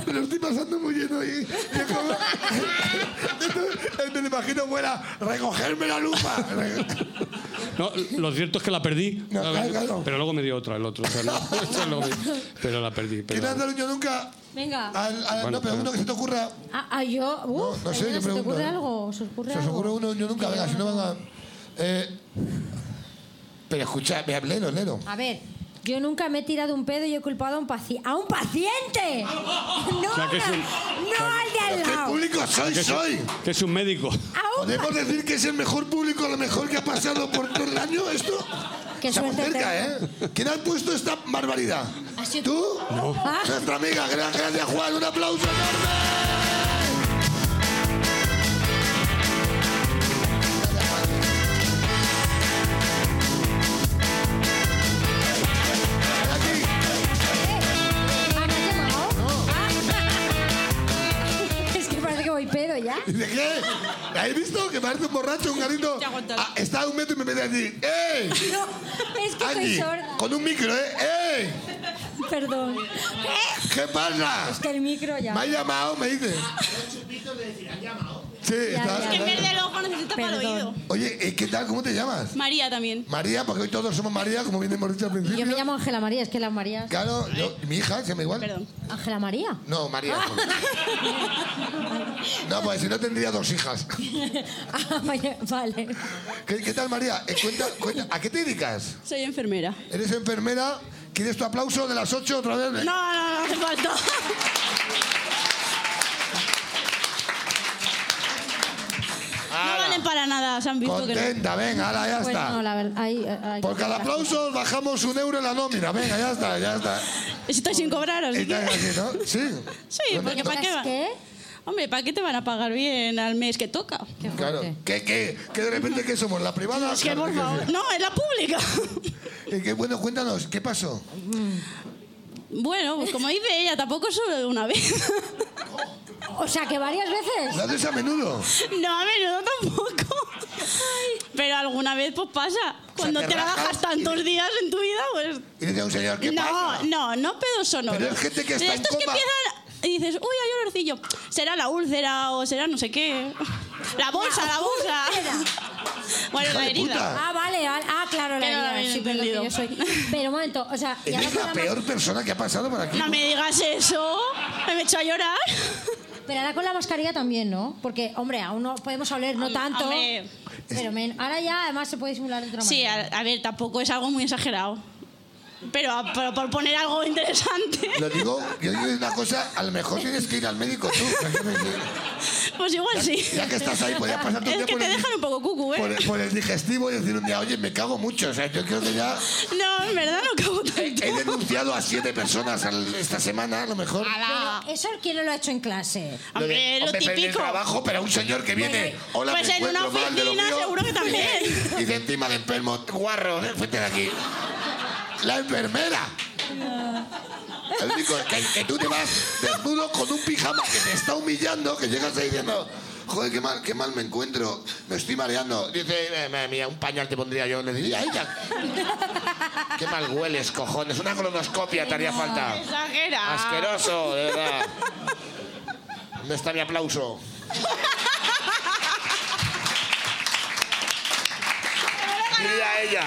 [SPEAKER 2] Me lo estoy pasando muy lleno y, y es (laughs) como- eh, Me lo imagino fuera, recogerme la lupa.
[SPEAKER 13] No, lo cierto es que la perdí.
[SPEAKER 2] No,
[SPEAKER 13] ¿sabes?
[SPEAKER 2] claro, claro.
[SPEAKER 13] Pero luego me dio otra, el otro. o sea, no, (laughs) o sea, luego me- pero la perdí.
[SPEAKER 2] ¿Quién
[SPEAKER 13] Pero,
[SPEAKER 2] ha dado yo nunca?
[SPEAKER 6] Venga.
[SPEAKER 2] Al, al-
[SPEAKER 13] Bueno,
[SPEAKER 2] Ah, no, pero
[SPEAKER 13] pero-
[SPEAKER 2] uno que se te ocurra.
[SPEAKER 6] Ah, ah, yo. Uf,
[SPEAKER 2] no sé,
[SPEAKER 6] Elena,
[SPEAKER 2] yo
[SPEAKER 6] ¿se te
[SPEAKER 2] pregunto,
[SPEAKER 6] ocurre
[SPEAKER 2] ¿eh?
[SPEAKER 6] algo? ¿Se os ocurre
[SPEAKER 2] Se os
[SPEAKER 6] algo?
[SPEAKER 2] ocurre uno, yo nunca, venga, si no van a. Eh, pero escucha, vea, léelo, léelo.
[SPEAKER 6] A ver, yo nunca me he tirado un pedo y he culpado a un, paci a un paciente. No,
[SPEAKER 13] O sea, que es un-
[SPEAKER 6] no al de al
[SPEAKER 2] ¿Qué
[SPEAKER 6] lado.
[SPEAKER 2] público soy,
[SPEAKER 13] que, es,
[SPEAKER 2] soy?
[SPEAKER 13] que es un médico.
[SPEAKER 6] A un
[SPEAKER 2] ¿Podemos decir que es el mejor público, lo mejor que ha pasado por todo el año esto?
[SPEAKER 6] Qué
[SPEAKER 2] Estamos
[SPEAKER 6] suerte
[SPEAKER 2] cerca, ¿eh? ¿Quién ha puesto esta barbaridad?
[SPEAKER 6] Ha sido-
[SPEAKER 2] ¿Tú? (laughs)
[SPEAKER 6] Ah.
[SPEAKER 2] Nuestra amiga, gran- gracias Juan, un aplauso enorme.
[SPEAKER 6] ¿Ah, me has llamado? Ah. Es que parece que voy pedo ya.
[SPEAKER 2] ¿De qué? ¿Habéis visto? Que parece un borracho, un garito. Ah, está a un metro y me mete a decir, (laughs) ¡Ey!
[SPEAKER 6] (laughs) No, es que soy
[SPEAKER 2] Angie,
[SPEAKER 6] sorda.
[SPEAKER 2] con un micro, ¿eh? ¡Ey!
[SPEAKER 6] (laughs) Perdón.
[SPEAKER 2] ¿Qué pasa?
[SPEAKER 6] Es que el micro ya.
[SPEAKER 2] Me ha llamado, me dice. Sí, está-
[SPEAKER 9] Es que en vez del ojo necesita para el
[SPEAKER 6] Perdón.
[SPEAKER 9] oído.
[SPEAKER 2] Oye, ¿y ¿qué tal? ¿Cómo te llamas?
[SPEAKER 9] María también.
[SPEAKER 2] María, porque hoy todos somos María, como bien hemos dicho al principio.
[SPEAKER 6] Yo me llamo Ángela María, es que las Marías.
[SPEAKER 2] Claro, yo- mi hija se llama igual.
[SPEAKER 9] Perdón. (laughs)
[SPEAKER 6] ¿Ángela María?
[SPEAKER 2] No, María. No, pues si no tendría dos hijas.
[SPEAKER 6] (laughs) Ah, vaya, vale.
[SPEAKER 2] ¿Qué, qué tal, María? Eh, cuenta, cuenta, ¿A qué te dedicas?
[SPEAKER 9] Soy enfermera.
[SPEAKER 2] ¿Eres enfermera? ¿Quieres tu aplauso de las 8 otra
[SPEAKER 9] No,
[SPEAKER 2] vez?
[SPEAKER 9] no, no hace falta.
[SPEAKER 2] Ala,
[SPEAKER 9] No valen para nada, se han visto que no.
[SPEAKER 2] Contenta, venga, ala, ya
[SPEAKER 6] Pues
[SPEAKER 2] está.
[SPEAKER 6] no, la verdad. ahí- ahí-
[SPEAKER 2] Por cada aplauso bajamos un euro en la nómina. Venga, ya está, ya está.
[SPEAKER 9] Estoy sin cobrar, así que...
[SPEAKER 2] Está así, ¿no? Sí.
[SPEAKER 9] (laughs) Sí, porque ¿para qué
[SPEAKER 6] ¿Es
[SPEAKER 9] va?
[SPEAKER 6] qué?
[SPEAKER 9] Hombre, ¿para qué te van a pagar bien al mes que toca?
[SPEAKER 2] Claro.
[SPEAKER 6] fuerte.
[SPEAKER 2] ¿Qué, qué? ¿Qué de repente qué somos? ¿La privada?
[SPEAKER 9] Es que,
[SPEAKER 2] Claro
[SPEAKER 9] por
[SPEAKER 2] sí.
[SPEAKER 9] favor... No, es la pública.
[SPEAKER 2] Eh, qué bueno, cuéntanos, ¿qué pasó?
[SPEAKER 9] Bueno, pues como dice ella, tampoco solo de una vez.
[SPEAKER 6] (laughs) O sea, que varias
[SPEAKER 2] ¿Lo
[SPEAKER 6] veces.
[SPEAKER 2] haces a menudo?
[SPEAKER 9] No, a menudo tampoco. Pero alguna vez pues pasa. Cuando
[SPEAKER 2] te
[SPEAKER 9] te trabajas
[SPEAKER 2] rajas
[SPEAKER 9] tantos días en tu vida, pues...
[SPEAKER 2] Y dice un señor, ¿qué
[SPEAKER 9] No,
[SPEAKER 2] pasa?
[SPEAKER 9] no, no pedos sonoros.
[SPEAKER 2] Pero hay gente que está en
[SPEAKER 9] Estos que
[SPEAKER 2] coma.
[SPEAKER 9] empiezan y dices, uy, hay olorcillo. Será la úlcera o será no sé qué. La bolsa, la bolsa. Bueno,
[SPEAKER 2] Hija
[SPEAKER 9] la
[SPEAKER 2] de puta.
[SPEAKER 9] herida.
[SPEAKER 6] Ah, vale, vale. Ah, claro, la
[SPEAKER 9] Que no la
[SPEAKER 6] herida,
[SPEAKER 9] habéis
[SPEAKER 6] sí, perdón, que
[SPEAKER 9] entendido.
[SPEAKER 6] yo soy. Pero un momento, o sea, y ahora
[SPEAKER 2] Eres la
[SPEAKER 6] con la,
[SPEAKER 2] peor persona que ha pasado por aquí.
[SPEAKER 9] No me digas eso. Me he hecho a llorar.
[SPEAKER 6] mas- pero ahora con la mascarilla también, ¿no? Porque, hombre, aún no podemos oler, no
[SPEAKER 9] Hom-
[SPEAKER 6] tanto.
[SPEAKER 9] hombre.
[SPEAKER 6] Pero men- ahora ya además se puede simular de otra
[SPEAKER 9] Sí, a,
[SPEAKER 6] manera.
[SPEAKER 9] a ver, tampoco es algo muy exagerado. Pero a- por, por poner algo interesante, (laughs)
[SPEAKER 2] Lo digo, yo digo una cosa, a lo mejor tienes que ir al médico tú.
[SPEAKER 9] pues igual sí.
[SPEAKER 2] Ya que estás ahí, podías pasar tu
[SPEAKER 9] Es
[SPEAKER 2] día
[SPEAKER 9] que
[SPEAKER 2] por
[SPEAKER 9] te
[SPEAKER 2] el,
[SPEAKER 9] dejan un poco cucu,
[SPEAKER 2] por,
[SPEAKER 9] ¿eh?
[SPEAKER 2] el- por el digestivo y decir un día, oye, me cago mucho. O sea, yo creo que ya
[SPEAKER 9] No, en verdad no cago
[SPEAKER 2] Eh,
[SPEAKER 9] tanto.
[SPEAKER 2] he denunciado a siete personas al- esta semana, a lo mejor.
[SPEAKER 9] Ala.
[SPEAKER 6] Pero eso quién no lo ha hecho en clase.
[SPEAKER 2] Lo de-
[SPEAKER 9] Hombre, eh, lo
[SPEAKER 2] hombre, pero en el
[SPEAKER 9] típico.
[SPEAKER 2] trabajo, pero un señor que viene,
[SPEAKER 6] Bueno,
[SPEAKER 2] hola,
[SPEAKER 9] pues
[SPEAKER 2] me
[SPEAKER 9] en una
[SPEAKER 2] encuentro mal de lo
[SPEAKER 9] oficina
[SPEAKER 2] mío",
[SPEAKER 9] seguro que
[SPEAKER 2] y-
[SPEAKER 9] también.
[SPEAKER 2] (laughs) Y de encima de enfermo, guarro, eh, fuiste de aquí. La enfermera. El único es que, que tú te vas desnudo con un pijama que te está humillando, que llegas ahí diciendo, Joder, qué mal, qué mal me encuentro. Me estoy mareando.
[SPEAKER 7] Dice, eh, madre mía, un pañal te pondría yo. Le diría, ay, ya. Qué mal hueles, cojones. Una colonoscopia te haría falta.
[SPEAKER 9] Exagera.
[SPEAKER 7] Asqueroso, de verdad. ¿Dónde está mi aplauso? Diría ella.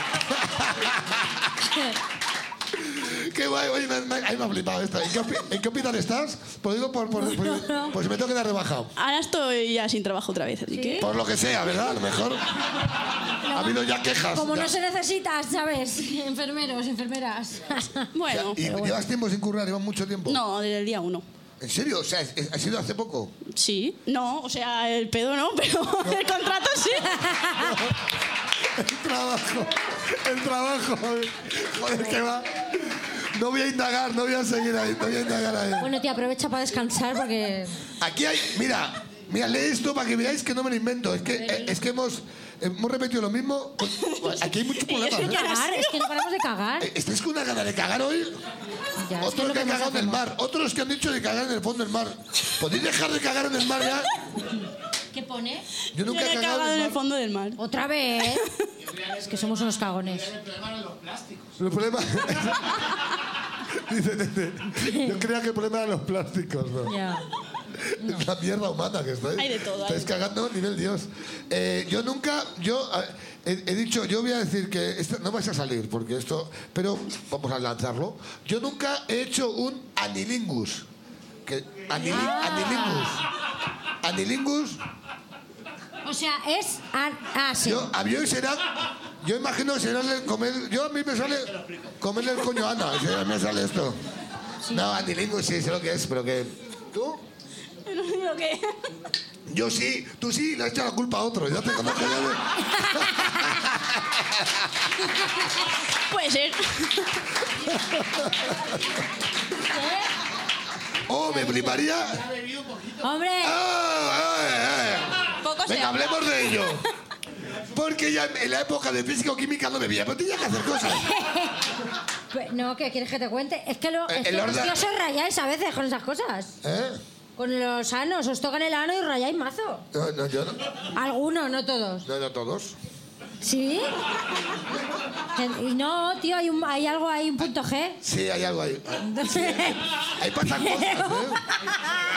[SPEAKER 2] Qué guay, oye, me, me- ahí me ha flipado esto. ¿En qué, hopi- en qué hospital estás? Pues digo, por, por, por- pues me tengo que dar rebajado.
[SPEAKER 9] Ahora estoy ya sin trabajo otra vez, así que...
[SPEAKER 2] Por lo que sea, ¿verdad? A lo mejor. Ha habido ya quejas.
[SPEAKER 6] Como
[SPEAKER 2] Ya.
[SPEAKER 6] no se necesita, ¿sabes? (laughs) Enfermeros, enfermeras. (laughs)
[SPEAKER 9] Bueno,
[SPEAKER 2] ¿Y
[SPEAKER 9] pero bueno.
[SPEAKER 2] llevas tiempo sin currar? ¿Llevas mucho tiempo?
[SPEAKER 9] No, desde el día uno.
[SPEAKER 2] ¿En serio? O sea, ¿es- es- ¿ha sido hace poco?
[SPEAKER 9] Sí. No, o sea, el pedo no, (laughs) pero el contrato sí.
[SPEAKER 2] (laughs) El trabajo, el trabajo. Joder, que va. No voy a indagar, no voy a seguir ahí, no voy a indagar ahí.
[SPEAKER 6] Bueno, tío, aprovecha para
[SPEAKER 2] (laughs)
[SPEAKER 6] descansar porque...
[SPEAKER 2] Aquí hay, mira, mira, lee esto para que veáis que no me lo invento. Es que, es que hemos, hemos repetido lo mismo. Pues, Aquí hay muchos problemas.
[SPEAKER 6] (laughs) Es que cagar, es que no paramos de cagar.
[SPEAKER 2] ¿Estáis con una gana de cagar hoy?
[SPEAKER 6] Ya, es que
[SPEAKER 2] Otros
[SPEAKER 6] es lo
[SPEAKER 2] que, han
[SPEAKER 6] nos
[SPEAKER 2] cagado en el
[SPEAKER 6] hacemos.
[SPEAKER 2] mar, otros que han dicho de cagar en el fondo del mar. ¿Podéis dejar de cagar en el mar ya?
[SPEAKER 6] ¿Qué pone?
[SPEAKER 2] Yo nunca he cagado en el mar.
[SPEAKER 9] fondo del mar.
[SPEAKER 6] Otra
[SPEAKER 2] (laughs)
[SPEAKER 6] vez. es que somos unos cagones.
[SPEAKER 2] El problema. (laughs) Dice Tete, Yo creía que el problema eran los plásticos, ¿no?
[SPEAKER 6] Ya.
[SPEAKER 2] Es la mierda humana que estáis.
[SPEAKER 9] Hay de todo, hay
[SPEAKER 2] Estáis
[SPEAKER 9] de todo.
[SPEAKER 2] cagando a nivel Dios. Eh, yo nunca, yo a- he, he dicho, yo voy a decir que esto- no vais a salir porque esto, pero vamos a lanzarlo. Yo nunca he hecho un anilingus. Que, anili- Anilingus.
[SPEAKER 9] Ah.
[SPEAKER 2] Anilingus.
[SPEAKER 6] O sea, es... an- Ah, sí.
[SPEAKER 2] Yo, a mí hoy será. Yo imagino que será el comer. Yo a mí me sale. Comerle el coño a Ana. o sea, A mí me sale esto. No, antilingo sí, sé lo que es, pero que. (laughs) ¿Tú?
[SPEAKER 9] No sé lo que...
[SPEAKER 2] Yo sí. Tú sí, le has echado la culpa a otro. Ya te conozco. ya me-
[SPEAKER 9] Puede ser.
[SPEAKER 2] Oh, me fliparía.
[SPEAKER 6] Hombre,
[SPEAKER 2] Ah, eh, eh.
[SPEAKER 9] Poco se
[SPEAKER 2] Venga,
[SPEAKER 9] habla.
[SPEAKER 2] hablemos de
[SPEAKER 6] (laughs)
[SPEAKER 2] ello. Porque ya en la época de físico-química no bebía, pero tenía que hacer cosas.
[SPEAKER 6] pues, no, ¿qué quieres que te cuente? Es que, lo,
[SPEAKER 2] Eh,
[SPEAKER 6] es
[SPEAKER 2] el
[SPEAKER 6] que los
[SPEAKER 2] orden-
[SPEAKER 6] tíos os rayáis a veces con esas cosas.
[SPEAKER 2] ¿Eh?
[SPEAKER 6] Con los anos, os tocan el ano y rayáis mazo.
[SPEAKER 2] No, no, yo no.
[SPEAKER 6] Algunos, no todos.
[SPEAKER 2] No, no, todos.
[SPEAKER 6] ¿Sí? Que- y no, tío, hay, un- hay algo ahí, un punto G.
[SPEAKER 2] Sí, hay algo
[SPEAKER 6] (laughs)
[SPEAKER 2] ahí. Ahí pasan cosas, ¿eh?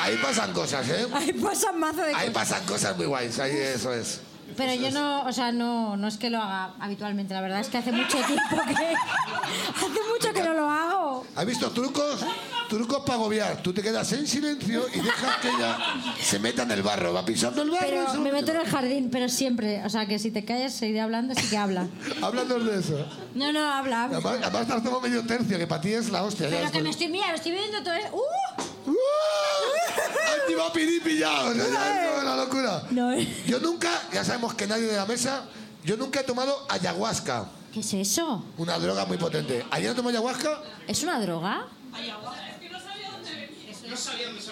[SPEAKER 2] Ahí pasan cosas, ¿eh?
[SPEAKER 6] Ahí pasan mazo
[SPEAKER 2] Ahí
[SPEAKER 6] de cosas.
[SPEAKER 2] pasan cosas muy guays, ahí eso es.
[SPEAKER 6] Pero yo no, o sea, no, no es que lo haga habitualmente, la verdad es que hace mucho tiempo que. (laughs) hace mucho que no lo hago.
[SPEAKER 2] ¿Has visto trucos? Trucos para agobiar. Tú te quedas en silencio y dejas que ella se meta en el barro. Va pisando el barro. y
[SPEAKER 6] Pero
[SPEAKER 2] se-
[SPEAKER 6] me meto en el jardín, pero siempre. O sea, que si te callas, seguiré hablando, sí que habla.
[SPEAKER 2] Háblanos de eso.
[SPEAKER 6] No, no, habla. habla.
[SPEAKER 2] Además, además te has tomado medio tercio, que para ti es la hostia. ya
[SPEAKER 6] Pero que
[SPEAKER 2] ves.
[SPEAKER 6] me estoy, mira, me estoy viendo todo eso. ¡Uh!
[SPEAKER 2] ¡Ah! ¡Activa piripillado! O sea, ya es una locura.
[SPEAKER 6] No, eh.
[SPEAKER 2] Yo nunca, ya sabemos que nadie de la mesa, yo nunca he tomado ayahuasca,
[SPEAKER 6] ¿Qué es eso?
[SPEAKER 2] una droga muy potente. ¿Ayer no tomó ayahuasca?
[SPEAKER 6] ¿Es una droga?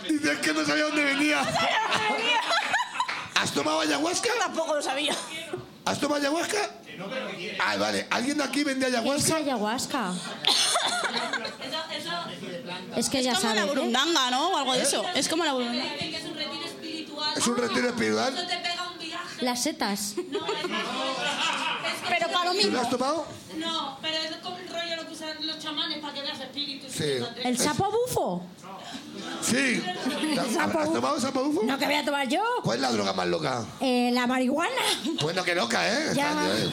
[SPEAKER 2] Dices que no sabía dónde venía. ¿Has tomado ayahuasca?
[SPEAKER 9] Tampoco lo sabía.
[SPEAKER 2] ¿Has tomado ayahuasca? Ah, vale. ¿Alguien de aquí vende
[SPEAKER 6] ¿Qué es
[SPEAKER 2] ayahuasca?
[SPEAKER 6] ayahuasca? Es que ya
[SPEAKER 9] es como
[SPEAKER 6] sabes.
[SPEAKER 9] la
[SPEAKER 6] ¿eh?
[SPEAKER 9] burundanga, ¿no? O algo de eso. Es como la burundanga.
[SPEAKER 2] Es un retiro espiritual.
[SPEAKER 9] (laughs)
[SPEAKER 6] Las (laughs) setas.
[SPEAKER 9] Pero para lo
[SPEAKER 2] ¿Tú ¿Lo has
[SPEAKER 9] mismo.
[SPEAKER 2] tomado?
[SPEAKER 14] No, pero es como el rollo lo que usan los chamanes para que veas espíritus.
[SPEAKER 2] Sí.
[SPEAKER 6] ¿El sapo bufo? (laughs)
[SPEAKER 2] Sí.
[SPEAKER 6] Sapo
[SPEAKER 2] ¿Has
[SPEAKER 6] bufo.
[SPEAKER 2] tomado sapo bufo?
[SPEAKER 6] No, que voy a tomar yo.
[SPEAKER 2] ¿Cuál es la droga más loca?
[SPEAKER 6] Eh, la marihuana.
[SPEAKER 2] Bueno, qué loca, ¿eh?
[SPEAKER 6] Ya.
[SPEAKER 2] Está bien.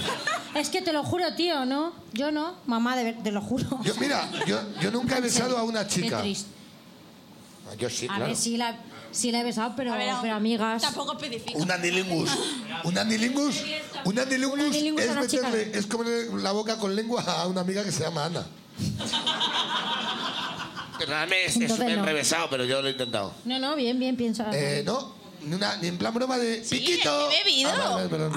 [SPEAKER 6] Es que te lo juro, tío, ¿no? Yo no. Mamá, de ver- te lo juro.
[SPEAKER 2] Yo, mira, yo, yo nunca he besado a una
[SPEAKER 6] Qué
[SPEAKER 2] chica.
[SPEAKER 6] triste.
[SPEAKER 2] Ah, Yo sí,
[SPEAKER 6] A
[SPEAKER 2] claro.
[SPEAKER 6] ver, sí la, sí la he besado, pero, pero amigas.
[SPEAKER 9] Tampoco especifico.
[SPEAKER 2] Un anilingus. Un anilingus. Un anilingus
[SPEAKER 6] anilingus a
[SPEAKER 2] es
[SPEAKER 6] una chica.
[SPEAKER 2] meterle, es comerle la boca con lengua a una amiga que se llama Ana.
[SPEAKER 7] Perdóname, es, es
[SPEAKER 6] Entonces
[SPEAKER 7] un
[SPEAKER 6] no.
[SPEAKER 7] enrevesado, pero yo lo he intentado.
[SPEAKER 6] No, no, bien, bien, piensa.
[SPEAKER 2] Eh, no, ni, una- ni en plan broma de piquito.
[SPEAKER 9] he bebido.
[SPEAKER 2] Ah, vale, perdón.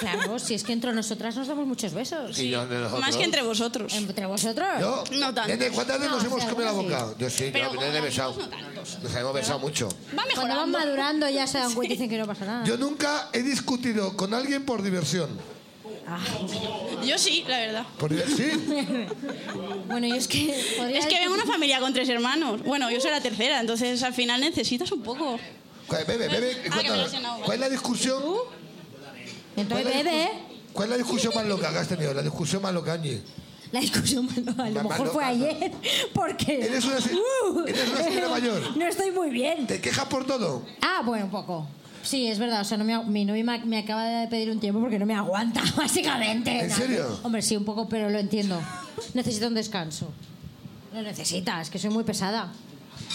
[SPEAKER 6] Claro, si es que entre nosotras nos damos muchos besos.
[SPEAKER 7] Y yo de los
[SPEAKER 9] Más
[SPEAKER 7] otros.
[SPEAKER 9] que entre vosotros.
[SPEAKER 6] ¿Entre vosotros?
[SPEAKER 2] Yo,
[SPEAKER 9] No tanto.
[SPEAKER 2] Nene, ¿cuántas veces
[SPEAKER 6] No,
[SPEAKER 2] nos hemos
[SPEAKER 6] seguro
[SPEAKER 2] comido la
[SPEAKER 6] sí.
[SPEAKER 2] boca? Yo sí,
[SPEAKER 9] Pero
[SPEAKER 7] Yo le he besado.
[SPEAKER 9] no tantos. Ah.
[SPEAKER 7] Nos hemos besado mucho.
[SPEAKER 9] Va
[SPEAKER 6] Cuando van
[SPEAKER 9] mejorando.
[SPEAKER 6] madurando ya se dan cuenta y dicen que no pasa nada.
[SPEAKER 2] Yo nunca he discutido con alguien por diversión.
[SPEAKER 6] Ah.
[SPEAKER 9] Yo sí, la verdad.
[SPEAKER 2] ¿Por diversión? Sí.
[SPEAKER 6] Bueno, yo es que... podría
[SPEAKER 9] Es que
[SPEAKER 6] decir-
[SPEAKER 9] vengo de una familia con tres hermanos. Bueno, yo soy la tercera, entonces al final necesitas un poco.
[SPEAKER 2] Eh, Bebe, bebe,
[SPEAKER 9] Ah,
[SPEAKER 2] cuéntanos.
[SPEAKER 9] que me lo he llenado.
[SPEAKER 2] ¿Cuál es la discusión? ¿Cuál
[SPEAKER 6] Entonces
[SPEAKER 2] es la
[SPEAKER 6] bebe, ¿eh?
[SPEAKER 2] discu- ¿Cuál es la discusión más loca que has tenido? La discusión más loca, Angie.
[SPEAKER 6] La discusión, bueno, a lo
[SPEAKER 2] Mamá
[SPEAKER 6] mejor
[SPEAKER 2] loca,
[SPEAKER 6] fue
[SPEAKER 2] ¿no?
[SPEAKER 6] ayer, (laughs) porque... Uh.
[SPEAKER 2] Eres una se- eres una señora mayor.
[SPEAKER 6] (laughs) No estoy muy bien.
[SPEAKER 2] ¿Te quejas por todo?
[SPEAKER 6] Ah, bueno, un poco. Sí, es verdad. O sea, no me, agu- mi novio me, me acaba de pedir un tiempo porque no me aguanta, (laughs) básicamente.
[SPEAKER 2] ¿En
[SPEAKER 6] Nah,
[SPEAKER 2] serio?
[SPEAKER 6] Hombre, sí, un poco, pero lo entiendo. Necesito un descanso. Lo necesitas, que soy muy pesada.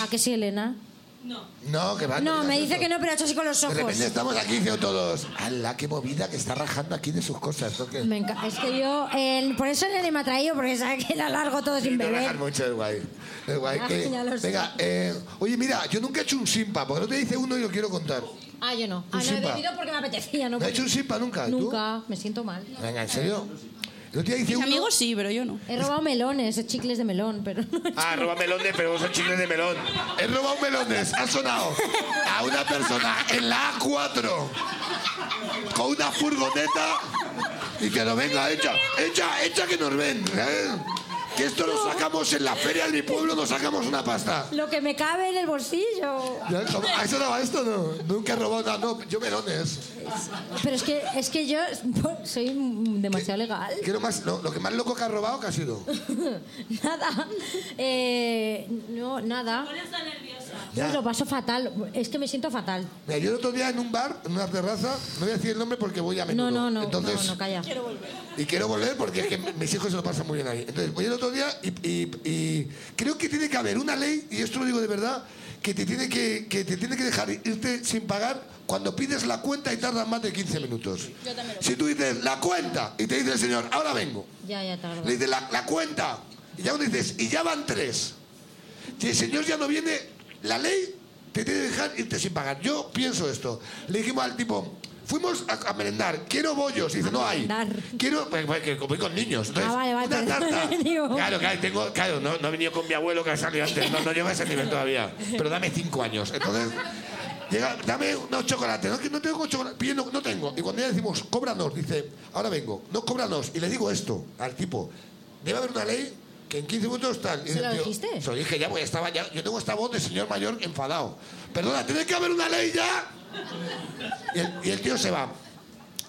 [SPEAKER 6] ¿A que sí, Elena?
[SPEAKER 2] Ah, No, que va.
[SPEAKER 6] No,
[SPEAKER 2] digas
[SPEAKER 6] me dice
[SPEAKER 2] eso.
[SPEAKER 6] que no, pero ha hecho así con los
[SPEAKER 2] De
[SPEAKER 6] ojos.
[SPEAKER 2] repente estamos aquí diciendo todos, ¡Hala, qué movida que está rajando aquí de sus cosas! ¿no? Que-
[SPEAKER 6] Me enca- es que yo, eh, por eso Elena me ha traído, porque sabe que la largo todo sin
[SPEAKER 2] No
[SPEAKER 6] beber.
[SPEAKER 2] rajar mucho, es guay. Es guay
[SPEAKER 6] Ah,
[SPEAKER 2] que-
[SPEAKER 6] ya lo sé.
[SPEAKER 2] venga, eh, oye, mira, yo nunca he hecho un simpa, porque no te dice uno y lo quiero contar.
[SPEAKER 6] Ah, yo no.
[SPEAKER 2] Un
[SPEAKER 6] Ah, no he
[SPEAKER 2] simpa.
[SPEAKER 6] bebido porque me apetecía, ¿no?
[SPEAKER 2] ¿No has hecho un simpa nunca? ¿Tú?
[SPEAKER 6] Nunca, me siento mal.
[SPEAKER 2] Venga, ¿en serio? El otro día hice
[SPEAKER 6] Mis
[SPEAKER 2] uno...
[SPEAKER 6] amigos
[SPEAKER 9] Sí, pero yo no.
[SPEAKER 6] He robado melones, eh, chicles de melón, pero (laughs) no.
[SPEAKER 7] Ah, roba melones, pero vos son chicles de melón.
[SPEAKER 2] He robado melones, ha sonado a una persona en la A4 con una furgoneta y que no venga, echa, echa, echa que nos ven. ¿eh? Que esto lo sacamos en la feria de mi pueblo, nos sacamos una pasta.
[SPEAKER 6] Lo que me cabe en el bolsillo.
[SPEAKER 2] Ya, ¿cómo? ¿A eso daba esto? No, nunca he robado nada, no, yo melones.
[SPEAKER 6] Pero es que, es que yo (laughs) soy demasiado legal. (laughs)
[SPEAKER 2] Quiero más, no, lo que más loco que has robado, que ha sido?
[SPEAKER 6] Nada. Eh, no, nada.
[SPEAKER 2] Ya.
[SPEAKER 6] Pues lo paso fatal. Es que me siento fatal.
[SPEAKER 2] Mira, yo el otro día en un bar, en una terraza, no voy a decir el nombre porque voy a menudo.
[SPEAKER 6] No, no, no.
[SPEAKER 2] Entonces,
[SPEAKER 6] no, no, calla.
[SPEAKER 2] Y quiero volver porque es que mis hijos se lo pasan muy bien ahí. Entonces, voy el otro día y, y- y creo que tiene que haber una ley, y esto lo digo de verdad, que te tiene que, que te tiene que dejar irte sin pagar cuando pides la cuenta y tardan más de 15 minutos. Si tú dices, la cuenta, y te dice el señor, ahora vengo.
[SPEAKER 6] Ya, ya tardo.
[SPEAKER 2] Le dices, la, la cuenta. Y ya uno dices, y ya van tres. Si el señor ya no viene, la ley te tiene que dejar irte sin pagar. Yo pienso esto. Le dijimos al tipo, fuimos a, a merendar, quiero bollos. Y dice, no hay. Quiero, pues, pues, que voy con niños. Entonces,
[SPEAKER 6] Ah, vale, vale,
[SPEAKER 2] una
[SPEAKER 6] perdón, (laughs)
[SPEAKER 2] tarta.
[SPEAKER 6] digo.
[SPEAKER 2] Claro, claro, tengo, claro no, no he venido con mi abuelo que ha salido antes. No, no llego a ese nivel todavía. Pero dame cinco años. Entonces, llega, dame unos chocolates. No, que no tengo chocolate. Pide, no, no tengo. Y cuando ya decimos, cóbranos, dice, ahora vengo, no cóbranos. Y le digo esto al tipo, debe haber una ley que en 15 minutos tal. Y
[SPEAKER 6] ¿Se
[SPEAKER 2] dice,
[SPEAKER 6] lo
[SPEAKER 2] "Tío,
[SPEAKER 6] dijiste?
[SPEAKER 2] Se lo dije ya, porque estaba ya. Yo tengo esta voz de señor mayor enfadado. Perdona, tiene que haber una ley ya. Y el, y el tío se va.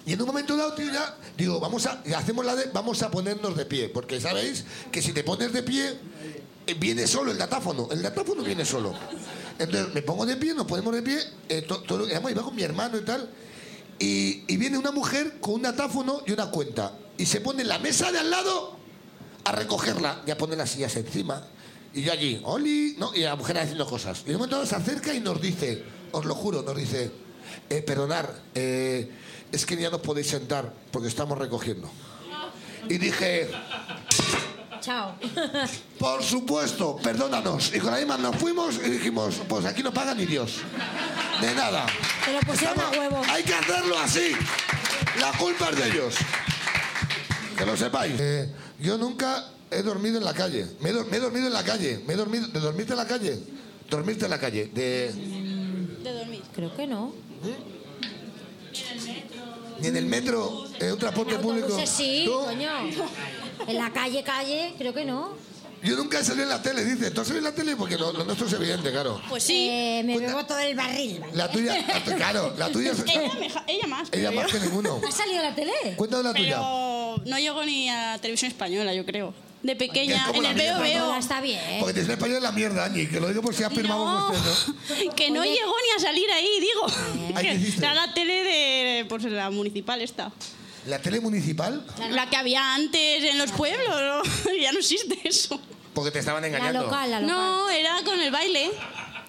[SPEAKER 2] Y en un momento dado, tío, ya, digo, vamos a, y hacemos la de, vamos a ponernos de pie, porque sabéis que si te pones de pie, eh, viene solo el datáfono, el datáfono viene solo. Entonces me pongo de pie, nos ponemos de pie, eh, to- todo lo que además iba con mi hermano y tal, y, y viene una mujer con un datáfono y una cuenta, y se pone en la mesa de al lado a recogerla y a poner las sillas encima. Y yo allí, Oli, no, y la mujer haciendo cosas. Y de un momento dado se acerca y nos dice, os lo juro, nos dice, eh, perdonar, eh, es que ya no os podéis sentar porque estamos recogiendo. Y dije,
[SPEAKER 6] Chao.
[SPEAKER 2] por supuesto, perdónanos. Y con la misma nos fuimos y dijimos, pues aquí no paga ni Dios. De nada.
[SPEAKER 6] Te lo
[SPEAKER 15] Pues
[SPEAKER 6] pusieron a huevo.
[SPEAKER 2] Hay que hacerlo así. La culpa es de ellos. Que lo sepáis. Eh, yo nunca he dormido en la calle. Me he, dor- me he dormido en la calle. Me he dormido, ¿De dormirte en la calle? Dormirte en la calle. De,
[SPEAKER 9] De dormir.
[SPEAKER 6] (laughs) Creo que no.
[SPEAKER 2] ni en el metro, en un transporte público.
[SPEAKER 6] Autobuses sí,
[SPEAKER 2] ¿Tú?
[SPEAKER 6] coño. En la calle, calle, creo que no.
[SPEAKER 2] Yo nunca he salido en la tele, dice. ¿Tú has salido en la tele? Porque lo, lo nuestro es evidente, claro.
[SPEAKER 9] Pues sí.
[SPEAKER 6] Eh, me bebo todo el barril. ¿vale?
[SPEAKER 2] La tuya, la tu- claro, la tuya es...
[SPEAKER 9] Ella, meja- ella más.
[SPEAKER 2] Ella
[SPEAKER 9] pero
[SPEAKER 2] más
[SPEAKER 9] yo-
[SPEAKER 2] que ninguno.
[SPEAKER 6] (laughs) ¿Has salido a la tele?
[SPEAKER 2] Cuéntanos la tuya.
[SPEAKER 9] Pero no llegó ni a televisión española, yo creo. De pequeña,
[SPEAKER 2] Es como
[SPEAKER 9] en
[SPEAKER 2] la
[SPEAKER 9] el
[SPEAKER 2] mía,
[SPEAKER 9] veo
[SPEAKER 2] ¿no?
[SPEAKER 9] veo.
[SPEAKER 6] Está bien.
[SPEAKER 2] Porque te en español es la mierda, Angie, que lo digo por si has firmado
[SPEAKER 9] No.
[SPEAKER 2] con usted, ¿no?
[SPEAKER 9] Que no
[SPEAKER 6] Oye.
[SPEAKER 9] llegó ni a salir ahí, digo.
[SPEAKER 2] Ay, ¿qué hiciste?
[SPEAKER 9] Era la tele de pues, la municipal esta.
[SPEAKER 2] ¿La tele municipal?
[SPEAKER 9] La que había antes en los pueblos. ¿no? (laughs) ya no existe eso.
[SPEAKER 2] Porque te estaban engañando.
[SPEAKER 9] No, era con el baile.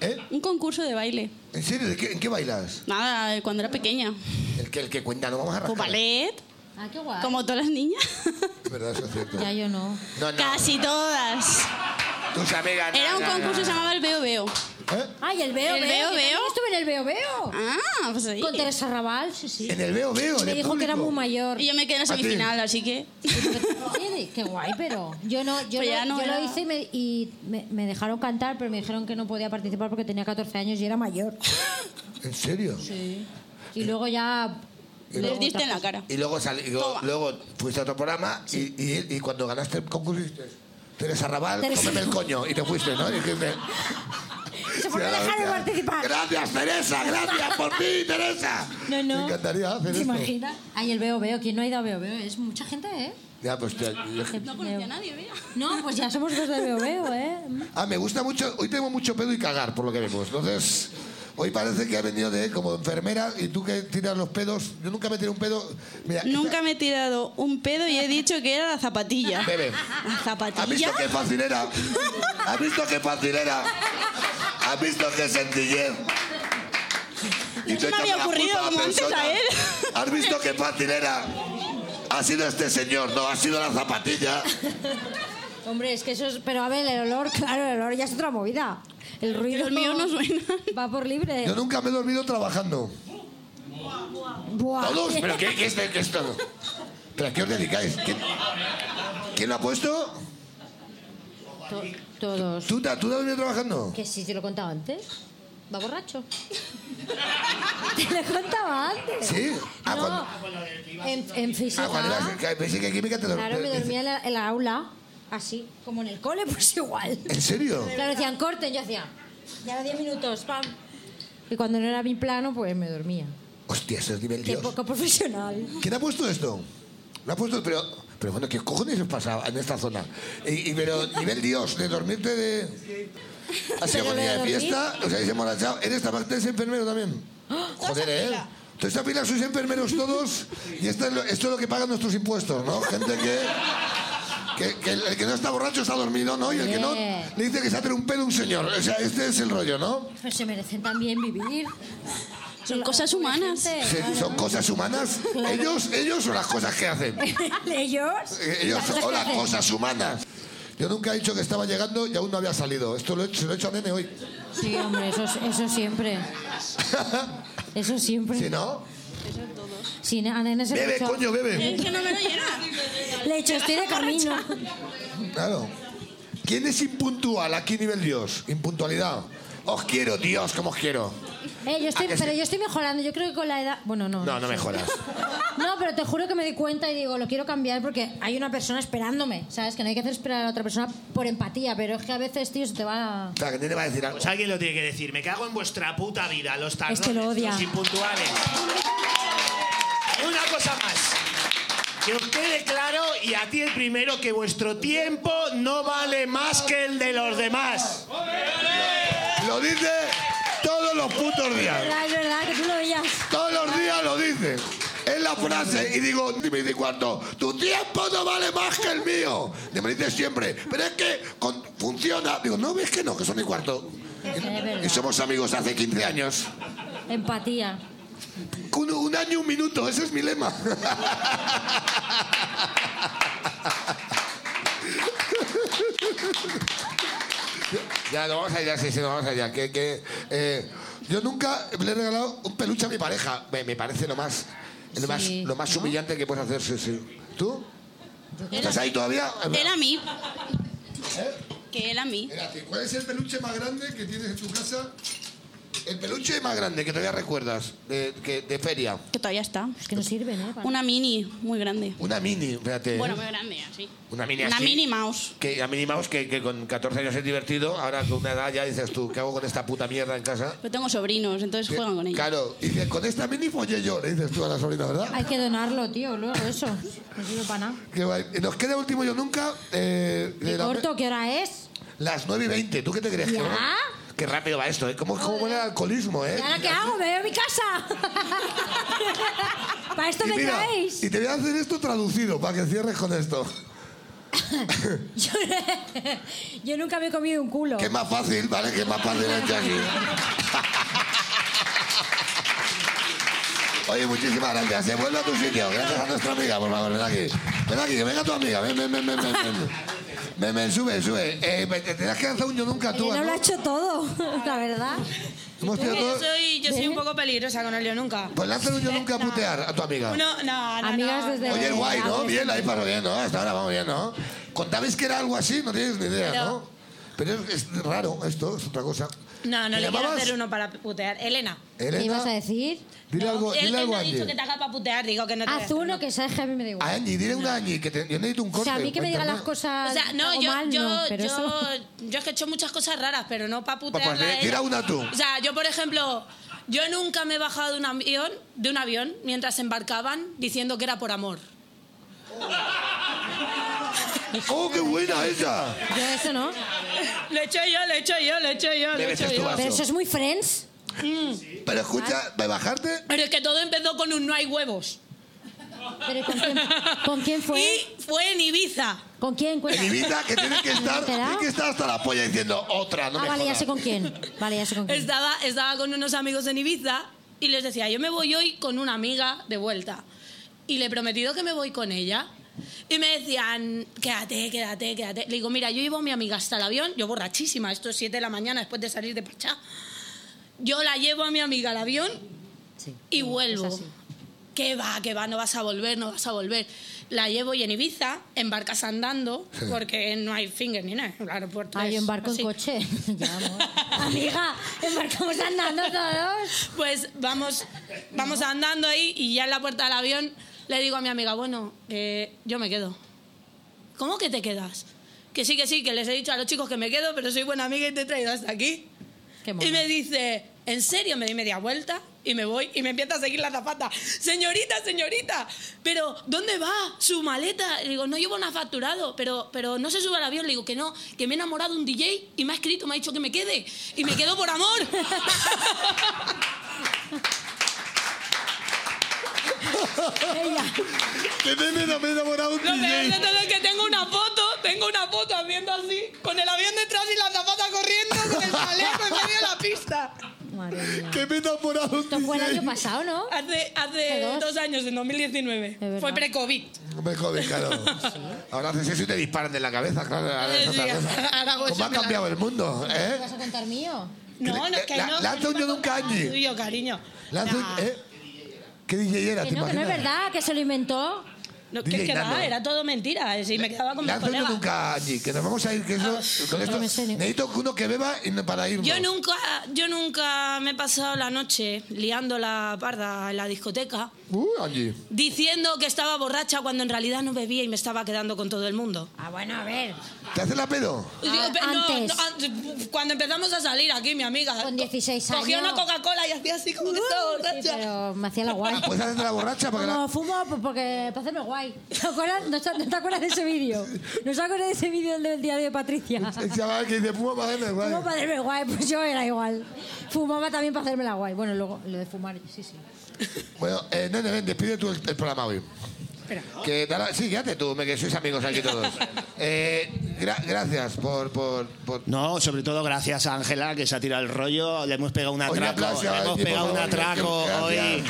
[SPEAKER 2] ¿Eh?
[SPEAKER 9] Un concurso de baile.
[SPEAKER 2] ¿En serio? ¿De qué- ¿En qué bailas?
[SPEAKER 9] Nada, de cuando era pequeña.
[SPEAKER 2] El que, el que cuenta, no vamos a
[SPEAKER 9] Pues
[SPEAKER 2] rascar.
[SPEAKER 9] ballet,
[SPEAKER 6] Ah, qué guay.
[SPEAKER 9] como todas las niñas. (laughs)
[SPEAKER 2] Es verdad, eso es cierto.
[SPEAKER 6] Ya yo no.
[SPEAKER 2] No, no.
[SPEAKER 9] Casi todas.
[SPEAKER 2] Tus amigas. no,
[SPEAKER 9] Era un
[SPEAKER 2] no, no.
[SPEAKER 9] concurso que se llamaba el Veo Veo.
[SPEAKER 6] Ay, el veo,
[SPEAKER 9] El veo,
[SPEAKER 6] veo. yo también
[SPEAKER 9] veo.
[SPEAKER 6] Estuve en el veo, veo.
[SPEAKER 9] Ah, pues ahí.
[SPEAKER 6] Con Teresa Raval, sí, sí.
[SPEAKER 2] En el veo, veo. en
[SPEAKER 6] Me
[SPEAKER 2] el
[SPEAKER 6] dijo que era
[SPEAKER 2] público.
[SPEAKER 6] muy mayor.
[SPEAKER 9] Y yo me quedé en la
[SPEAKER 2] ¿A ti?
[SPEAKER 9] semifinal, así que.
[SPEAKER 6] Sí, Qué guay, pero yo no, yo,
[SPEAKER 9] Pues
[SPEAKER 6] no-
[SPEAKER 9] ya no
[SPEAKER 6] yo
[SPEAKER 9] era-
[SPEAKER 6] lo hice y, me, y me- me dejaron cantar, pero me dijeron que no podía participar porque tenía 14 años y era mayor.
[SPEAKER 2] ¿En serio?
[SPEAKER 6] Sí. Y luego ya...
[SPEAKER 9] Les diste en la cara.
[SPEAKER 2] Y luego, sal- y luego, luego fuiste a otro programa y, y- y cuando ganaste el concurso dijiste, Teresa Raval,
[SPEAKER 6] Teresa-
[SPEAKER 2] cómeme el coño. Y te fuiste, ¿no? Y dijiste,
[SPEAKER 6] Se por qué dejaron participar.
[SPEAKER 7] Gracias, Teresa. Gracias por ti, Teresa.
[SPEAKER 6] No, no.
[SPEAKER 7] Me encantaría
[SPEAKER 6] (laughs)
[SPEAKER 7] hacer esto.
[SPEAKER 6] ¿Se imagina? Ay, el veo veo. ¿Quién no ha ido a veo veo? Es mucha gente, ¿eh?
[SPEAKER 7] Ya, pues, ya, yo-
[SPEAKER 6] No conocía a nadie, vea. No, pues ya somos dos de veo veo, ¿eh?
[SPEAKER 2] Ah, me gusta mucho. Hoy tengo mucho pedo y cagar, por lo que vemos. Entonces, hoy parece que ha venido de como enfermera y tú que tiras los pedos. Yo nunca me tiré un pedo. Mira,
[SPEAKER 9] Nunca me he tirado un pedo y he dicho que era la zapatilla.
[SPEAKER 2] Bebe.
[SPEAKER 9] ¿La
[SPEAKER 7] ¿Has visto
[SPEAKER 9] zapatilla?
[SPEAKER 7] qué fácil era? ¿Has visto qué fácil era? ¿Has visto qué sencillez? Y
[SPEAKER 9] se me
[SPEAKER 7] echas
[SPEAKER 9] había
[SPEAKER 7] la
[SPEAKER 9] ocurrido
[SPEAKER 7] culpa a la
[SPEAKER 9] como antes
[SPEAKER 7] persona.
[SPEAKER 9] a él.
[SPEAKER 2] ¿Eh?
[SPEAKER 7] ¿Has visto qué fácil era? Ha sido este señor, no, ha sido la zapatilla.
[SPEAKER 6] Hombre, es que eso es... Pero a ver, el olor, claro, el olor ya es otra movida. El ruido...
[SPEAKER 9] el mío no
[SPEAKER 6] suena. Va por libre.
[SPEAKER 2] Yo nunca me he dormido trabajando.
[SPEAKER 6] Buah.
[SPEAKER 7] ¿Todos? ¿Pero qué, qué es, qué es todo?
[SPEAKER 2] ¿Pero a qué os dedicáis? ¿Quién, quién lo ha puesto?
[SPEAKER 6] To- todos. ¿Ah?
[SPEAKER 2] ¿Tú, ta- tú te has venido trabajando?
[SPEAKER 6] Que sí, te lo he contado antes. Va borracho. te lo he contado antes.
[SPEAKER 2] ¿Sí? Ah,
[SPEAKER 6] no,
[SPEAKER 2] cuando-
[SPEAKER 6] en, en física.
[SPEAKER 2] Ah, cuando eras- que- pensé que química te lo-
[SPEAKER 6] Claro, me
[SPEAKER 2] te-
[SPEAKER 6] dormía en la, en la aula, así, como en el cole, (laughs) pues igual.
[SPEAKER 2] ¿En serio?
[SPEAKER 6] Claro, decían, corten, yo hacía, ya 10 minutos, pam. Y cuando no era mi plano, pues me dormía.
[SPEAKER 2] Hostia, eso es nivel
[SPEAKER 6] Qué
[SPEAKER 2] Dios.
[SPEAKER 6] poco profesional.
[SPEAKER 2] ¿Quién ha puesto esto? Lo ha puesto, pero, pero bueno, ¿qué cojones os pasa en esta zona? Y, y- pero nivel Dios, de dormirte de... Ha sido
[SPEAKER 6] Pero
[SPEAKER 2] con
[SPEAKER 6] lo
[SPEAKER 2] día de
[SPEAKER 6] de dormir- (gasps)
[SPEAKER 2] fiesta, os habéis emborrachado. En esta parte es enfermero también. Joder, ¿eh? Toda esta pila sois enfermeros todos y esto es, lo, esto es lo que pagan nuestros impuestos, ¿no? Gente que... Que, que el, el que no está borracho está dormido, ¿no? Y el que no
[SPEAKER 6] Bien.
[SPEAKER 2] le dice que se ha traído un pedo a un señor. O sea, este es el rollo, ¿no?
[SPEAKER 6] Pues se merecen también vivir.
[SPEAKER 9] Son cosas humanas.
[SPEAKER 2] Se- son cosas humanas. Ellos, ellos son las cosas que hacen.
[SPEAKER 9] (laughs)
[SPEAKER 6] ¿Ellos?
[SPEAKER 2] Eh, Ellos son las cosas humanas. Yo nunca he dicho que estaba llegando y aún no había salido. Esto lo he, se lo he hecho a Nene hoy.
[SPEAKER 6] Sí, hombre, eso, eso siempre. Eso siempre.
[SPEAKER 2] Si no,
[SPEAKER 6] Sí, a Nene se lo he
[SPEAKER 2] bebe,
[SPEAKER 6] hecho-
[SPEAKER 2] coño, bebe.
[SPEAKER 9] Es que no me lo llena.
[SPEAKER 6] Le he hecho,
[SPEAKER 9] (laughs)
[SPEAKER 6] estoy de camino.
[SPEAKER 2] Claro. ¿Quién es impuntual? Aquí nivel Dios. Impuntualidad. Os quiero, Dios, como os quiero.
[SPEAKER 6] Eh, yo estoy,
[SPEAKER 2] ¿A Ah, que
[SPEAKER 6] pero
[SPEAKER 2] sí?
[SPEAKER 6] yo estoy mejorando. Yo creo que con la edad. Bueno, no.
[SPEAKER 2] No, no
[SPEAKER 6] sé.
[SPEAKER 2] me jodas.
[SPEAKER 6] No, pero te juro que me di cuenta y digo, lo quiero cambiar porque hay una persona esperándome. ¿Sabes? Que no hay que hacer esperar a la otra persona por empatía, pero es que a veces, tío, se te va.
[SPEAKER 2] O sea, que Nene va a decir algo.
[SPEAKER 16] Pues alguien lo tiene que decir. Me cago en vuestra puta vida, los tardones,
[SPEAKER 6] Este lo odia.
[SPEAKER 16] los impuntuales. Y una cosa más. Que os quede claro, y a ti el primero, que vuestro tiempo no vale más que el de los demás.
[SPEAKER 2] Lo dice todos los putos días.
[SPEAKER 6] Es verdad que tú lo veías.
[SPEAKER 2] Todos los días lo dice. Es la frase y digo, dime y cuánto. Tu tiempo no vale más que el mío. Y me dice siempre, pero es que con- funciona. Digo, no ves que no, que son y cuarto.
[SPEAKER 6] Es verdad.
[SPEAKER 2] Y somos amigos hace 15 años.
[SPEAKER 6] Empatía.
[SPEAKER 2] Un, un año, un minuto, ese es mi lema. ya, no vamos allá, sí, sí, no vamos allá. Que, que, eh, yo nunca le he regalado un peluche a mi pareja. Me, me parece lo más, lo más,
[SPEAKER 9] Sí,
[SPEAKER 2] lo más humillante que puedes hacer, sí, sí. ¿Tú? ¿Estás
[SPEAKER 9] Era-
[SPEAKER 2] ahí todavía? ¿Eh?
[SPEAKER 9] Él a mí. Que él a mí.
[SPEAKER 2] ¿Cuál es el peluche más grande que tienes en tu casa? El peluche más grande que todavía recuerdas, de, que- de feria.
[SPEAKER 9] Que todavía está.
[SPEAKER 6] Es que no sirve, ¿eh? Para-
[SPEAKER 9] Una mini muy grande.
[SPEAKER 2] Una mini, fíjate.
[SPEAKER 9] Bueno,
[SPEAKER 2] ¿eh?
[SPEAKER 9] muy grande, así.
[SPEAKER 2] Una mini
[SPEAKER 9] Una
[SPEAKER 2] así.
[SPEAKER 9] mini mouse.
[SPEAKER 2] Que a mini mouse que, que con 14 años es divertido, ahora con una edad ya dices tú, ¿qué hago con esta puta mierda en casa?
[SPEAKER 9] Yo tengo sobrinos, entonces
[SPEAKER 2] Que-
[SPEAKER 9] juegan con ella.
[SPEAKER 2] Claro, y dices, con esta mini follé yo, le dices tú a la sobrina, ¿verdad?
[SPEAKER 6] Hay que donarlo, tío, luego eso. No sirve para nada.
[SPEAKER 2] Que guay. Nos queda último yo nunca. eh, de
[SPEAKER 6] ¿Qué
[SPEAKER 2] la-
[SPEAKER 6] corto? ¿Qué hora es?
[SPEAKER 2] Las 9 y 20, ¿tú qué te crees?
[SPEAKER 6] ¿Ya?
[SPEAKER 2] Que- Qué rápido va esto, ¿eh? ¿Cómo, cómo huele el alcoholismo, eh?
[SPEAKER 6] ¿Y ahora qué hago? ¿Me veo a
[SPEAKER 2] (laughs)
[SPEAKER 6] mi casa? ¿Para esto me
[SPEAKER 2] mira,
[SPEAKER 6] traéis? (laughs)
[SPEAKER 2] y te voy a hacer esto traducido para que cierres con esto.
[SPEAKER 6] Yo, yo nunca me he comido un culo.
[SPEAKER 2] Que es más fácil, ¿vale? Que es más fácil hecho aquí. (laughs) Oye, muchísimas gracias. Se vuelve a tu sitio. Gracias a nuestra amiga, por favor, ven aquí. Ven aquí, que venga tu amiga. Ven, ven, ven, ven, ven. Ven, ven, ven, sube, sube. Eh, te tendrás que lanzar un yo nunca tú.
[SPEAKER 6] Elena
[SPEAKER 2] ¿no?
[SPEAKER 6] lo ha hecho todo, (laughs) la verdad.
[SPEAKER 2] Hemos tenido
[SPEAKER 15] Yo
[SPEAKER 2] todo-
[SPEAKER 15] soy, yo soy un poco peligrosa con el yo nunca.
[SPEAKER 2] Pues lánzale un yo nunca a putear a tu amiga.
[SPEAKER 15] No, no, no.
[SPEAKER 6] Amigas
[SPEAKER 15] no.
[SPEAKER 6] desde
[SPEAKER 2] Ah. Oye,
[SPEAKER 6] la
[SPEAKER 2] guay, ¿no?
[SPEAKER 6] edad de-
[SPEAKER 2] Bien, ahí pasó bien, ¿no? Hasta ahora vamos bien, ¿no? Contabais que era algo así, no tienes ni idea,
[SPEAKER 15] Pero-
[SPEAKER 2] ¿no? Pero es, es raro esto, es otra cosa.
[SPEAKER 15] No, no
[SPEAKER 2] ¿Te
[SPEAKER 15] le quiero
[SPEAKER 2] llamabas?
[SPEAKER 15] hacer uno para putear. Elena.
[SPEAKER 2] ¿Elena? ¿Qué ibas a
[SPEAKER 6] decir?
[SPEAKER 2] Dile algo,
[SPEAKER 15] él,
[SPEAKER 2] dile
[SPEAKER 15] él
[SPEAKER 2] algo
[SPEAKER 15] no
[SPEAKER 2] a
[SPEAKER 15] ha dicho que
[SPEAKER 2] Angie.
[SPEAKER 15] te haga para putear, digo que no te voy a
[SPEAKER 6] Haz
[SPEAKER 15] hacer.
[SPEAKER 6] uno que sabes que a mí me da igual.
[SPEAKER 2] A Angie, dile una a Angie, que te- yo necesito un
[SPEAKER 6] O
[SPEAKER 2] corte.
[SPEAKER 6] sea, a mí que me diga las cosas
[SPEAKER 15] O sea, no,
[SPEAKER 6] hago
[SPEAKER 15] yo,
[SPEAKER 6] mal,
[SPEAKER 15] yo,
[SPEAKER 6] no, pero
[SPEAKER 15] yo,
[SPEAKER 6] eso...
[SPEAKER 15] yo es que he hecho muchas cosas raras, pero no para
[SPEAKER 2] pues,
[SPEAKER 15] putearla. a ella.
[SPEAKER 2] tira una tú.
[SPEAKER 15] O sea, yo, por ejemplo, yo nunca me he bajado de un avión, de un avión mientras embarcaban diciendo que era por amor.
[SPEAKER 2] ¡Oh, qué buena esa!
[SPEAKER 6] Yo eso no.
[SPEAKER 15] (laughs) Lo he hecho yo, lo he hecho yo, lo he hecho yo. lo he
[SPEAKER 2] Mereces
[SPEAKER 15] hecho
[SPEAKER 2] tu
[SPEAKER 15] yo. Mm.
[SPEAKER 2] vaso. Pero eso es
[SPEAKER 6] muy friends.
[SPEAKER 2] Pero
[SPEAKER 6] Ah,
[SPEAKER 2] escucha, ¿me bajarte?
[SPEAKER 15] Pero es que todo empezó con un no hay huevos.
[SPEAKER 6] ¿Pero con quién, con quién fue?
[SPEAKER 15] Y fue en Ibiza.
[SPEAKER 6] ¿Con quién?
[SPEAKER 2] En
[SPEAKER 6] Cuenta.
[SPEAKER 2] Ibiza, que tiene que estar,
[SPEAKER 6] ¿Será?
[SPEAKER 2] tiene que estar hasta la polla diciendo otra, no
[SPEAKER 6] ah,
[SPEAKER 2] me
[SPEAKER 6] vale, ya
[SPEAKER 2] jodas.
[SPEAKER 6] sé con quién. Vale, ya sé con quién.
[SPEAKER 15] Estaba, estaba con unos amigos en Ibiza y les decía, yo me voy hoy con una amiga de vuelta. Y le he prometido que me voy con ella. Y me decían, quédate, quédate, quédate. Le digo, mira, yo llevo a mi amiga hasta el avión, yo borrachísima, esto es 7 de la mañana después de salir de Pachá. Yo la llevo a mi amiga al avión y vuelvo. ¿Qué va, qué va? No vas a volver, no vas a volver. La llevo y en Ibiza, embarcas andando,
[SPEAKER 6] Sí.
[SPEAKER 15] porque no hay finger ni nada. el aeropuerto
[SPEAKER 6] Ah, yo
[SPEAKER 15] es
[SPEAKER 6] embarco
[SPEAKER 15] así. (laughs)
[SPEAKER 6] en coche. Ya, amor. Amiga, embarcamos andando todos.
[SPEAKER 15] Pues vamos, vamos andando ahí y ya en la puerta del avión le digo a mi amiga, bueno, eh, yo me quedo. ¿Cómo que te quedas? Que sí, que sí, que les he dicho a los chicos que me quedo, pero soy buena amiga y te he traído hasta aquí. Y me dice, ¿en serio? Me di media vuelta y me voy y me empieza a seguir la zapata. Señorita, señorita, pero ¿dónde va su maleta? Le digo, no llevo nada facturado, pero, pero no se sube al avión. Le digo que no, que me he enamorado de un DJ y me ha escrito, me ha dicho que me quede. Y me quedo por amor. (laughs)
[SPEAKER 6] (laughs)
[SPEAKER 2] Que me he enamorado de
[SPEAKER 15] Lo peor
[SPEAKER 2] un
[SPEAKER 15] de
[SPEAKER 2] DJ.
[SPEAKER 15] todo es que tengo una foto, tengo una foto haciendo así, con el avión detrás y la zapata corriendo, con el chaleco en medio de la pista.
[SPEAKER 2] Que me he enamorado de un DJ.
[SPEAKER 6] Fue el año pasado, ¿no?
[SPEAKER 15] Hace, hace
[SPEAKER 6] dos.
[SPEAKER 15] dos? años, en 2019. Fue pre-COVID.
[SPEAKER 2] Me jode, claro. Ahora haces eso y te disparan de la cabeza, claro. ahora es
[SPEAKER 15] Sí,
[SPEAKER 2] otra cosa.
[SPEAKER 15] (laughs) ahora hago eso
[SPEAKER 2] pues, ¿Cómo ha
[SPEAKER 15] y me la-
[SPEAKER 2] cambiado el mundo? ¿eh?
[SPEAKER 6] ¿Vas a contar mío?
[SPEAKER 15] No, no, que
[SPEAKER 2] La-
[SPEAKER 15] no.
[SPEAKER 2] lanza un yo nunca, Angie.
[SPEAKER 15] Tuyo, cariño.
[SPEAKER 2] Lanza un-
[SPEAKER 15] Nah.
[SPEAKER 2] ¿eh? ¿Qué DJ era?
[SPEAKER 6] Que
[SPEAKER 2] ¿Te
[SPEAKER 6] no, que no es
[SPEAKER 2] imaginas?
[SPEAKER 6] verdad, que se lo inventó.
[SPEAKER 15] No,
[SPEAKER 2] DJ
[SPEAKER 15] que, que
[SPEAKER 2] Nano.
[SPEAKER 15] va, era todo mentira. eh, Si me quedaba con mis
[SPEAKER 2] Lanza uno
[SPEAKER 15] colegas.
[SPEAKER 2] nunca, Angie, que nos vamos a ir. Que eso,
[SPEAKER 15] Ah,
[SPEAKER 2] con esto, necesito que uno que beba y no- para irnos.
[SPEAKER 15] Yo nunca, yo nunca me he pasado la noche liando la parda en la discoteca
[SPEAKER 2] Uh, Angie.
[SPEAKER 15] diciendo que estaba borracha cuando en realidad no bebía y me estaba quedando con todo el mundo.
[SPEAKER 6] Ah, bueno, a ver.
[SPEAKER 2] ¿Te hace la pedo?
[SPEAKER 15] Digo,
[SPEAKER 6] Ah,
[SPEAKER 15] pe- no,
[SPEAKER 6] antes.
[SPEAKER 15] no, antes, cuando empezamos a salir aquí, mi amiga. Con
[SPEAKER 6] 16
[SPEAKER 15] Cogía
[SPEAKER 6] años.
[SPEAKER 15] una Coca-Cola y hacía así como que estaba borracha.
[SPEAKER 6] Uh, Sí, pero me hacía la guay.
[SPEAKER 2] Pues haces la borracha para que la-
[SPEAKER 6] No, fumo pues, porque para hacerme guay. ¿Te acuerdas? ¿No, te- no te acuerdas de ese vídeo? ¿No te acuerdas de ese vídeo del, del diario
[SPEAKER 2] (laughs)
[SPEAKER 6] de Patricia?
[SPEAKER 2] El chaval que dice, puma, madre, guay.
[SPEAKER 6] Fumo para hacerme guay, pues yo era igual. Fumaba también para hacerme la guay. Bueno, luego lo de fumar, sí, sí.
[SPEAKER 2] Bueno, eh, nene, ven, despide tú el, el programa hoy.
[SPEAKER 6] Espera.
[SPEAKER 2] Que, te hará- sí, quédate tú, me- que sois amigos aquí
[SPEAKER 6] (laughs)
[SPEAKER 2] todos. Eh, gra- gracias por, por, por...
[SPEAKER 5] No, sobre todo gracias a Ángela que se ha tirado el rollo. Le hemos pegado un
[SPEAKER 2] Oye,
[SPEAKER 5] atraco.
[SPEAKER 2] gracias,
[SPEAKER 5] le hemos
[SPEAKER 2] Angie,
[SPEAKER 5] pegado
[SPEAKER 2] por
[SPEAKER 5] un
[SPEAKER 2] favor,
[SPEAKER 5] atraco
[SPEAKER 2] gracias.
[SPEAKER 5] hoy.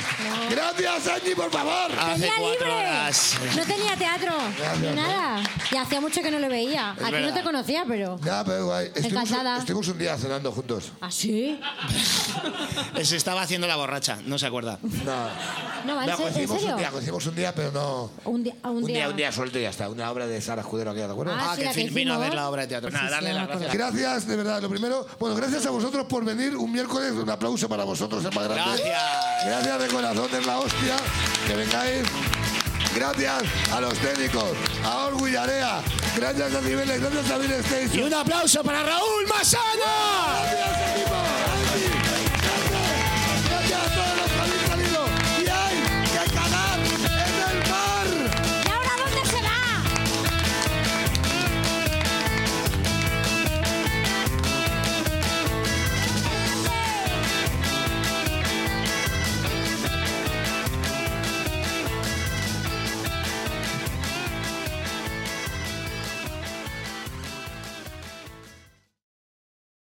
[SPEAKER 2] Gracias, Angie, por favor.
[SPEAKER 5] Hace
[SPEAKER 6] ¡Tenía
[SPEAKER 5] cuatro
[SPEAKER 6] libre!
[SPEAKER 5] horas.
[SPEAKER 6] No tenía teatro,
[SPEAKER 2] Gracias,
[SPEAKER 6] ni nada. Y hacía mucho que no le veía.
[SPEAKER 2] Es
[SPEAKER 6] Aquí no
[SPEAKER 2] verdad.
[SPEAKER 6] te conocía, pero...
[SPEAKER 2] Ya, Ah, pero guay. Estuvimos,
[SPEAKER 6] Encantada.
[SPEAKER 2] estuvimos un día cenando juntos.
[SPEAKER 6] ¿Ah, sí?
[SPEAKER 5] Eh, Se estaba haciendo la borracha, no se acuerda.
[SPEAKER 2] No.
[SPEAKER 6] No,
[SPEAKER 2] No,
[SPEAKER 6] ¿en, se- en
[SPEAKER 2] coincidimos un
[SPEAKER 6] serio?
[SPEAKER 2] día, coincidimos un día, pero no...
[SPEAKER 6] Un día, un
[SPEAKER 2] Un
[SPEAKER 6] día.
[SPEAKER 2] día, un día suelto y ya está. Una obra de Sara Escudero aquí, ¿te acuerdas?
[SPEAKER 6] Ah, Ah, sí, que la que Phil vino a hicimos. ver (laughs) la obra de teatro. Nada, Sí, sí, darle ya me las gracias. acuerdo.
[SPEAKER 2] Gracias, de verdad. Lo primero, bueno, gracias a vosotros por venir un miércoles. Un aplauso para vosotros, es más grande.
[SPEAKER 5] Gracias.
[SPEAKER 2] Gracias de corazón, es la hostia. Que vengáis. Gracias a los técnicos, a Orgui Area. Gracias a Niveles, gracias a Bill Station.
[SPEAKER 5] Y un aplauso para Raúl Masana.